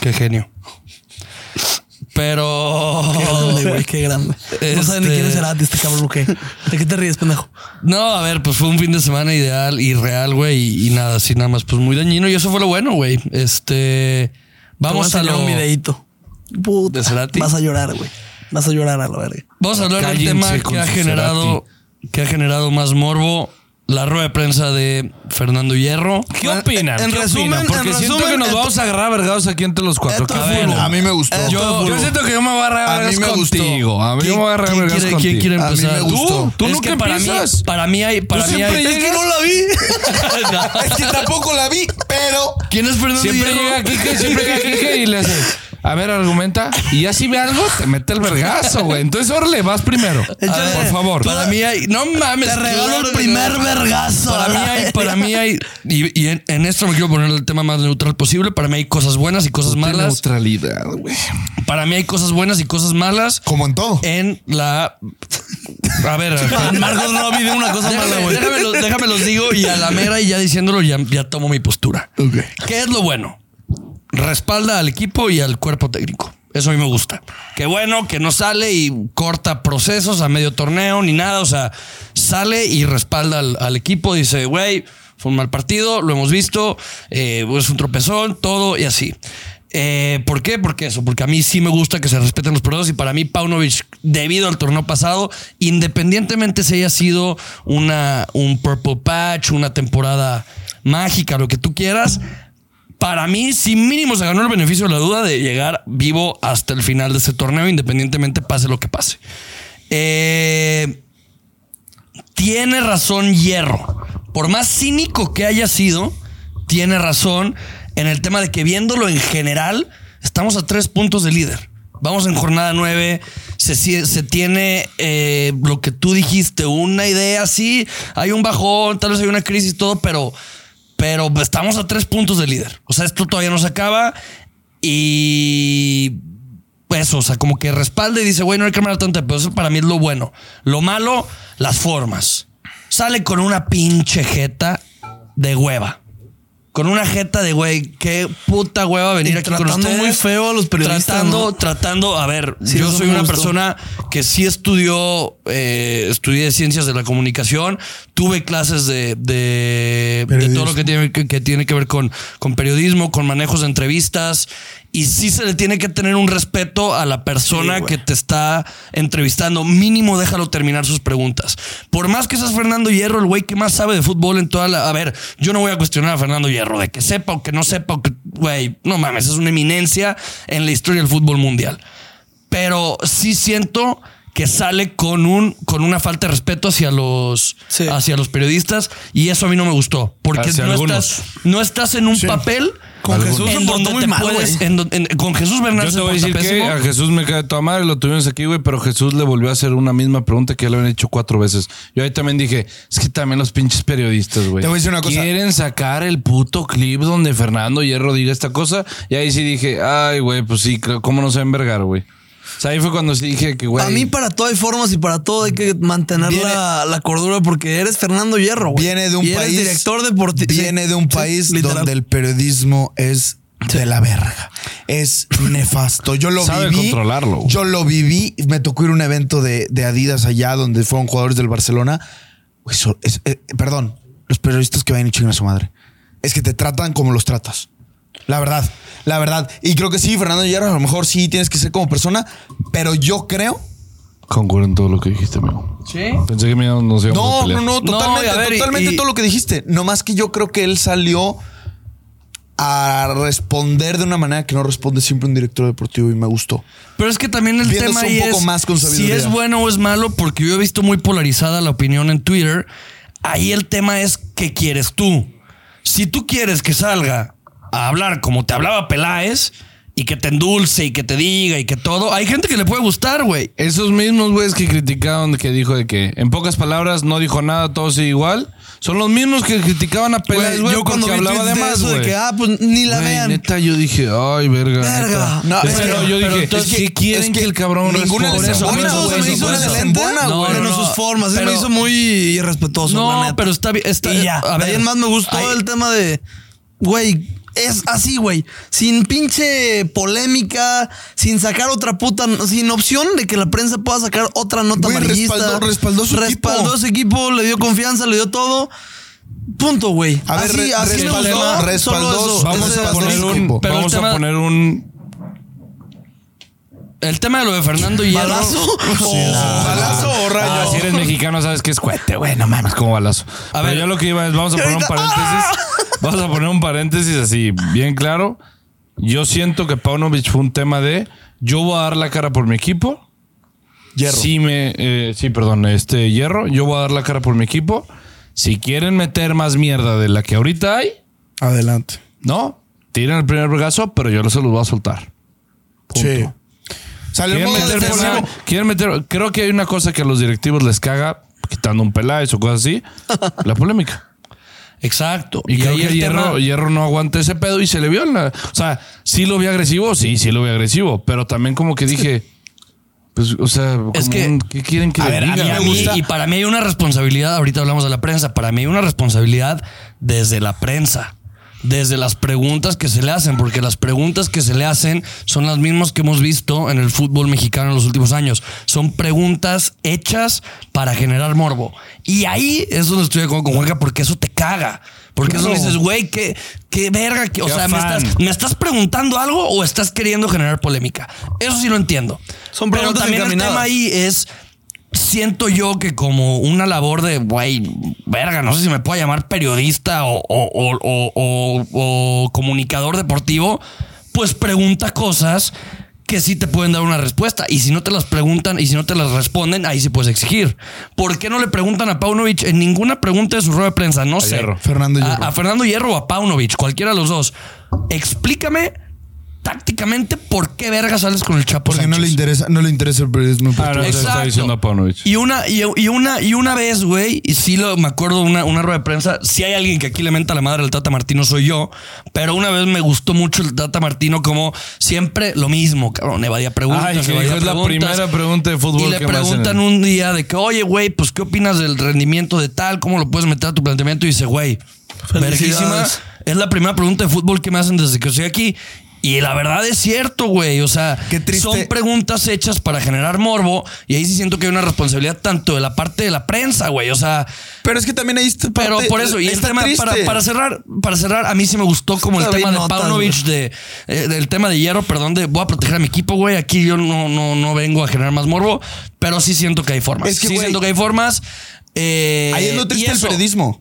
[SPEAKER 2] Qué genio. Pero
[SPEAKER 1] Qué grande, güey, qué grande. No saben ni
[SPEAKER 2] Este-
[SPEAKER 1] quién es Cerati, este cabrón, ¿o qué? ¿De qué te ríes, pendejo?
[SPEAKER 2] No, a ver, pues fue un fin de semana ideal y real, güey, y, y nada, así nada más, pues muy dañino y eso fue lo bueno, güey. Este, vamos a,
[SPEAKER 1] Te voy enseñar
[SPEAKER 2] lo-
[SPEAKER 1] un videíto. Puta,
[SPEAKER 2] ¿De Cerati?
[SPEAKER 1] Vas a llorar, güey. Vas a llorar a la verga.
[SPEAKER 2] vamos a hablar del
[SPEAKER 4] Cállense
[SPEAKER 2] tema
[SPEAKER 4] con
[SPEAKER 2] que ha
[SPEAKER 4] su
[SPEAKER 2] generado que ha generado más morbo, la rueda de prensa de Fernando Hierro.
[SPEAKER 4] ¿Qué opinan?
[SPEAKER 1] En
[SPEAKER 4] ¿Qué
[SPEAKER 1] resumen,
[SPEAKER 4] opinan? Porque
[SPEAKER 1] en
[SPEAKER 4] siento
[SPEAKER 1] resumen,
[SPEAKER 4] que nos
[SPEAKER 1] esto-
[SPEAKER 4] vamos a agarrar a vergados aquí entre los cuatro.
[SPEAKER 1] Esto
[SPEAKER 4] ¿Qué
[SPEAKER 1] es
[SPEAKER 4] opinan?
[SPEAKER 1] fútbol.
[SPEAKER 3] A mí me gustó.
[SPEAKER 1] Esto es
[SPEAKER 4] Yo,
[SPEAKER 1] fútbol.
[SPEAKER 4] yo siento que yo me voy a agarrar a
[SPEAKER 3] A mí
[SPEAKER 4] vergas
[SPEAKER 3] me gustó.
[SPEAKER 4] contigo. A mí me voy a agarrar a
[SPEAKER 2] ¿Quién
[SPEAKER 4] vergas
[SPEAKER 2] quiere,
[SPEAKER 4] contigo.
[SPEAKER 2] quién quiere
[SPEAKER 3] A mí
[SPEAKER 2] empezar?
[SPEAKER 3] me gustó.
[SPEAKER 4] Tú, tú
[SPEAKER 2] Es
[SPEAKER 4] nunca
[SPEAKER 2] que para mí,
[SPEAKER 4] empiezas.
[SPEAKER 2] para mí hay para mí
[SPEAKER 4] siempre
[SPEAKER 2] hay
[SPEAKER 4] llegas-
[SPEAKER 3] no la vi. es que tampoco la vi, pero.
[SPEAKER 2] ¿Quién es Fernando
[SPEAKER 4] Siempre
[SPEAKER 2] Hierro?
[SPEAKER 4] llega Kike, siempre llega Kike y le hace. A ver, argumenta. Y ya si ve algo, te mete el vergazo, güey. Entonces, órale, vas primero.
[SPEAKER 1] Échale.
[SPEAKER 4] A ver, Ah, por favor.
[SPEAKER 2] Para mí hay. No mames.
[SPEAKER 1] Te regalo el
[SPEAKER 2] claro que
[SPEAKER 1] primer
[SPEAKER 2] no.
[SPEAKER 1] vergazo.
[SPEAKER 2] Para
[SPEAKER 1] a
[SPEAKER 2] mí
[SPEAKER 1] la
[SPEAKER 2] hay,
[SPEAKER 1] verga.
[SPEAKER 2] para mí hay, y, y en, en esto me quiero poner el tema más neutral posible. Para mí hay cosas buenas y cosas malas.
[SPEAKER 4] Neutralidad, güey.
[SPEAKER 2] Para mí hay cosas buenas y cosas malas
[SPEAKER 3] Como en todo.
[SPEAKER 2] en la. A ver,
[SPEAKER 1] Marcos Robbie de una cosa mala,
[SPEAKER 2] déjame,
[SPEAKER 1] güey.
[SPEAKER 2] déjame los, déjame los digo y a la mera y ya diciéndolo ya, ya tomo mi postura. ¿Qué es lo bueno? Respalda al equipo y al cuerpo técnico. Eso a mí me gusta. Qué bueno que no sale y corta procesos a medio torneo ni nada. O sea, sale y respalda al, al equipo. Dice, güey, fue un mal partido, lo hemos visto, eh, es un tropezón, todo y así. Eh, ¿Por qué? Porque eso, porque a mí sí me gusta que se respeten los procesos y para mí Paunovic, debido al torneo pasado, independientemente si haya sido una, un purple patch, una temporada mágica, lo que tú quieras, para mí, sí mínimo se ganó el beneficio de la duda de llegar vivo hasta el final de este torneo, independientemente pase lo que pase. Eh, tiene razón Hierro. Por más cínico que haya sido, tiene razón en el tema de que viéndolo en general, estamos a tres puntos de líder. Vamos en jornada nueve, se, si- se tiene eh, lo que tú dijiste, una idea, sí, hay un bajón, tal vez hay una crisis, todo, pero, pero estamos a tres puntos de líder. O sea, esto todavía no se acaba y eso, pues, o sea, como que respalda y dice, güey, no hay que armar tanto, pero eso para mí es lo bueno. Lo malo, las formas. Sale con una pinche jeta de hueva. Con una jeta de güey, qué puta hueva venir
[SPEAKER 1] Y
[SPEAKER 2] aquí con
[SPEAKER 1] tratando
[SPEAKER 2] ustedes.
[SPEAKER 1] muy feo a los periodistas,
[SPEAKER 2] Tratando,
[SPEAKER 1] ¿no?
[SPEAKER 2] tratando, a ver,
[SPEAKER 1] Sí,
[SPEAKER 2] yo
[SPEAKER 1] eso
[SPEAKER 2] soy
[SPEAKER 1] me
[SPEAKER 2] una
[SPEAKER 1] gustó.
[SPEAKER 2] persona que sí estudió, eh, estudié ciencias de la comunicación, tuve clases de, de, de todo
[SPEAKER 3] Periodismo.
[SPEAKER 2] lo que tiene que, que tiene que ver con, con periodismo, con manejos de entrevistas, y sí se le tiene que tener un respeto a la persona
[SPEAKER 1] Sí, güey.
[SPEAKER 2] que te está entrevistando. Mínimo déjalo terminar sus preguntas. Por más que seas Fernando Hierro, el güey que más sabe de fútbol en toda la... A ver, yo no voy a cuestionar a Fernando Hierro de que sepa o que no sepa, o que, güey, no mames, es una eminencia en la historia del fútbol mundial pero sí siento que sale con un con una falta de respeto hacia los
[SPEAKER 1] Sí.
[SPEAKER 2] hacia los periodistas y eso a mí no me gustó porque
[SPEAKER 4] Hacia
[SPEAKER 2] no
[SPEAKER 4] algunos.
[SPEAKER 2] estás no estás en un
[SPEAKER 3] Sí.
[SPEAKER 2] papel
[SPEAKER 1] Con
[SPEAKER 4] Algunos.
[SPEAKER 1] Jesús se
[SPEAKER 2] en
[SPEAKER 1] portó
[SPEAKER 2] donde
[SPEAKER 1] muy
[SPEAKER 2] te
[SPEAKER 1] mal,
[SPEAKER 2] puedes
[SPEAKER 1] güey.
[SPEAKER 2] en don- en- con Jesús Bernal
[SPEAKER 4] Yo te
[SPEAKER 2] se
[SPEAKER 4] voy a
[SPEAKER 2] porta
[SPEAKER 4] decir que
[SPEAKER 2] pésimo.
[SPEAKER 4] a Jesús me cae de toda madre, lo tuvimos aquí, güey, pero Jesús le volvió a hacer una misma pregunta que ya le habían hecho cuatro veces. Yo ahí también dije, es que también los pinches periodistas, güey.
[SPEAKER 3] Te voy a decir una cosa.
[SPEAKER 4] Quieren sacar el puto clip donde Fernando Hierro diga esta cosa. Y ahí sí dije, ay, güey, pues sí, creo- ¿cómo no se va a envergar, güey? O sea, ahí fue cuando sí dije que, güey.
[SPEAKER 1] Para mí, para todo hay formas y para todo hay que mantener
[SPEAKER 3] Viene-
[SPEAKER 1] la, la cordura porque eres Fernando Hierro, güey.
[SPEAKER 3] Viene de un
[SPEAKER 1] Y eres
[SPEAKER 3] país.
[SPEAKER 1] director deportivo.
[SPEAKER 3] Viene de un país donde el periodismo es de la verga. Es nefasto. Yo lo
[SPEAKER 4] Sabe
[SPEAKER 3] viví.
[SPEAKER 4] controlarlo, güey.
[SPEAKER 3] Yo lo viví. Me tocó ir a un evento de, de Adidas allá donde fueron jugadores del Barcelona. Güey, so- es- eh, perdón, los periodistas que vayan y chingan a su madre. Es que te tratan como los tratas. La verdad, la verdad. Y creo que sí, Fernando Hierro, a lo mejor sí tienes que ser como persona, pero yo creo.
[SPEAKER 4] Concuerdo en todo lo que dijiste, amigo.
[SPEAKER 2] Sí.
[SPEAKER 4] Pensé que mira, nos íbamos a
[SPEAKER 3] No,
[SPEAKER 4] pelear.
[SPEAKER 3] no, no, totalmente,
[SPEAKER 2] y a ver, y-
[SPEAKER 3] totalmente
[SPEAKER 2] y-
[SPEAKER 3] todo lo que dijiste. Nomás que yo creo que él salió a responder de una manera que no responde siempre un director deportivo y me gustó.
[SPEAKER 2] Pero es que también el
[SPEAKER 3] Viéndose
[SPEAKER 2] tema
[SPEAKER 3] un
[SPEAKER 2] ahí
[SPEAKER 3] poco
[SPEAKER 2] es
[SPEAKER 3] más con
[SPEAKER 2] si
[SPEAKER 3] sabiduría.
[SPEAKER 2] es bueno o es malo, porque yo he visto muy polarizada la opinión en Twitter. Ahí el tema es qué quieres tú. Si tú quieres que salga a hablar como te hablaba Peláez y que te endulce y que te diga y que todo, hay gente que le puede gustar, güey.
[SPEAKER 4] Esos mismos güeyes que criticaron que dijo de que, en pocas palabras, no dijo nada, todo sigue igual. Son los mismos que criticaban a Peláez, güey,
[SPEAKER 1] yo cuando
[SPEAKER 4] porque
[SPEAKER 1] vi
[SPEAKER 4] hablaba
[SPEAKER 1] tweets
[SPEAKER 4] de
[SPEAKER 1] de
[SPEAKER 4] más,
[SPEAKER 1] eso de
[SPEAKER 4] güey.
[SPEAKER 1] que, ah, pues ni la
[SPEAKER 4] Güey,
[SPEAKER 1] vean.
[SPEAKER 4] neta, yo dije, ay, verga.
[SPEAKER 1] Verga.
[SPEAKER 4] neta.
[SPEAKER 1] No,
[SPEAKER 4] Pero
[SPEAKER 1] es que-
[SPEAKER 4] yo
[SPEAKER 2] pero
[SPEAKER 4] dije,
[SPEAKER 2] entonces-
[SPEAKER 4] es que quieren
[SPEAKER 3] es
[SPEAKER 4] que,
[SPEAKER 3] que
[SPEAKER 4] el cabrón
[SPEAKER 3] ninguna
[SPEAKER 4] responda.
[SPEAKER 3] les
[SPEAKER 1] A mí
[SPEAKER 3] Bueno,
[SPEAKER 1] todo se
[SPEAKER 3] bueno,
[SPEAKER 1] me hizo
[SPEAKER 3] bueno,
[SPEAKER 1] una
[SPEAKER 3] bueno.
[SPEAKER 1] desembona,
[SPEAKER 2] No,
[SPEAKER 1] güey.
[SPEAKER 2] no,
[SPEAKER 1] en
[SPEAKER 2] no.
[SPEAKER 1] sus formas. Se me
[SPEAKER 2] Pero-
[SPEAKER 1] hizo muy irrespetuoso. la
[SPEAKER 2] No,
[SPEAKER 1] neta.
[SPEAKER 2] pero está bien. Está,
[SPEAKER 1] Y ya.
[SPEAKER 2] a ver,
[SPEAKER 1] Alguien más me gustó
[SPEAKER 2] hay-
[SPEAKER 1] el tema de, güey, es así, güey. Sin pinche polémica, sin sacar otra puta, sin opción de que la prensa pueda sacar otra nota
[SPEAKER 3] Güey,
[SPEAKER 1] amarillista.
[SPEAKER 3] respaldó- respaldó su
[SPEAKER 1] Respaldó
[SPEAKER 3] equipo.
[SPEAKER 1] a su equipo, le dio confianza, le dio todo. Punto, güey.
[SPEAKER 3] A ver,
[SPEAKER 1] así,
[SPEAKER 3] re-
[SPEAKER 1] así me
[SPEAKER 3] respaldó-
[SPEAKER 1] gustó.
[SPEAKER 3] respaldó
[SPEAKER 1] solo eso.
[SPEAKER 3] su-
[SPEAKER 4] Vamos
[SPEAKER 1] Ese-
[SPEAKER 4] a
[SPEAKER 3] es
[SPEAKER 4] poner
[SPEAKER 3] el
[SPEAKER 4] un.
[SPEAKER 3] equipo.
[SPEAKER 2] Pero el
[SPEAKER 4] Vamos a
[SPEAKER 2] tema-
[SPEAKER 4] poner un.
[SPEAKER 2] El tema de lo de Fernando Hierro.
[SPEAKER 1] ¿Balazo?
[SPEAKER 2] Sí,
[SPEAKER 1] Oh.
[SPEAKER 3] ¿Balazo o rayo?
[SPEAKER 4] Ah, si eres mexicano, sabes que es cohete, güey. No mames, como balazo.
[SPEAKER 2] A
[SPEAKER 4] A ver, ¡ah!
[SPEAKER 2] ver.
[SPEAKER 4] yo lo que iba es, vamos a poner un paréntesis. Vamos a poner un paréntesis así, bien claro. Yo siento que Paunovic fue un tema de yo voy a dar la cara por mi equipo.
[SPEAKER 3] Hierro.
[SPEAKER 4] Si me, eh, sí, perdón, este hierro. Yo voy a dar la cara por mi equipo. Si quieren meter más mierda de la que ahorita hay,
[SPEAKER 3] Adelante.
[SPEAKER 4] no, tiren el primer brazo, pero yo se los voy a soltar.
[SPEAKER 3] Sí. Salió el
[SPEAKER 4] Quieren
[SPEAKER 3] modo
[SPEAKER 4] meter,
[SPEAKER 3] defensivo.
[SPEAKER 4] pola- quieren meter- creo que hay una cosa que a los directivos les caga, quitando un peláez o cosas así, la polémica.
[SPEAKER 2] Exacto.
[SPEAKER 4] Y, creo
[SPEAKER 2] ahí
[SPEAKER 4] que
[SPEAKER 2] el
[SPEAKER 4] Hierro,
[SPEAKER 2] tema-
[SPEAKER 4] Hierro no aguanta ese pedo y se le vio en la- O sea, sí lo vi agresivo, sí, sí lo vi agresivo, pero también como que dije, pues, o sea,
[SPEAKER 2] Es
[SPEAKER 4] como
[SPEAKER 2] que-
[SPEAKER 4] un- ¿qué quieren que
[SPEAKER 2] A
[SPEAKER 4] le
[SPEAKER 2] ver, a
[SPEAKER 4] diga?
[SPEAKER 2] mí- a mí- y para mí hay una responsabilidad, ahorita hablamos de la prensa, para mí hay una responsabilidad desde la prensa, desde las preguntas que se le hacen, porque las preguntas que se le hacen son las mismas que hemos visto en el fútbol mexicano en los últimos años. Son preguntas hechas para generar morbo. Y ahí es donde estoy de acuerdo con Juanca, porque eso te caga. Porque eso
[SPEAKER 4] Claro.
[SPEAKER 2] dices, güey, qué, qué verga. que- o
[SPEAKER 4] Qué
[SPEAKER 2] sea, me
[SPEAKER 4] afán.
[SPEAKER 2] estás, ¿me estás preguntando algo o estás queriendo generar polémica? Eso sí lo entiendo.
[SPEAKER 1] Son
[SPEAKER 2] Pero
[SPEAKER 1] preguntas
[SPEAKER 2] también el
[SPEAKER 1] encaminadas.
[SPEAKER 2] tema ahí es siento yo que como una labor de, güey, verga, no sé si me puedo llamar periodista o, o- o- o- o- o comunicador deportivo, pues pregunta cosas que sí te pueden dar una respuesta. Y si no te las preguntan y si no te las responden, ahí sí puedes exigir. ¿Por qué no le preguntan a Paunovic en ninguna pregunta de su rueda de prensa? No sé.
[SPEAKER 4] Hierro.
[SPEAKER 3] Fernando Hierro.
[SPEAKER 2] A, a Fernando Hierro o a Paunovic, cualquiera de los dos. Explícame tácticamente por qué verga sales con el Chapo
[SPEAKER 3] Porque no
[SPEAKER 2] Sánchez.
[SPEAKER 3] le interesa, no le interesa el periodismo.
[SPEAKER 4] Ah, no,
[SPEAKER 3] deportivo.
[SPEAKER 4] eso está
[SPEAKER 2] Exacto.
[SPEAKER 4] diciendo a Paunovic.
[SPEAKER 2] Y una, y, y una, y una vez, güey, y sí lo, me acuerdo una, una rueda de prensa. Si hay alguien que aquí le menta la madre al Tata Martino, soy yo. Pero una vez me gustó mucho el Tata Martino, como siempre lo mismo, cabrón. Evadía preguntas.
[SPEAKER 4] Ay, que
[SPEAKER 2] evadía
[SPEAKER 4] dijo, es la
[SPEAKER 2] preguntas.
[SPEAKER 4] primera pregunta de fútbol
[SPEAKER 2] Y le
[SPEAKER 4] que me hacen
[SPEAKER 2] preguntan
[SPEAKER 4] en-
[SPEAKER 2] un día de que, oye, güey, pues, ¿qué opinas del rendimiento de tal? ¿Cómo lo puedes meter a tu planteamiento? Y dice, güey,
[SPEAKER 1] Felicidades.
[SPEAKER 2] verguísima. Es la primera pregunta de fútbol que me hacen desde que estoy aquí. Y la verdad es cierto, güey. O sea,
[SPEAKER 3] Qué triste.
[SPEAKER 2] son preguntas hechas para generar morbo. Y ahí sí siento que hay una responsabilidad tanto de la parte de la prensa, güey. O sea,
[SPEAKER 3] Pero es que también ahí está
[SPEAKER 2] pero
[SPEAKER 3] parte-
[SPEAKER 2] por eso, y el
[SPEAKER 3] está
[SPEAKER 2] tema,
[SPEAKER 3] triste.
[SPEAKER 2] para, para cerrar, para cerrar, a mí sí me gustó como el
[SPEAKER 1] Está
[SPEAKER 2] tema
[SPEAKER 1] bien
[SPEAKER 2] de
[SPEAKER 1] notas,
[SPEAKER 2] Paunovic, de, eh, del tema de hierro, perdón, de voy a proteger a mi equipo, güey. Aquí yo no, no, no vengo a generar más morbo, pero sí siento que hay formas.
[SPEAKER 3] Es que,
[SPEAKER 2] sí
[SPEAKER 3] güey,
[SPEAKER 2] siento que hay formas. eh,
[SPEAKER 3] Ahí es lo
[SPEAKER 2] y
[SPEAKER 3] triste del
[SPEAKER 2] eso.
[SPEAKER 3] periodismo.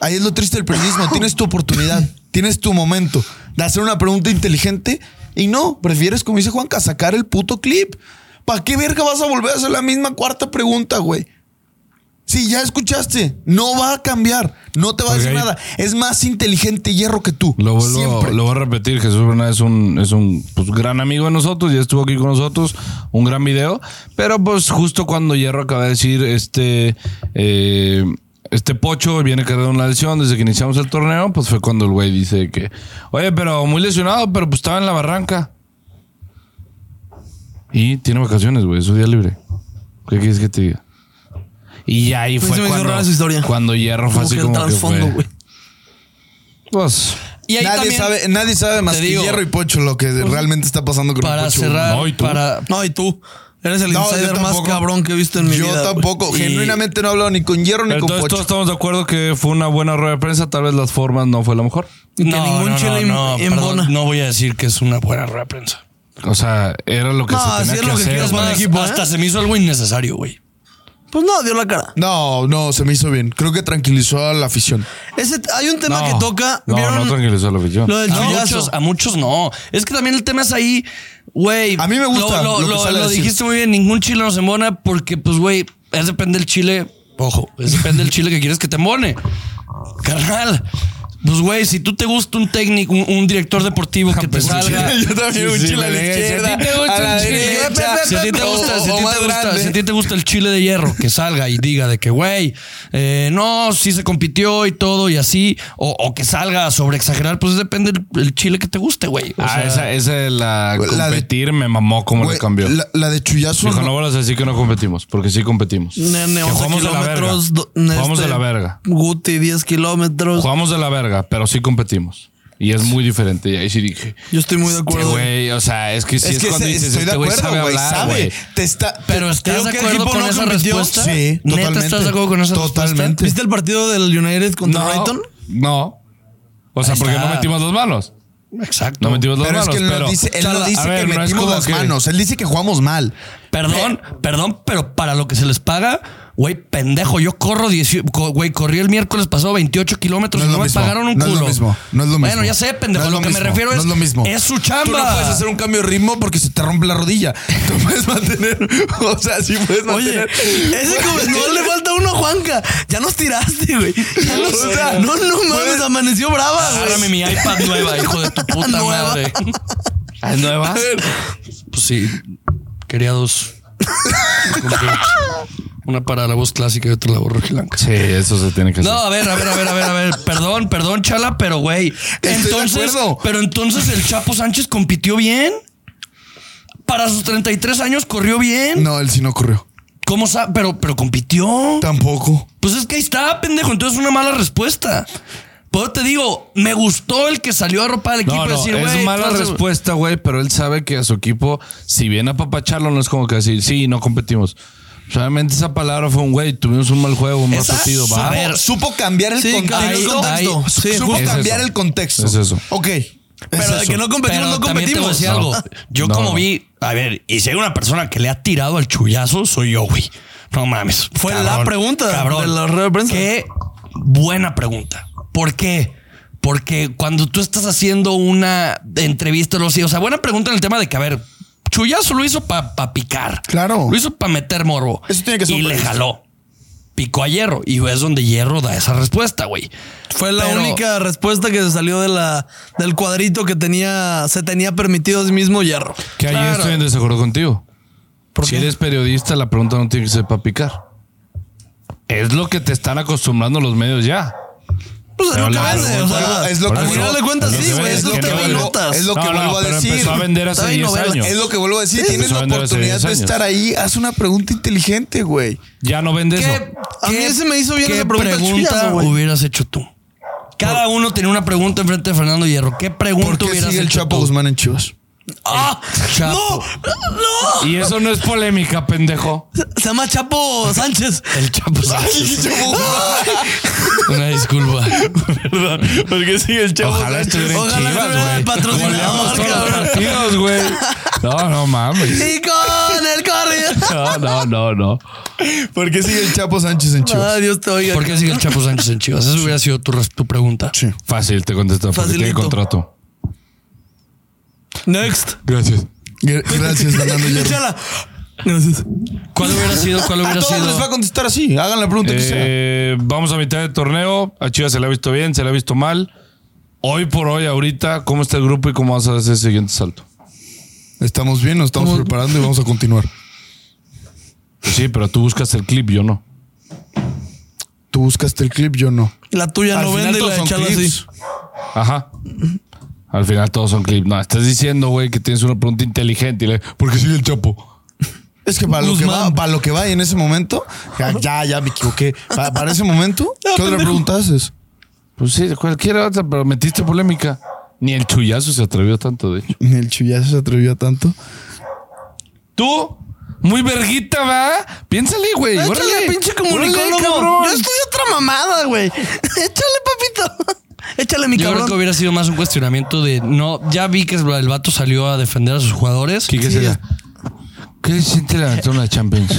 [SPEAKER 3] Ahí es lo triste del periodismo. Tienes tu oportunidad, tienes tu momento de hacer una pregunta inteligente y no, prefieres, como dice Juanca, sacar el puto clip. ¿Para qué verga vas a volver a hacer la misma cuarta pregunta, güey? Si ya escuchaste, no va a cambiar, no te va a decir
[SPEAKER 4] Ok.
[SPEAKER 3] nada. Es más inteligente hierro que tú.
[SPEAKER 4] Lo vuelvo,
[SPEAKER 3] Siempre.
[SPEAKER 4] lo voy a repetir, Jesús Bernal es un, es un pues, gran amigo de nosotros, ya estuvo aquí con nosotros, un gran video, pero pues justo cuando Hierro acaba de decir, este, eh, este pocho viene cargado de una lesión desde que iniciamos el torneo, pues fue cuando el güey dice que, oye, pero muy lesionado, pero pues estaba en la barranca. Y tiene vacaciones, güey. Es su día libre. ¿Qué quieres que te diga? Y ahí
[SPEAKER 1] Pues
[SPEAKER 4] fue
[SPEAKER 1] se me hizo
[SPEAKER 4] cuando,
[SPEAKER 1] rara su historia.
[SPEAKER 4] cuando Hierro fue
[SPEAKER 1] Como
[SPEAKER 4] así
[SPEAKER 1] que el
[SPEAKER 4] como que
[SPEAKER 1] trasfondo,
[SPEAKER 4] fue-
[SPEAKER 1] güey.
[SPEAKER 4] Pues,
[SPEAKER 2] Y ahí
[SPEAKER 3] nadie,
[SPEAKER 2] también,
[SPEAKER 3] sabe, nadie sabe más
[SPEAKER 2] Te
[SPEAKER 3] que
[SPEAKER 2] digo. pues,
[SPEAKER 3] Hierro y Pocho lo que realmente está pasando con
[SPEAKER 2] para
[SPEAKER 3] Pocho.
[SPEAKER 2] cerrar,
[SPEAKER 4] No, ¿y tú?
[SPEAKER 2] para,
[SPEAKER 1] No, y tú. Eres el
[SPEAKER 3] No, yo
[SPEAKER 1] insider más
[SPEAKER 3] tampoco.
[SPEAKER 1] cabrón que he visto en mi
[SPEAKER 3] yo
[SPEAKER 1] vida. güey.
[SPEAKER 3] tampoco.
[SPEAKER 1] Y-
[SPEAKER 3] Genuinamente no he hablado ni con Hierro ni
[SPEAKER 4] Pero
[SPEAKER 3] con
[SPEAKER 4] entonces
[SPEAKER 3] Pocho.
[SPEAKER 4] todos estamos de acuerdo que fue una buena rueda de prensa. Tal vez las formas no fue la mejor.
[SPEAKER 1] y que ningún chile
[SPEAKER 2] no,
[SPEAKER 1] em-
[SPEAKER 2] perdón,
[SPEAKER 1] embona.
[SPEAKER 2] no voy a decir que es una buena rueda de prensa.
[SPEAKER 4] O sea, era lo que
[SPEAKER 1] No,
[SPEAKER 4] se
[SPEAKER 1] así
[SPEAKER 4] tenía
[SPEAKER 1] es
[SPEAKER 4] que
[SPEAKER 1] lo que
[SPEAKER 4] hacer.
[SPEAKER 1] quieras,
[SPEAKER 2] Es
[SPEAKER 1] buen
[SPEAKER 2] más,
[SPEAKER 4] güey.
[SPEAKER 1] equipo, ¿eh?
[SPEAKER 2] hasta se me hizo algo innecesario, güey.
[SPEAKER 1] Pues no, dio la cara.
[SPEAKER 3] No, no, se me hizo bien. Creo que tranquilizó a la afición.
[SPEAKER 1] Ese, hay un tema que toca.
[SPEAKER 4] No,
[SPEAKER 1] ¿Vieron
[SPEAKER 4] no Ah, tranquilizó a la afición.
[SPEAKER 1] lo del
[SPEAKER 2] A
[SPEAKER 1] chullazo?
[SPEAKER 2] muchos, a muchos no. Es que también el tema es ahí, güey.
[SPEAKER 3] A mí me gusta
[SPEAKER 2] Lo,
[SPEAKER 3] lo que sale a
[SPEAKER 2] lo
[SPEAKER 3] decir.
[SPEAKER 2] dijiste muy bien, ningún chile nos embona porque, pues, güey, es depende del chile. Ojo, es depende del chile que quieres que te embone. Carnal. Pues, güey, si tú te gusta un técnico, un, un director deportivo que te salga.
[SPEAKER 3] Yo también, un chile a la
[SPEAKER 2] Si a
[SPEAKER 3] izquierda,
[SPEAKER 2] ti te gusta
[SPEAKER 3] a la
[SPEAKER 2] un chile,
[SPEAKER 3] derecha,
[SPEAKER 2] si a ti te
[SPEAKER 3] o-
[SPEAKER 2] gusta, si a
[SPEAKER 3] o
[SPEAKER 2] ti
[SPEAKER 3] más
[SPEAKER 2] te gusta,
[SPEAKER 3] grande.
[SPEAKER 2] si a ti te gusta el chile de hierro, que salga y diga de que, güey, eh, no, sí se compitió y todo y así, o, o que salga a sobreexagerar, pues depende el, el chile que te guste, güey. O
[SPEAKER 4] Ah,
[SPEAKER 2] sea,
[SPEAKER 4] esa, esa de la
[SPEAKER 3] Güey, la de-
[SPEAKER 4] competir me mamó cómo
[SPEAKER 3] Güey,
[SPEAKER 4] le cambió.
[SPEAKER 3] La, la de Chuyazo.
[SPEAKER 4] Dijo,
[SPEAKER 3] no-
[SPEAKER 4] no vuelvas a decir que no competimos, porque sí competimos.
[SPEAKER 1] Nene,
[SPEAKER 4] Que
[SPEAKER 1] 11
[SPEAKER 4] jugamos de la verga.
[SPEAKER 1] kilómetros. do-
[SPEAKER 4] Jugamos
[SPEAKER 1] este,
[SPEAKER 4] de la verga.
[SPEAKER 1] Guti, 10 kilómetros.
[SPEAKER 4] Jugamos de la verga, pero sí competimos. Y es muy diferente. Y ahí sí dije,
[SPEAKER 1] Yo estoy muy de
[SPEAKER 4] "Este
[SPEAKER 1] acuerdo.
[SPEAKER 4] güey, o sea, es que sí
[SPEAKER 3] es
[SPEAKER 4] es,
[SPEAKER 3] que
[SPEAKER 4] cuando
[SPEAKER 3] se-
[SPEAKER 4] dices,
[SPEAKER 3] estoy de
[SPEAKER 4] este güey sabe
[SPEAKER 3] acuerdo, güey.
[SPEAKER 4] hablar,
[SPEAKER 3] Sabe.
[SPEAKER 4] güey.
[SPEAKER 3] Te está.
[SPEAKER 2] Pero estás
[SPEAKER 1] Creo
[SPEAKER 2] de
[SPEAKER 1] que el
[SPEAKER 2] acuerdo
[SPEAKER 1] equipo
[SPEAKER 2] con
[SPEAKER 1] no
[SPEAKER 2] esa
[SPEAKER 1] compitió.
[SPEAKER 2] respuesta.
[SPEAKER 3] Sí,
[SPEAKER 2] ¿Neta
[SPEAKER 3] totalmente.
[SPEAKER 2] estás de acuerdo con esa
[SPEAKER 3] Totalmente.
[SPEAKER 1] ¿Viste el partido del United contra Brighton?
[SPEAKER 4] No. O sea,
[SPEAKER 2] Ahí
[SPEAKER 4] porque no
[SPEAKER 2] está.
[SPEAKER 4] metimos dos manos.
[SPEAKER 2] respuesta? Exacto.
[SPEAKER 4] No metimos dos
[SPEAKER 3] Pero es
[SPEAKER 4] manos.
[SPEAKER 3] que él
[SPEAKER 4] pero,
[SPEAKER 3] no dice, él
[SPEAKER 4] o
[SPEAKER 3] no
[SPEAKER 4] sea,
[SPEAKER 3] dice
[SPEAKER 4] a ver,
[SPEAKER 3] que
[SPEAKER 4] no es
[SPEAKER 3] metimos
[SPEAKER 4] como
[SPEAKER 3] las
[SPEAKER 4] que-
[SPEAKER 3] manos. Él dice que jugamos mal.
[SPEAKER 2] Perdón, perdón, pero para lo que se les paga, güey, pendejo, yo corro 18, co- güey, corrí el miércoles pasado 28 kilómetros
[SPEAKER 3] No es
[SPEAKER 2] y
[SPEAKER 3] lo
[SPEAKER 2] no me
[SPEAKER 3] mismo,
[SPEAKER 2] pagaron un
[SPEAKER 3] no es
[SPEAKER 2] culo.
[SPEAKER 3] lo mismo, no es lo
[SPEAKER 2] Bueno,
[SPEAKER 3] mismo.
[SPEAKER 2] ya sé, pendejo,
[SPEAKER 3] No es
[SPEAKER 2] lo,
[SPEAKER 3] lo
[SPEAKER 2] que me
[SPEAKER 3] mismo,
[SPEAKER 2] refiero
[SPEAKER 3] no
[SPEAKER 2] es,
[SPEAKER 3] es lo mismo.
[SPEAKER 2] es su chamba.
[SPEAKER 3] Tú no puedes hacer un cambio de ritmo porque se te rompe la rodilla. Tú puedes mantener. O sea, sí puedes
[SPEAKER 1] Oye,
[SPEAKER 3] mantener.
[SPEAKER 1] ese como no le falta uno a Juanca. Ya nos tiraste, güey. Ya nos-
[SPEAKER 3] O sea,
[SPEAKER 1] no, no mames,
[SPEAKER 3] güey.
[SPEAKER 1] amaneció brava,
[SPEAKER 2] Agárrame
[SPEAKER 1] güey.
[SPEAKER 2] mi iPad nueva, hijo de tu puta
[SPEAKER 1] Nueva.
[SPEAKER 2] madre.
[SPEAKER 4] Ah,
[SPEAKER 2] ¿Es nueva? Pues sí, quería dos. Una para la voz clásica y otra la voz rojiblanca.
[SPEAKER 4] Sí, eso se tiene que hacer.
[SPEAKER 2] No, a ver, a ver, a ver, a ver, a ver. Perdón, perdón, Chala, pero güey.
[SPEAKER 3] de
[SPEAKER 2] Entonces,
[SPEAKER 3] acuerdo.
[SPEAKER 2] pero entonces el Chapo Sánchez compitió bien. Para sus 33 años corrió bien.
[SPEAKER 3] No, él sí no corrió.
[SPEAKER 2] ¿Cómo sabe? Pero, pero compitió.
[SPEAKER 3] Tampoco.
[SPEAKER 2] Pues es que ahí está, pendejo. Entonces una mala respuesta. Pero te digo, me gustó el que salió a ropa al equipo
[SPEAKER 4] No,
[SPEAKER 2] y
[SPEAKER 4] no,
[SPEAKER 2] decir,
[SPEAKER 4] es
[SPEAKER 2] güey,
[SPEAKER 4] mala
[SPEAKER 2] tú haces-
[SPEAKER 4] respuesta, güey, pero él sabe que a su equipo, si bien a papacharlo, no es como que decir, sí, no competimos. Realmente esa palabra fue un güey, tuvimos un mal juego, un mal
[SPEAKER 2] Esa
[SPEAKER 4] partido,
[SPEAKER 2] su-
[SPEAKER 4] va.
[SPEAKER 2] a ver,
[SPEAKER 3] Supo cambiar el
[SPEAKER 1] Sí, cambió el
[SPEAKER 3] contexto.
[SPEAKER 2] contexto.
[SPEAKER 3] Su-
[SPEAKER 1] Sí,
[SPEAKER 3] Supo
[SPEAKER 1] justo.
[SPEAKER 3] cambiar
[SPEAKER 4] Es eso.
[SPEAKER 3] el contexto.
[SPEAKER 4] Es eso.
[SPEAKER 3] Ok. es
[SPEAKER 1] Pero de
[SPEAKER 3] eso.
[SPEAKER 1] que no competimos,
[SPEAKER 2] Pero
[SPEAKER 1] no
[SPEAKER 2] también te voy a
[SPEAKER 1] competimos.
[SPEAKER 2] decir
[SPEAKER 4] No.
[SPEAKER 2] algo. Yo
[SPEAKER 4] No,
[SPEAKER 2] como
[SPEAKER 4] no.
[SPEAKER 2] vi, a ver, y si hay una persona que le ha tirado al chullazo, soy yo, güey. No mames.
[SPEAKER 1] Fue la pregunta
[SPEAKER 2] cabrón.
[SPEAKER 1] de la rueda de prensa.
[SPEAKER 2] Qué buena pregunta. ¿Por qué? Porque cuando tú estás haciendo una entrevista, lo sé, o sea, buena pregunta en el tema de que, a ver, Chuyazo lo hizo para picar.
[SPEAKER 3] Claro.
[SPEAKER 2] Lo hizo para meter morbo.
[SPEAKER 3] Eso tiene que ser
[SPEAKER 2] Y
[SPEAKER 3] un
[SPEAKER 2] le
[SPEAKER 3] periodista.
[SPEAKER 2] jaló. Picó a Hierro. Y es donde Hierro da esa respuesta, güey.
[SPEAKER 1] Fue la
[SPEAKER 2] Pero-
[SPEAKER 1] única respuesta que se salió de la, del cuadrito que tenía, se tenía permitido a sí mismo hierro.
[SPEAKER 4] Que ahí
[SPEAKER 2] Claro.
[SPEAKER 4] estoy en desacuerdo contigo.
[SPEAKER 1] ¿Por
[SPEAKER 4] si
[SPEAKER 1] qué?
[SPEAKER 4] eres periodista, la pregunta no tiene que ser para picar. Es lo que te están acostumbrando los medios ya.
[SPEAKER 1] Pues es
[SPEAKER 4] Pero
[SPEAKER 1] lo que
[SPEAKER 4] la
[SPEAKER 1] vende. O
[SPEAKER 4] pregunta-
[SPEAKER 1] sea,
[SPEAKER 3] es lo que
[SPEAKER 1] al final
[SPEAKER 3] vuelvo-
[SPEAKER 1] de cuentas,
[SPEAKER 3] es lo
[SPEAKER 1] sí,
[SPEAKER 3] que
[SPEAKER 1] güey. Es lo
[SPEAKER 3] vende,
[SPEAKER 1] que
[SPEAKER 3] es
[SPEAKER 1] ve
[SPEAKER 3] lo que
[SPEAKER 1] notas.
[SPEAKER 3] Es lo que vuelvo a
[SPEAKER 4] pero
[SPEAKER 3] decir.
[SPEAKER 4] Empezó a vender hace
[SPEAKER 1] Está bien
[SPEAKER 4] 10
[SPEAKER 1] novela.
[SPEAKER 4] años.
[SPEAKER 3] Es lo que vuelvo a decir.
[SPEAKER 1] Sí,
[SPEAKER 3] Tienes
[SPEAKER 4] empezó
[SPEAKER 3] la
[SPEAKER 4] a vender hace
[SPEAKER 3] oportunidad
[SPEAKER 4] 10
[SPEAKER 3] de
[SPEAKER 4] años.
[SPEAKER 3] estar ahí. Haz una pregunta inteligente, güey.
[SPEAKER 4] Ya no vende eso.
[SPEAKER 2] ¿Qué,
[SPEAKER 1] A mí
[SPEAKER 2] qué-
[SPEAKER 1] se me hizo bien
[SPEAKER 2] qué
[SPEAKER 1] esa pregunta chullazo, güey.
[SPEAKER 2] hubieras hecho tú? Cada uno tenía una pregunta enfrente de Fernando Hierro. ¿Qué
[SPEAKER 3] ¿Por
[SPEAKER 2] pregunta
[SPEAKER 3] qué
[SPEAKER 2] hubieras
[SPEAKER 3] sigue el
[SPEAKER 2] hecho
[SPEAKER 3] Chapo
[SPEAKER 2] tú?
[SPEAKER 3] Guzmán en Chivas?
[SPEAKER 1] ¡Ah!
[SPEAKER 2] Chapo.
[SPEAKER 1] ¡No! ¡No!
[SPEAKER 4] Y eso no es polémica, pendejo.
[SPEAKER 1] Se- Se llama Chapo Sánchez.
[SPEAKER 2] El Chapo Sánchez. Una disculpa. Perdón. Porque sigue el Chapo
[SPEAKER 4] Ojalá estuviera en
[SPEAKER 1] Ojalá estuviera
[SPEAKER 4] Chivas, güey.
[SPEAKER 1] el patrocinador,
[SPEAKER 4] Goleamos todos los
[SPEAKER 1] cabrón.
[SPEAKER 4] partidos, güey. No, no mames.
[SPEAKER 1] Y con el corrido.
[SPEAKER 4] No, no, no, no.
[SPEAKER 3] ¿Por qué sigue el Chapo Sánchez en Chivas?
[SPEAKER 1] Ay, Dios te oiga.
[SPEAKER 2] ¿Por qué sigue el Chapo Sánchez en Chivas? Esa hubiera sido tu, res- tu pregunta.
[SPEAKER 3] Sí.
[SPEAKER 4] Fácil, te contesto. porque
[SPEAKER 1] Facilito.
[SPEAKER 4] Tiene contrato.
[SPEAKER 1] Next.
[SPEAKER 4] Gracias.
[SPEAKER 3] Gra- Gracias, Fernando Hierro.
[SPEAKER 1] Chala. Gracias.
[SPEAKER 2] ¿Cuál hubiera sido? ¿Cuál
[SPEAKER 3] A
[SPEAKER 2] hubiera
[SPEAKER 3] todos les va a
[SPEAKER 2] sido?
[SPEAKER 3] contestar así. Hagan la pregunta que sea.
[SPEAKER 4] Eh, vamos a mitad de torneo. A Chivas se le ha visto bien, se le ha visto mal. Hoy por hoy, ahorita, ¿cómo está el grupo y cómo vas a hacer ese siguiente salto?
[SPEAKER 3] Estamos bien, nos estamos preparando y vamos a continuar.
[SPEAKER 4] Pues sí, pero tú buscas el clip, yo no.
[SPEAKER 3] Tú buscaste el clip, yo no.
[SPEAKER 1] La tuya
[SPEAKER 3] Al
[SPEAKER 1] no
[SPEAKER 3] final
[SPEAKER 1] vende y
[SPEAKER 3] todos
[SPEAKER 1] la de
[SPEAKER 3] son
[SPEAKER 1] Chala sí.
[SPEAKER 3] clips.
[SPEAKER 4] Ajá. Al final todos son clips. No, estás diciendo, güey, que tienes una pregunta inteligente. Y le, ¿Por qué sigue el Chapo?
[SPEAKER 3] Es que para lo que,
[SPEAKER 1] Guzmán.
[SPEAKER 3] va, para lo que va y en ese momento, ya, ya, ya me equivoqué. Para, para ese momento, ¿qué otra pregunta haces?
[SPEAKER 4] Pues sí, cualquier otra, pero metiste polémica. Ni el chullazo se atrevió tanto, de hecho.
[SPEAKER 3] Ni el chullazo se atrevió a tanto.
[SPEAKER 4] Tú, muy verguita, va. Piénsale, güey.
[SPEAKER 1] Échale,
[SPEAKER 4] Órale,
[SPEAKER 1] pinche
[SPEAKER 4] Órale,
[SPEAKER 1] comunicólogo.
[SPEAKER 4] cabrón.
[SPEAKER 1] Yo estoy otra mamada, güey. Échale, papito. Échale, mi
[SPEAKER 2] Yo creo que
[SPEAKER 1] cabrón.
[SPEAKER 2] hubiera sido más un cuestionamiento de no. Ya vi que el vato salió a defender a sus jugadores.
[SPEAKER 4] ¿Qué, qué será? ¿Qué se siente la zona de Champions?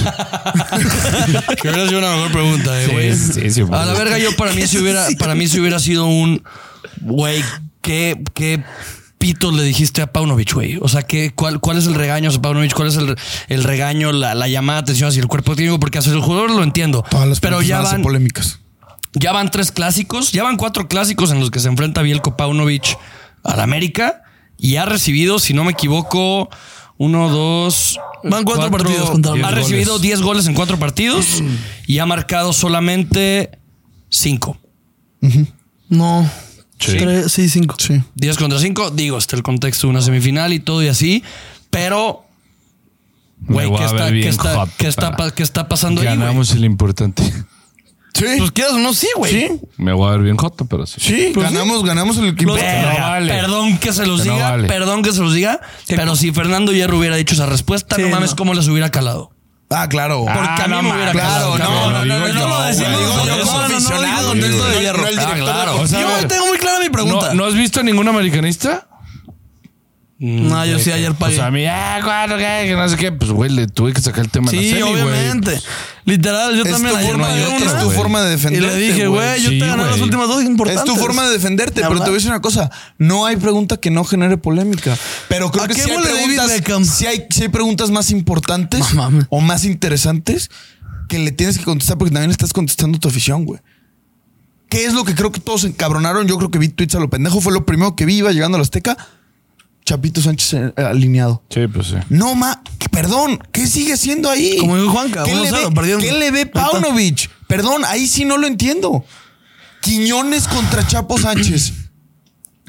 [SPEAKER 2] Que hubiera sido una mejor pregunta, eh,
[SPEAKER 4] Sí,
[SPEAKER 2] güey.
[SPEAKER 4] sí, sí,
[SPEAKER 2] a la verga, yo para mí si hubiera, para mí si hubiera sido un güey, ¿qué, qué pitos le dijiste a Paunovic, güey? O sea, ¿qué, cuál, ¿cuál es el regaño a Paunovic? ¿Cuál es el, el regaño, la, la llamada de atención hacia el cuerpo técnico? Porque hacia el jugador lo entiendo.
[SPEAKER 3] Todas las
[SPEAKER 2] Pero
[SPEAKER 3] preguntas
[SPEAKER 2] ya
[SPEAKER 3] van a ser
[SPEAKER 2] van,
[SPEAKER 3] polémicas.
[SPEAKER 2] ya van tres clásicos, ya van cuatro clásicos en los que se enfrenta Bielko Paunovic al América y ha recibido, si no me equivoco, uno, dos.
[SPEAKER 1] Van cuatro partidos contra
[SPEAKER 2] Ha
[SPEAKER 1] América. Mm.
[SPEAKER 2] recibido diez goles en cuatro partidos y ha marcado solamente cinco.
[SPEAKER 1] No.
[SPEAKER 4] Sí.
[SPEAKER 1] Tres- sí, cinco.
[SPEAKER 3] Sí.
[SPEAKER 2] 10 contra 5, digo, está el contexto de una semifinal y todo y así, pero güey,
[SPEAKER 4] voy
[SPEAKER 2] ¿qué
[SPEAKER 4] a
[SPEAKER 2] está,
[SPEAKER 4] ver
[SPEAKER 2] qué
[SPEAKER 4] bien
[SPEAKER 2] está-
[SPEAKER 4] joto,
[SPEAKER 2] qué está
[SPEAKER 4] para-
[SPEAKER 2] pa- qué está pasando ahí, güey?
[SPEAKER 4] Ganamos el importante.
[SPEAKER 3] Sí.
[SPEAKER 1] Pues quieras o no, sí, güey.
[SPEAKER 3] sí.
[SPEAKER 4] Me voy a ver bien joto, pero sí.
[SPEAKER 3] Sí.
[SPEAKER 1] Pues sí.
[SPEAKER 3] ganamos, ganamos el equipo.
[SPEAKER 1] Los-
[SPEAKER 2] Verga,
[SPEAKER 4] Que no vale.
[SPEAKER 2] Perdón que se los
[SPEAKER 4] Que no
[SPEAKER 2] diga,
[SPEAKER 4] vale.
[SPEAKER 2] perdón que se los diga, pero si Fernando Hierro hubiera dicho esa respuesta,
[SPEAKER 1] Sí,
[SPEAKER 2] no mames
[SPEAKER 1] no.
[SPEAKER 2] cómo les hubiera calado.
[SPEAKER 3] Ah, claro.
[SPEAKER 2] Porque a mí
[SPEAKER 4] no
[SPEAKER 2] me hubiera
[SPEAKER 4] mames,
[SPEAKER 2] calado.
[SPEAKER 4] claro,
[SPEAKER 2] cabrón.
[SPEAKER 4] no, no, no, no,
[SPEAKER 2] lo
[SPEAKER 4] no,
[SPEAKER 2] decimos
[SPEAKER 4] güey.
[SPEAKER 2] nosotros,
[SPEAKER 4] Digo yo como
[SPEAKER 2] no, no, no,
[SPEAKER 3] aficionado,
[SPEAKER 2] no, no,
[SPEAKER 3] güey.
[SPEAKER 2] no,
[SPEAKER 3] de Hierro.
[SPEAKER 2] no,
[SPEAKER 3] el
[SPEAKER 2] Ah,
[SPEAKER 3] director
[SPEAKER 2] claro.
[SPEAKER 4] O sea, a
[SPEAKER 1] Yo
[SPEAKER 4] ver,
[SPEAKER 1] tengo muy clara mi pregunta.
[SPEAKER 4] ¿no, no has visto ningún americanista?
[SPEAKER 1] No, yo sí ayer
[SPEAKER 4] O
[SPEAKER 1] pagué.
[SPEAKER 4] sea, a mí, ah, cuatro, qué, que no sé qué. Pues, güey, le tuve que sacar el tema a la
[SPEAKER 1] sí,
[SPEAKER 4] semi, güey.
[SPEAKER 1] obviamente. Literal, yo
[SPEAKER 3] Es tu
[SPEAKER 1] también ayer
[SPEAKER 3] forma,
[SPEAKER 1] pagué
[SPEAKER 4] hay
[SPEAKER 3] de-
[SPEAKER 4] otra,
[SPEAKER 1] una.
[SPEAKER 3] es tu
[SPEAKER 4] güey.
[SPEAKER 3] forma de
[SPEAKER 1] Y
[SPEAKER 3] defenderte.
[SPEAKER 1] le dije, güey, yo
[SPEAKER 4] Sí,
[SPEAKER 1] te gané las
[SPEAKER 4] güey.
[SPEAKER 1] últimas dos
[SPEAKER 3] Es
[SPEAKER 1] importantes.
[SPEAKER 3] tu forma de defenderte,
[SPEAKER 1] La
[SPEAKER 3] pero te
[SPEAKER 1] verdad.
[SPEAKER 3] voy a decir una cosa. No hay pregunta que no genere polémica. Pero creo
[SPEAKER 1] ¿A
[SPEAKER 3] que
[SPEAKER 1] qué
[SPEAKER 3] sí hay,
[SPEAKER 1] huele David Beckham?
[SPEAKER 3] preguntas, sí hay, sí hay preguntas más importantes
[SPEAKER 1] No mames.
[SPEAKER 3] o más interesantes que le tienes que contestar porque también le estás contestando a tu afición, güey. ¿Qué es lo que creo que todos se encabronaron? Yo creo que vi tweets a lo pendejo. Fue lo primero que vi, iba llegando a la Azteca. Chapito Sánchez eh, alineado.
[SPEAKER 4] Sí, pues sí.
[SPEAKER 3] No, ma, que- perdón, ¿qué sigue siendo ahí?
[SPEAKER 1] Como dijo Juanca,
[SPEAKER 3] ¿Qué, le
[SPEAKER 1] 1-0,
[SPEAKER 3] ve,
[SPEAKER 1] perdiendo.
[SPEAKER 3] ¿Qué le ve Paunovic? Perdón, ahí sí no lo entiendo. Quiñones contra Chapo Sánchez.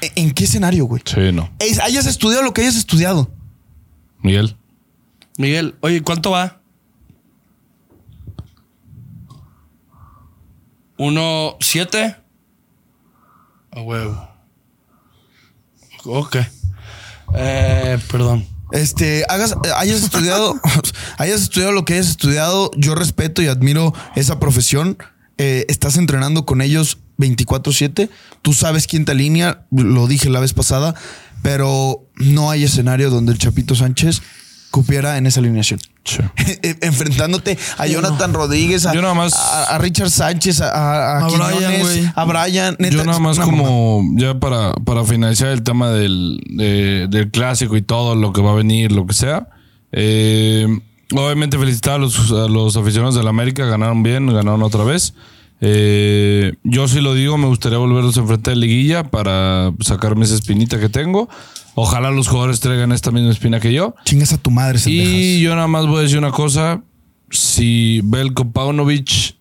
[SPEAKER 3] ¿E- ¿En qué escenario, güey?
[SPEAKER 4] Sí, no.
[SPEAKER 3] Es- hayas estudiado lo que hayas estudiado.
[SPEAKER 4] Miguel.
[SPEAKER 2] Miguel, oye, ¿cuánto va? ¿Uno siete? A huevo. Ok. Eh, perdón.
[SPEAKER 3] Este, hagas, eh, hayas estudiado, hayas estudiado lo que hayas estudiado. Yo respeto y admiro esa profesión. Eh, estás entrenando con ellos 24-7. Tú sabes quién te alinea. Lo dije la vez pasada, pero no hay escenario donde el Chapito Sánchez cupiera en esa alineación.
[SPEAKER 4] Sí.
[SPEAKER 3] Eh, enfrentándote a
[SPEAKER 1] Sí,
[SPEAKER 3] Jonathan Rodríguez, a,
[SPEAKER 4] Yo nada más-
[SPEAKER 3] a, a Richard Sánchez, a, a, a
[SPEAKER 1] A Brian,
[SPEAKER 3] Quiñones,
[SPEAKER 1] güey.
[SPEAKER 3] a Brian. neta,
[SPEAKER 4] Yo nada
[SPEAKER 3] es
[SPEAKER 4] más
[SPEAKER 3] una mamada.
[SPEAKER 4] como ya para, para finalizar el tema del, de- del clásico y todo lo que va a venir, lo que sea. eh, obviamente felicitar a los, a los aficionados del América, ganaron bien, ganaron otra vez. Eh, yo sí lo digo, me gustaría volverlos a enfrentar en liguilla para sacarme esa espinita que tengo. Ojalá los jugadores traigan esta misma espina que yo.
[SPEAKER 3] Chingas a tu madre,
[SPEAKER 4] Y
[SPEAKER 3] Sendejas.
[SPEAKER 4] yo nada más voy a decir una cosa. Si Belko Paunovic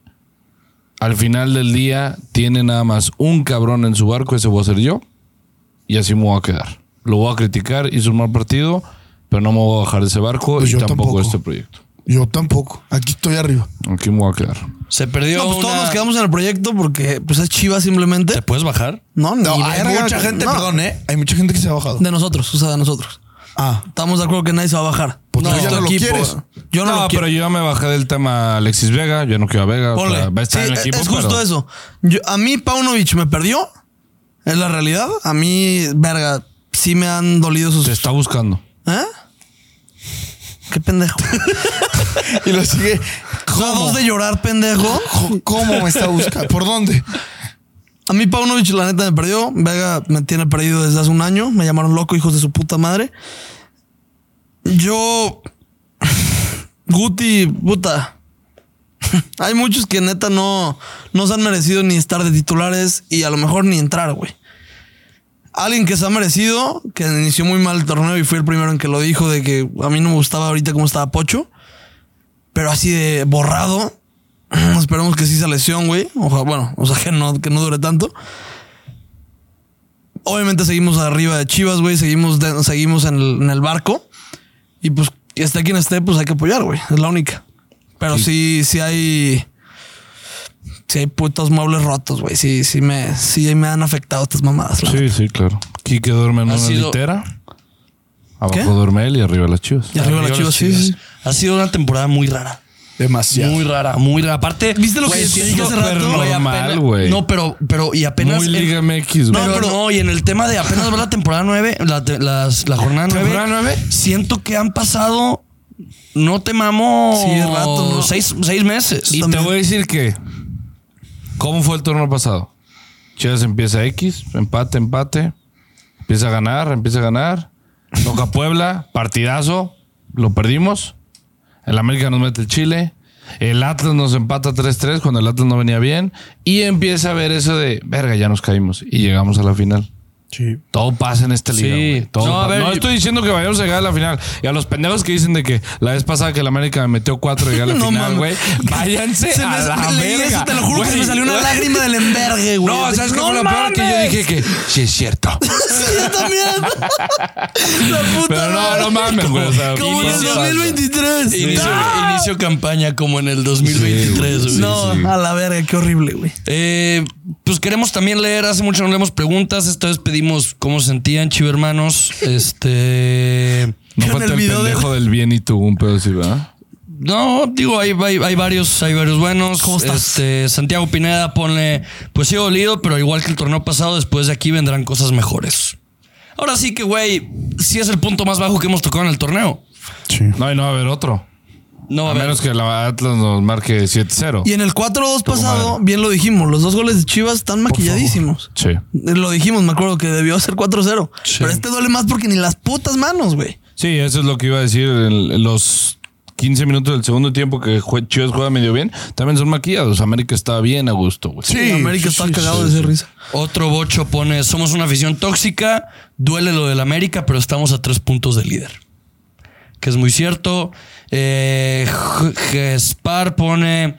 [SPEAKER 4] al final del día tiene nada más un cabrón en su barco, ese voy a ser yo. Y así me voy a quedar. Lo voy a criticar, hizo un mal partido, pero no me voy a bajar de ese barco
[SPEAKER 3] Pues
[SPEAKER 4] y
[SPEAKER 3] yo
[SPEAKER 4] tampoco,
[SPEAKER 3] tampoco.
[SPEAKER 4] este proyecto.
[SPEAKER 3] Yo tampoco. Aquí estoy arriba.
[SPEAKER 4] Aquí me voy a quedar.
[SPEAKER 2] Se perdió.
[SPEAKER 1] No, pues todos
[SPEAKER 2] una-
[SPEAKER 1] nos quedamos en el proyecto porque pues es chiva simplemente.
[SPEAKER 2] ¿Te puedes bajar?
[SPEAKER 1] No, ni
[SPEAKER 3] No, hay
[SPEAKER 1] verga,
[SPEAKER 3] mucha gente,
[SPEAKER 1] no.
[SPEAKER 3] perdón, ¿eh? Hay mucha gente que se ha bajado.
[SPEAKER 1] De nosotros, o sea, de nosotros.
[SPEAKER 3] Ah,
[SPEAKER 1] Estamos de acuerdo que nadie se va a bajar.
[SPEAKER 3] Pues tú ya
[SPEAKER 1] tu
[SPEAKER 3] no lo quieres.
[SPEAKER 1] Yo no,
[SPEAKER 4] No,
[SPEAKER 1] lo quiero.
[SPEAKER 4] pero yo ya me bajé del tema Alexis Vega. Yo no quiero a Vega. o
[SPEAKER 1] Ponle.
[SPEAKER 4] sea, va a estar
[SPEAKER 1] Sí,
[SPEAKER 4] en el equipo.
[SPEAKER 1] es justo
[SPEAKER 4] pero-
[SPEAKER 1] eso. Yo- a mí Paunovic me perdió. Es la realidad. A mí, verga, sí me han dolido sus...
[SPEAKER 4] Te está buscando.
[SPEAKER 1] ¿Eh? Qué pendejo.
[SPEAKER 3] y lo sigue.
[SPEAKER 1] ¿Cómo?
[SPEAKER 3] ¿Cómo?
[SPEAKER 1] de llorar, pendejo.
[SPEAKER 3] Jo- ¿Cómo me está buscando? ¿Por dónde?
[SPEAKER 1] A mí Paunovic la neta me perdió. Vega me tiene perdido desde hace un año. Me llamaron loco, hijos de su puta madre. Yo... Guti, puta. Hay muchos que neta no, no se han merecido ni estar de titulares y a lo mejor ni entrar, güey. Alguien que se ha merecido, que inició muy mal el torneo y fui el primero en que lo dijo de que a mí no me gustaba ahorita cómo estaba Pocho, pero así de borrado. Esperemos que sí se lesión, güey. Ojalá, bueno, o sea, que no, que no dure tanto. Obviamente seguimos arriba de Chivas, güey. Seguimos, de- seguimos en, el, en el barco. Y pues, que esté quien esté, pues hay que apoyar, güey. Es la única. Pero sí, sí, hay. Sí hay putos muebles rotos, güey. Sí, sí me, sí me han afectado estas mamadas. la neta.
[SPEAKER 4] Sí, sí, claro. Quique duerme en
[SPEAKER 2] Ha
[SPEAKER 4] una
[SPEAKER 2] sido-
[SPEAKER 4] litera. Abajo
[SPEAKER 1] ¿Qué?
[SPEAKER 4] duerme él y arriba las chivas.
[SPEAKER 1] Y arriba las chivas, sí, sí.
[SPEAKER 2] Ha sido una temporada muy rara.
[SPEAKER 3] Demasiado.
[SPEAKER 2] Muy rara, muy rara. Aparte,
[SPEAKER 1] ¿Viste lo que
[SPEAKER 2] güey,
[SPEAKER 1] decía
[SPEAKER 2] siendo
[SPEAKER 1] hace rato?
[SPEAKER 4] Normal,
[SPEAKER 2] apenas-
[SPEAKER 4] güey.
[SPEAKER 2] No, pero, pero, y apenas.
[SPEAKER 4] Muy
[SPEAKER 2] el-
[SPEAKER 4] Liga MX,
[SPEAKER 2] no,
[SPEAKER 4] güey.
[SPEAKER 2] pero,
[SPEAKER 1] pero-
[SPEAKER 2] no, y en el tema de apenas va la temporada 9, la, te- las- la jornada 9.
[SPEAKER 4] ¿Temporada nueve?
[SPEAKER 2] Siento que han pasado. No te mamo.
[SPEAKER 1] Sí, rato, ¿no?
[SPEAKER 2] Seis, seis meses.
[SPEAKER 4] Y te
[SPEAKER 1] también.
[SPEAKER 4] voy a decir que. ¿Cómo fue el torneo pasado? Chivas empieza X, empate, empate. Empieza a ganar, empieza a ganar. Toca Puebla, partidazo. Lo perdimos. El América nos mete el Chile. El Atlas nos empata 3-3 cuando el Atlas no venía bien. Y empieza a ver eso de, verga, ya nos caímos. Y llegamos a la final.
[SPEAKER 3] Sí.
[SPEAKER 4] Todo pasa en esta liga.
[SPEAKER 2] Sí.
[SPEAKER 4] güey. Todo
[SPEAKER 2] No,
[SPEAKER 4] pa-
[SPEAKER 2] a ver,
[SPEAKER 4] no
[SPEAKER 2] yo-
[SPEAKER 4] estoy diciendo que vayamos a llegar a la final. Y a los pendejos que dicen de que la vez pasada que la América me metió cuatro y llegué a la
[SPEAKER 1] No
[SPEAKER 4] final,
[SPEAKER 1] mames.
[SPEAKER 4] güey. Váyanse
[SPEAKER 1] Se me-
[SPEAKER 4] a la
[SPEAKER 1] leí
[SPEAKER 4] verga.
[SPEAKER 1] eso, te lo juro que se me
[SPEAKER 4] güey.
[SPEAKER 1] salió una lágrima del envergue, güey.
[SPEAKER 4] No,
[SPEAKER 1] De-
[SPEAKER 4] ¿sabes qué
[SPEAKER 1] ¡No
[SPEAKER 4] fue lo peor? Que yo
[SPEAKER 1] mames!
[SPEAKER 4] dije que sí es cierto.
[SPEAKER 1] Sí, yo también. la puta
[SPEAKER 4] Pero no,
[SPEAKER 1] madre.
[SPEAKER 4] no mames, güey. O sea,
[SPEAKER 1] Como en el
[SPEAKER 2] Inicio-
[SPEAKER 4] pasa.
[SPEAKER 1] 2023.
[SPEAKER 2] Inicio,
[SPEAKER 1] ¡Ah!
[SPEAKER 2] inicio campaña como en el 2023. güey.
[SPEAKER 1] No, a la verga, qué horrible, güey.
[SPEAKER 2] Eh, pues queremos también leer, hace mucho no leemos preguntas, esta vez pedimos cómo se sentían, chivo hermanos. Este...
[SPEAKER 4] No
[SPEAKER 1] Con
[SPEAKER 4] falta
[SPEAKER 1] el
[SPEAKER 4] el
[SPEAKER 1] video de-
[SPEAKER 4] pendejo del bien y tú, un pedo así, ¿verdad?
[SPEAKER 2] No, digo, hay, hay- hay varios, hay varios buenos.
[SPEAKER 1] ¿Cómo estás?
[SPEAKER 2] Este, Santiago Pineda ponle, pues sí, dolido, pero igual que el torneo pasado, después de aquí vendrán cosas mejores. Ahora sí que, güey, sí es el punto más bajo que hemos tocado en el torneo.
[SPEAKER 3] Sí.
[SPEAKER 4] No, y no va a haber otro.
[SPEAKER 2] No, va a
[SPEAKER 4] A
[SPEAKER 2] haber-
[SPEAKER 4] menos que la Atlas nos marque 7-0.
[SPEAKER 1] Y en el 4-2 pasado, bien lo dijimos, los dos goles de Chivas están maquilladísimos.
[SPEAKER 4] Sí.
[SPEAKER 1] Lo dijimos, me acuerdo que debió ser 4-0. Pero este duele más porque ni las putas manos, güey.
[SPEAKER 4] Sí, eso es lo que iba a decir. en los 15 minutos del segundo tiempo que jue- Chivas juega medio bien, también son maquillados. América está bien a gusto, güey.
[SPEAKER 1] Sí, América está cagado de esa risa.
[SPEAKER 2] Otro bocho pone, somos una afición tóxica, duele lo del América, pero estamos a tres puntos de líder. Que es muy cierto. Eh, J- Gespar pone,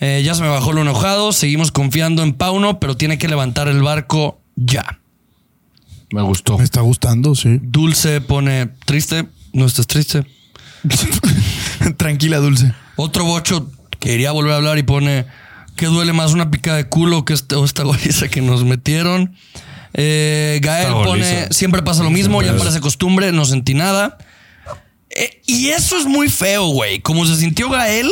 [SPEAKER 2] eh, ya se me bajó lo enojado, seguimos confiando en Pauno, pero tiene que levantar el barco ya.
[SPEAKER 4] Me gustó.
[SPEAKER 3] Me está gustando, sí.
[SPEAKER 2] Dulce pone, triste, no estás triste.
[SPEAKER 3] Tranquila, Dulce.
[SPEAKER 2] Otro bocho quería volver a hablar y pone que duele más una pica de culo que esta, o esta goliza que nos metieron. Eh, Gael
[SPEAKER 4] Esta
[SPEAKER 2] pone
[SPEAKER 4] goliza.
[SPEAKER 2] siempre pasa lo mismo, ya
[SPEAKER 4] Siempre
[SPEAKER 2] parece costumbre, no sentí nada. Eh, y eso es muy feo, güey. Como se sintió Gael,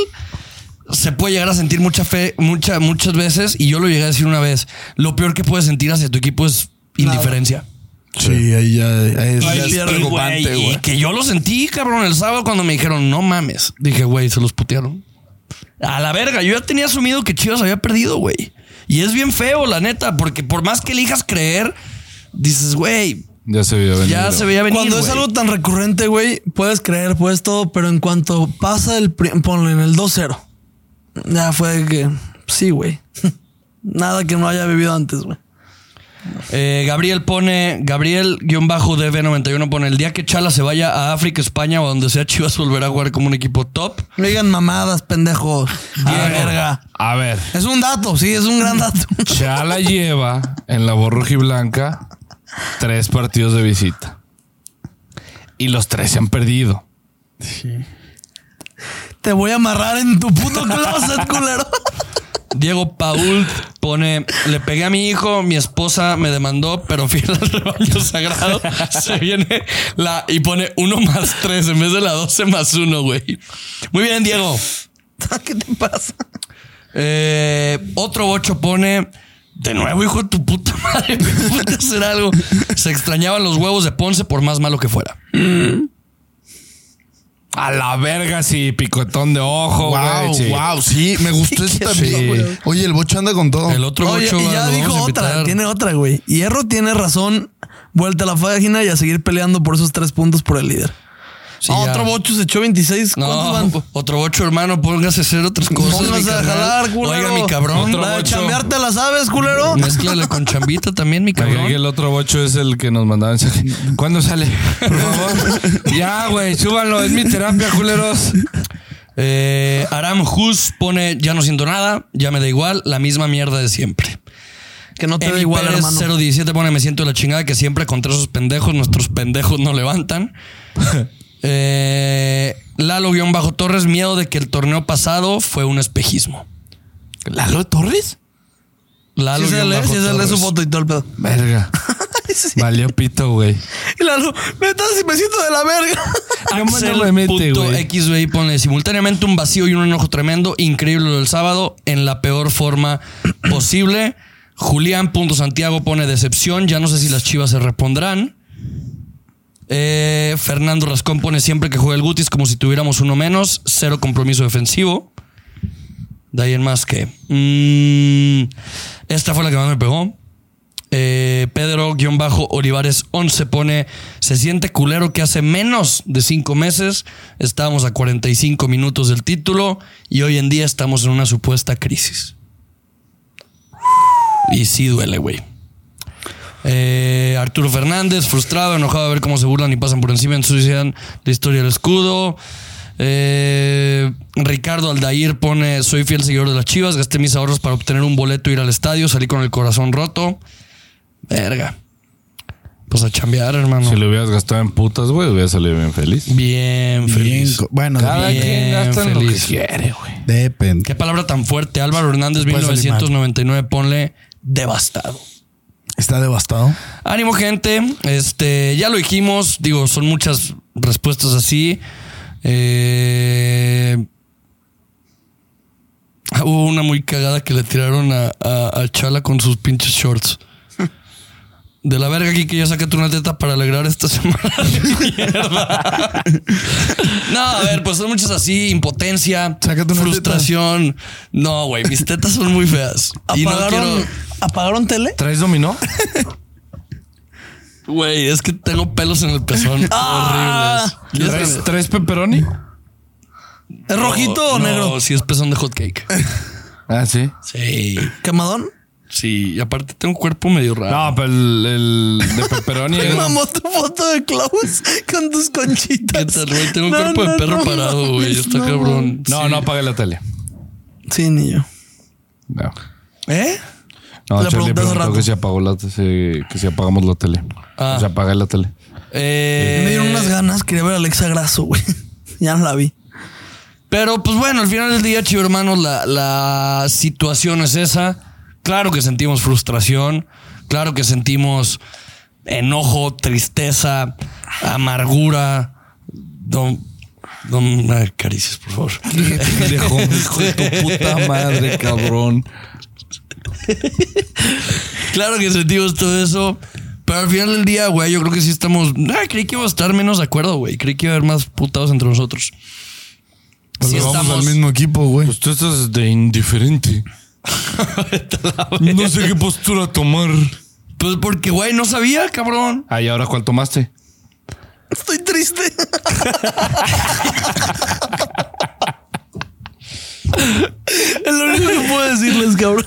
[SPEAKER 2] se puede llegar a sentir mucha fe, mucha, muchas veces, y yo lo llegué a decir una vez. Lo peor que puedes sentir hacia tu equipo es
[SPEAKER 1] Nada.
[SPEAKER 2] indiferencia.
[SPEAKER 3] Sí, ahí ya. ahí es-
[SPEAKER 1] Ahí
[SPEAKER 2] Y-
[SPEAKER 1] pierde,
[SPEAKER 2] y,
[SPEAKER 1] preocupante,
[SPEAKER 2] güey, y
[SPEAKER 1] güey.
[SPEAKER 2] que yo lo sentí, cabrón, el sábado cuando me dijeron, no mames. Dije, güey, se los putearon. A la verga, yo ya tenía asumido que Chivas había perdido, güey. Y es bien feo, la neta, porque por más que elijas creer, dices, güey,
[SPEAKER 4] Ya se vio venir.
[SPEAKER 2] ya
[SPEAKER 4] güey.
[SPEAKER 2] se veía venir.
[SPEAKER 1] Cuando es
[SPEAKER 2] güey.
[SPEAKER 1] algo tan recurrente, güey, puedes creer, puedes todo, pero en cuanto pasa el. pri- Ponle en el 2-0. Ya fue de que. Sí, güey. Nada que no haya vivido antes, güey.
[SPEAKER 2] Eh, Gabriel pone, Gabriel-DB91 pone, el día que Chala se vaya a África, España o a donde sea, Chivas volverá a jugar como un equipo top.
[SPEAKER 1] No digan mamadas, pendejo. A la verga.
[SPEAKER 4] A ver,
[SPEAKER 1] Es un dato, sí, es un gran dato.
[SPEAKER 4] Chala lleva en la y blanca tres partidos de visita. Y los tres se han perdido.
[SPEAKER 1] Te voy a amarrar en tu puto closet, culero.
[SPEAKER 2] Diego Paul pone, le pegué a mi hijo, mi esposa me demandó, pero fiel al rebaño sagrado, se viene la... Y pone uno más tres en vez de la 12 más uno, güey. Muy bien, Diego.
[SPEAKER 1] ¿Qué te pasa?
[SPEAKER 2] Eh, otro bocho pone, de nuevo, hijo de tu puta madre, me puse a hacer algo. Se extrañaban los huevos de Ponce por más malo que fuera.
[SPEAKER 4] A la verga, sí, picotón de ojo,
[SPEAKER 3] Wow,
[SPEAKER 4] güey, sí.
[SPEAKER 3] wow, sí, me gustó eso
[SPEAKER 4] Sí.
[SPEAKER 3] también. güey. Oye, el bocho anda con todo.
[SPEAKER 2] El otro
[SPEAKER 1] Oye,
[SPEAKER 2] bocho...
[SPEAKER 1] y
[SPEAKER 2] lo
[SPEAKER 1] ya
[SPEAKER 2] vamos
[SPEAKER 1] dijo
[SPEAKER 2] a
[SPEAKER 1] otra,
[SPEAKER 2] invitar.
[SPEAKER 1] tiene otra, güey. Hierro tiene razón. Vuelta a la página y a seguir peleando por esos tres puntos por el líder.
[SPEAKER 2] Sí,
[SPEAKER 1] Ah,
[SPEAKER 2] ya.
[SPEAKER 1] Otro Bocho se echó 26. ¿Cuántos
[SPEAKER 2] No,
[SPEAKER 1] van?
[SPEAKER 2] otro bocho, hermano, póngase a hacer otras cosas. mi
[SPEAKER 1] Pónganse a
[SPEAKER 2] carnal.
[SPEAKER 1] jalar, culero.
[SPEAKER 2] Oiga, mi cabrón.
[SPEAKER 4] Otro
[SPEAKER 1] La de
[SPEAKER 4] bocho.
[SPEAKER 1] chambearte las aves, culero.
[SPEAKER 2] Mezclale con chambita también, mi
[SPEAKER 4] Cagué que
[SPEAKER 2] cabrón.
[SPEAKER 4] el otro bocho es el que nos mandaba mensaje. ¿Cuándo sale? Por favor. ya, güey, súbanlo. Es mi terapia, culeros.
[SPEAKER 2] Eh, Aram Hus pone, ya no siento nada, ya me da igual, la misma mierda de siempre.
[SPEAKER 1] Que no te da
[SPEAKER 2] Emi
[SPEAKER 1] igual,
[SPEAKER 2] Pérez,
[SPEAKER 1] hermano.
[SPEAKER 2] 017 pone, me siento de la chingada que siempre contra esos pendejos, nuestros pendejos no levantan. eh, Lalo-Torres, miedo de que el torneo pasado fue un espejismo.
[SPEAKER 3] ¿Lalo Torres?
[SPEAKER 1] Si
[SPEAKER 2] Lalo
[SPEAKER 1] se lee, sí se lee su foto y todo el pedo.
[SPEAKER 4] Verga.
[SPEAKER 1] Sí.
[SPEAKER 4] Valió pito, güey.
[SPEAKER 1] Y Lalo, neta, si me siento de la verga.
[SPEAKER 4] No me mete, güey.
[SPEAKER 2] XBI pone simultáneamente un vacío y un enojo tremendo, increíble lo del sábado, en la peor forma posible. Julián.santiago pone decepción, ya no sé si las chivas se repondrán. Eh, Fernando Rascón pone siempre que juega el Gutis como si tuviéramos uno menos, cero compromiso defensivo. De ahí en más que... mm, esta fue la que más me pegó. Eh, Pedro-Olivares 11 pone, se siente culero que hace menos de 5 meses estábamos a 45 minutos del título y hoy en día estamos en una supuesta crisis. Y sí duele, güey. Eh, Arturo Fernández, frustrado, enojado a ver cómo se burlan y pasan por encima, ensucian la historia del escudo. Eh, Ricardo Aldair pone, soy fiel seguidor de las Chivas, gasté mis ahorros para obtener un boleto, e ir al estadio, salí con el corazón roto. Verga. Pues a chambear, hermano.
[SPEAKER 4] Si lo hubieras gastado en putas, güey, hubiera salido bien feliz.
[SPEAKER 2] Bien feliz.
[SPEAKER 3] Bien, co- bueno,
[SPEAKER 4] Cada
[SPEAKER 3] bien.
[SPEAKER 4] quien gasta en lo que
[SPEAKER 2] feliz.
[SPEAKER 4] quiere, güey.
[SPEAKER 3] depende.
[SPEAKER 2] Qué palabra tan fuerte. Álvaro Hernández,
[SPEAKER 3] Puede salir mal.
[SPEAKER 2] 1999, ponle devastado.
[SPEAKER 3] Está devastado.
[SPEAKER 2] Ánimo, gente. Este, ya lo dijimos. Digo, son muchas respuestas así. Eh, hubo una muy cagada que le tiraron a, a- a Chala con sus pinches shorts. De la verga aquí que ya saqué tu una teta para alegrar esta semana. de mierda. no, a ver, pues son muchas así: impotencia,
[SPEAKER 3] Sácate una teta.
[SPEAKER 2] frustración. No, güey, mis tetas son muy feas. Y no
[SPEAKER 1] ¿Apagaron,
[SPEAKER 2] quiero.
[SPEAKER 1] ¿Apagaron tele?
[SPEAKER 4] ¿Traes dominó?
[SPEAKER 2] Güey, es que tengo pelos en el pezón.
[SPEAKER 1] Ah.
[SPEAKER 2] horribles. ¿Quieres que
[SPEAKER 4] ¿Traes, ¿Traes pepperoni?
[SPEAKER 1] ¿Es
[SPEAKER 2] me-
[SPEAKER 1] rojito o
[SPEAKER 2] No,
[SPEAKER 1] negro?
[SPEAKER 2] Sí, es pezón de hot cake.
[SPEAKER 4] Ah, sí.
[SPEAKER 2] Sí.
[SPEAKER 1] ¿Quemadón?
[SPEAKER 2] Sí, y aparte tengo un cuerpo medio raro.
[SPEAKER 4] No, pero el, el de pepperoni
[SPEAKER 1] Me
[SPEAKER 4] es-
[SPEAKER 1] mamó tu foto de Klaus con tus
[SPEAKER 2] ¿Qué
[SPEAKER 1] conchitas.
[SPEAKER 2] tal, güey? Tengo un
[SPEAKER 1] No,
[SPEAKER 2] cuerpo
[SPEAKER 1] no,
[SPEAKER 2] de perro
[SPEAKER 1] no,
[SPEAKER 2] parado,
[SPEAKER 1] no,
[SPEAKER 2] güey. Está
[SPEAKER 1] no.
[SPEAKER 2] cabrón.
[SPEAKER 4] No,
[SPEAKER 2] Sí.
[SPEAKER 4] no apague la tele.
[SPEAKER 1] Sí, ni yo.
[SPEAKER 4] No.
[SPEAKER 1] ¿Eh?
[SPEAKER 4] No,
[SPEAKER 1] Le
[SPEAKER 4] Charlie
[SPEAKER 1] pregunté hace
[SPEAKER 4] preguntó
[SPEAKER 1] rato.
[SPEAKER 4] que si, apagó la, si- que si apagamos la tele.
[SPEAKER 2] Ah.
[SPEAKER 4] O sea, apaga la tele.
[SPEAKER 2] Eh,
[SPEAKER 1] Me dieron unas ganas, quería ver a Alexa Grasso, güey. Ya no la vi.
[SPEAKER 2] Pero pues bueno, al final del día, chivo hermanos, la, la situación es esa. Claro que sentimos frustración, claro que sentimos enojo, tristeza, amargura. Don, don, no me acaricies, por favor.
[SPEAKER 4] Pendejo, hijo de tu puta madre, cabrón.
[SPEAKER 2] Claro que sentimos todo eso. Pero al final del día, güey, yo creo que sí estamos. Ah, creí que iba a estar menos de acuerdo, güey. Creí que iba a haber más putados entre nosotros. Sí
[SPEAKER 3] Porque vamos
[SPEAKER 2] estamos-
[SPEAKER 3] al mismo equipo, güey.
[SPEAKER 4] Pues tú estás de indiferente. no sé qué postura tomar.
[SPEAKER 2] Pues porque, güey, no sabía, cabrón.
[SPEAKER 4] Ah, ¿y ahora cuál tomaste?
[SPEAKER 1] Estoy triste. es lo único que puedo decirles, cabrón.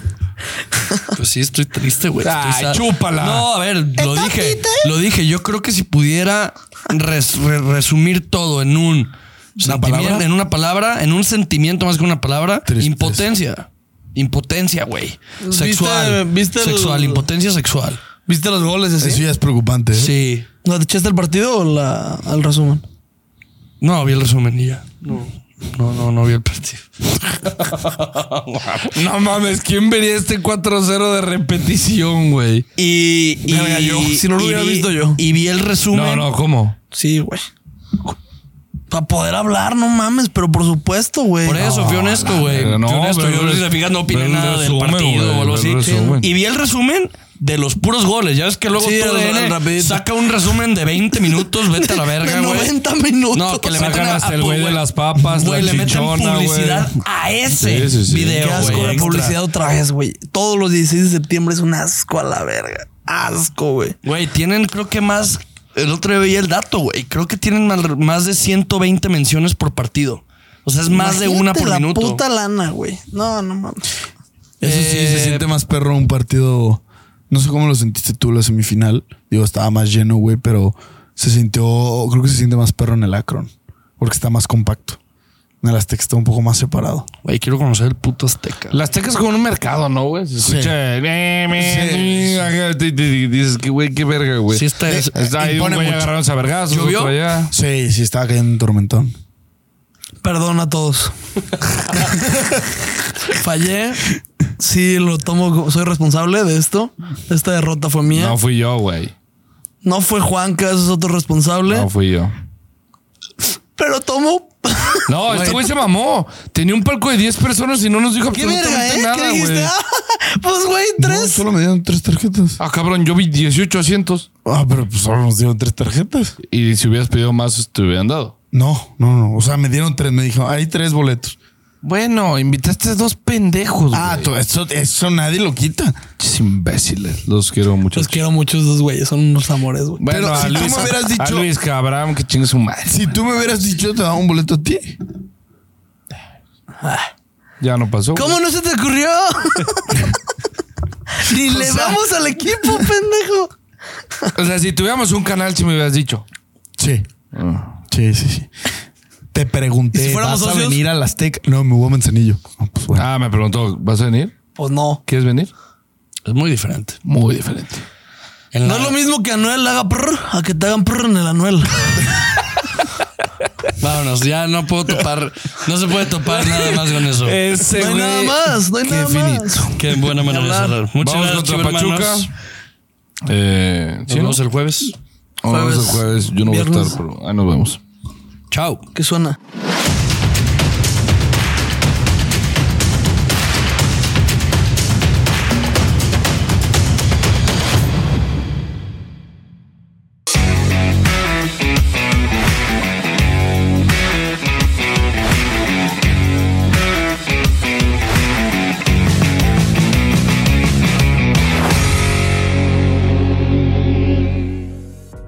[SPEAKER 2] Pues sí, estoy triste, güey. Estoy
[SPEAKER 4] Ay,
[SPEAKER 2] sad.
[SPEAKER 4] chúpala.
[SPEAKER 2] No, a ver, lo dije.
[SPEAKER 1] triste?
[SPEAKER 2] Lo dije. Yo creo que si pudiera res- re- resumir todo en un sentimiento-
[SPEAKER 3] palabra?
[SPEAKER 2] en una palabra, en un sentimiento más que una palabra,
[SPEAKER 3] Tristeza.
[SPEAKER 2] impotencia. Impotencia, güey.
[SPEAKER 1] ¿Viste-
[SPEAKER 2] Sexual.
[SPEAKER 1] viste el-
[SPEAKER 2] sexual, impotencia sexual.
[SPEAKER 1] ¿Viste los goles y así?
[SPEAKER 3] Eso ya es preocupante. ¿eh?
[SPEAKER 2] Sí.
[SPEAKER 1] ¿La te echaste el partido o la, al resumen?
[SPEAKER 2] No, vi el resumen y ya. No. No, no, no vi el partido.
[SPEAKER 4] No mames, ¿quién vería este 4-0 de repetición, güey?
[SPEAKER 2] Y, y-
[SPEAKER 1] Verga, yo, si no lo
[SPEAKER 2] y
[SPEAKER 1] hubiera
[SPEAKER 2] vi-
[SPEAKER 1] visto yo.
[SPEAKER 2] Y vi el resumen.
[SPEAKER 4] No, no, ¿cómo?
[SPEAKER 1] Sí, güey. Para poder hablar, no mames, pero por supuesto, güey.
[SPEAKER 2] Por eso, fui honesto, güey.
[SPEAKER 4] verga, no,
[SPEAKER 2] fui honesto.
[SPEAKER 4] pero
[SPEAKER 2] Yo,
[SPEAKER 4] el
[SPEAKER 2] si te fijas, no opiné
[SPEAKER 4] pero el
[SPEAKER 2] nada del
[SPEAKER 4] resumen,
[SPEAKER 2] partido
[SPEAKER 4] güey,
[SPEAKER 2] o algo
[SPEAKER 4] el
[SPEAKER 2] así.
[SPEAKER 4] resumen.
[SPEAKER 2] Y vi el resumen de los puros goles. Ya ves que luego
[SPEAKER 1] Sí,
[SPEAKER 2] tu
[SPEAKER 1] el-
[SPEAKER 2] DN
[SPEAKER 1] el rapidito.
[SPEAKER 2] saca un resumen de 20 minutos, vete a la verga,
[SPEAKER 1] De
[SPEAKER 2] güey.
[SPEAKER 1] 90 minutos.
[SPEAKER 2] No, que le meten
[SPEAKER 4] Sacan
[SPEAKER 2] a-
[SPEAKER 4] hasta
[SPEAKER 2] a-
[SPEAKER 4] el güey de las papas,
[SPEAKER 2] güey,
[SPEAKER 4] la
[SPEAKER 2] le meten
[SPEAKER 4] chichona, güey.
[SPEAKER 2] publicidad a ese
[SPEAKER 4] Sí, sí, sí.
[SPEAKER 2] video,
[SPEAKER 1] Qué asco
[SPEAKER 2] güey.
[SPEAKER 1] la
[SPEAKER 2] extra.
[SPEAKER 1] publicidad otra vez, güey. Todos los 16 de septiembre es un asco a la verga. Asco, güey.
[SPEAKER 2] Güey, tienen creo que más... El otro día veía el dato, güey. Creo que tienen mal- más de 120 menciones por partido. O sea, es más de
[SPEAKER 1] Imagínate
[SPEAKER 2] una por
[SPEAKER 1] la
[SPEAKER 2] minuto.
[SPEAKER 1] puta lana, güey. No, no mames.
[SPEAKER 3] Eso sí,
[SPEAKER 2] Eh,
[SPEAKER 3] se siente más perro un partido. No sé cómo lo sentiste tú la semifinal. Digo, estaba más lleno, güey, pero se sintió. Creo que se siente más perro en el Akron. Porque está más compacto. En el Azteca está un poco más separado.
[SPEAKER 2] Güey, quiero conocer el puto Azteca.
[SPEAKER 4] Las tecas como un mercado, ¿no, güey? Se escucha. eh, me, me, acá, di- di- di- Dices que, güey, qué verga, güey.
[SPEAKER 2] Sí está-
[SPEAKER 4] Está ahí un
[SPEAKER 3] impone
[SPEAKER 4] güey
[SPEAKER 3] mucho.
[SPEAKER 4] agarrándose a vergazos,
[SPEAKER 2] ¿Llovió?
[SPEAKER 4] otro allá.
[SPEAKER 3] Sí, sí, estaba cayendo un tormentón.
[SPEAKER 1] Perdón a todos. Fallé. Sí, lo tomo. como- Soy responsable de esto. Esta derrota fue mía.
[SPEAKER 4] No fui yo, güey.
[SPEAKER 1] No fue Juanca, ese es otro responsable.
[SPEAKER 4] No fui yo.
[SPEAKER 1] Pero tomo.
[SPEAKER 4] No, este güey se mamó. Tenía un palco de 10 personas y no nos dijo
[SPEAKER 1] ¡Qué
[SPEAKER 4] absolutamente
[SPEAKER 1] verga, eh! ¿Qué
[SPEAKER 4] nada,
[SPEAKER 1] dijiste?
[SPEAKER 4] güey.
[SPEAKER 1] pues, güey,
[SPEAKER 3] No,
[SPEAKER 1] tres.
[SPEAKER 3] solo me dieron tres tarjetas.
[SPEAKER 4] Ah, cabrón, yo vi 18 asientos.
[SPEAKER 3] Ah, pero pues solo nos dieron tres tarjetas.
[SPEAKER 4] Y si hubieras pedido más, te hubieran dado.
[SPEAKER 3] No, no, no. O sea, me dieron tres. Me dijo, hay tres boletos.
[SPEAKER 4] Bueno, invitaste a dos pendejos,
[SPEAKER 3] Ah, tú- eso, eso nadie lo quita.
[SPEAKER 4] Pinches imbéciles. Los quiero mucho.
[SPEAKER 1] Los quiero mucho esos güeyes. Son unos amores, güey.
[SPEAKER 4] Bueno,
[SPEAKER 3] Pero
[SPEAKER 4] a
[SPEAKER 3] si tú me
[SPEAKER 4] Luis,
[SPEAKER 3] hubieras
[SPEAKER 4] a
[SPEAKER 3] dicho-
[SPEAKER 4] Luis Cabram, que chingue su madre.
[SPEAKER 3] Si tú me hubieras dicho, te daba un boleto a ti.
[SPEAKER 4] Ya no pasó.
[SPEAKER 1] ¿Cómo no se te ocurrió? Ni le vamos al equipo, pendejo.
[SPEAKER 4] O sea, si tuviéramos un canal, si me hubieras dicho.
[SPEAKER 3] Sí. Ah. Sí, sí, sí. Te
[SPEAKER 1] ¿Y
[SPEAKER 3] pregunté,
[SPEAKER 1] si fuéramos
[SPEAKER 3] ¿vas a
[SPEAKER 1] socios?
[SPEAKER 3] venir a las Azteca? No, me voy a Manzanillo. Ah, pues bueno.
[SPEAKER 4] Ah, me preguntó, ¿vas a venir?
[SPEAKER 1] Pues no.
[SPEAKER 4] ¿Quieres venir?
[SPEAKER 2] Es muy diferente.
[SPEAKER 4] Muy diferente.
[SPEAKER 2] En
[SPEAKER 1] No
[SPEAKER 2] la-
[SPEAKER 1] es lo mismo que Anuel haga prr a que te hagan prr en el Anuel.
[SPEAKER 2] Vámonos, ya no puedo topar. No se puede topar nada más con eso.
[SPEAKER 3] Eh,
[SPEAKER 4] Ese
[SPEAKER 1] No hay nada más, no hay
[SPEAKER 4] qué
[SPEAKER 1] nada
[SPEAKER 4] finito.
[SPEAKER 1] más.
[SPEAKER 2] Qué buena manera de
[SPEAKER 1] Hablar.
[SPEAKER 2] cerrar. Muchas
[SPEAKER 4] Vamos
[SPEAKER 2] gracias,
[SPEAKER 4] contra Pachuca.
[SPEAKER 2] hermanos.
[SPEAKER 4] Eh,
[SPEAKER 2] Nos
[SPEAKER 4] ¿sí, no?
[SPEAKER 2] vemos el jueves.
[SPEAKER 4] O no, es el
[SPEAKER 1] Jueves,
[SPEAKER 4] jueves. Yo no
[SPEAKER 1] viernes.
[SPEAKER 4] voy a estar, pero ahí nos vemos.
[SPEAKER 2] Chao.
[SPEAKER 1] ¿Qué suena?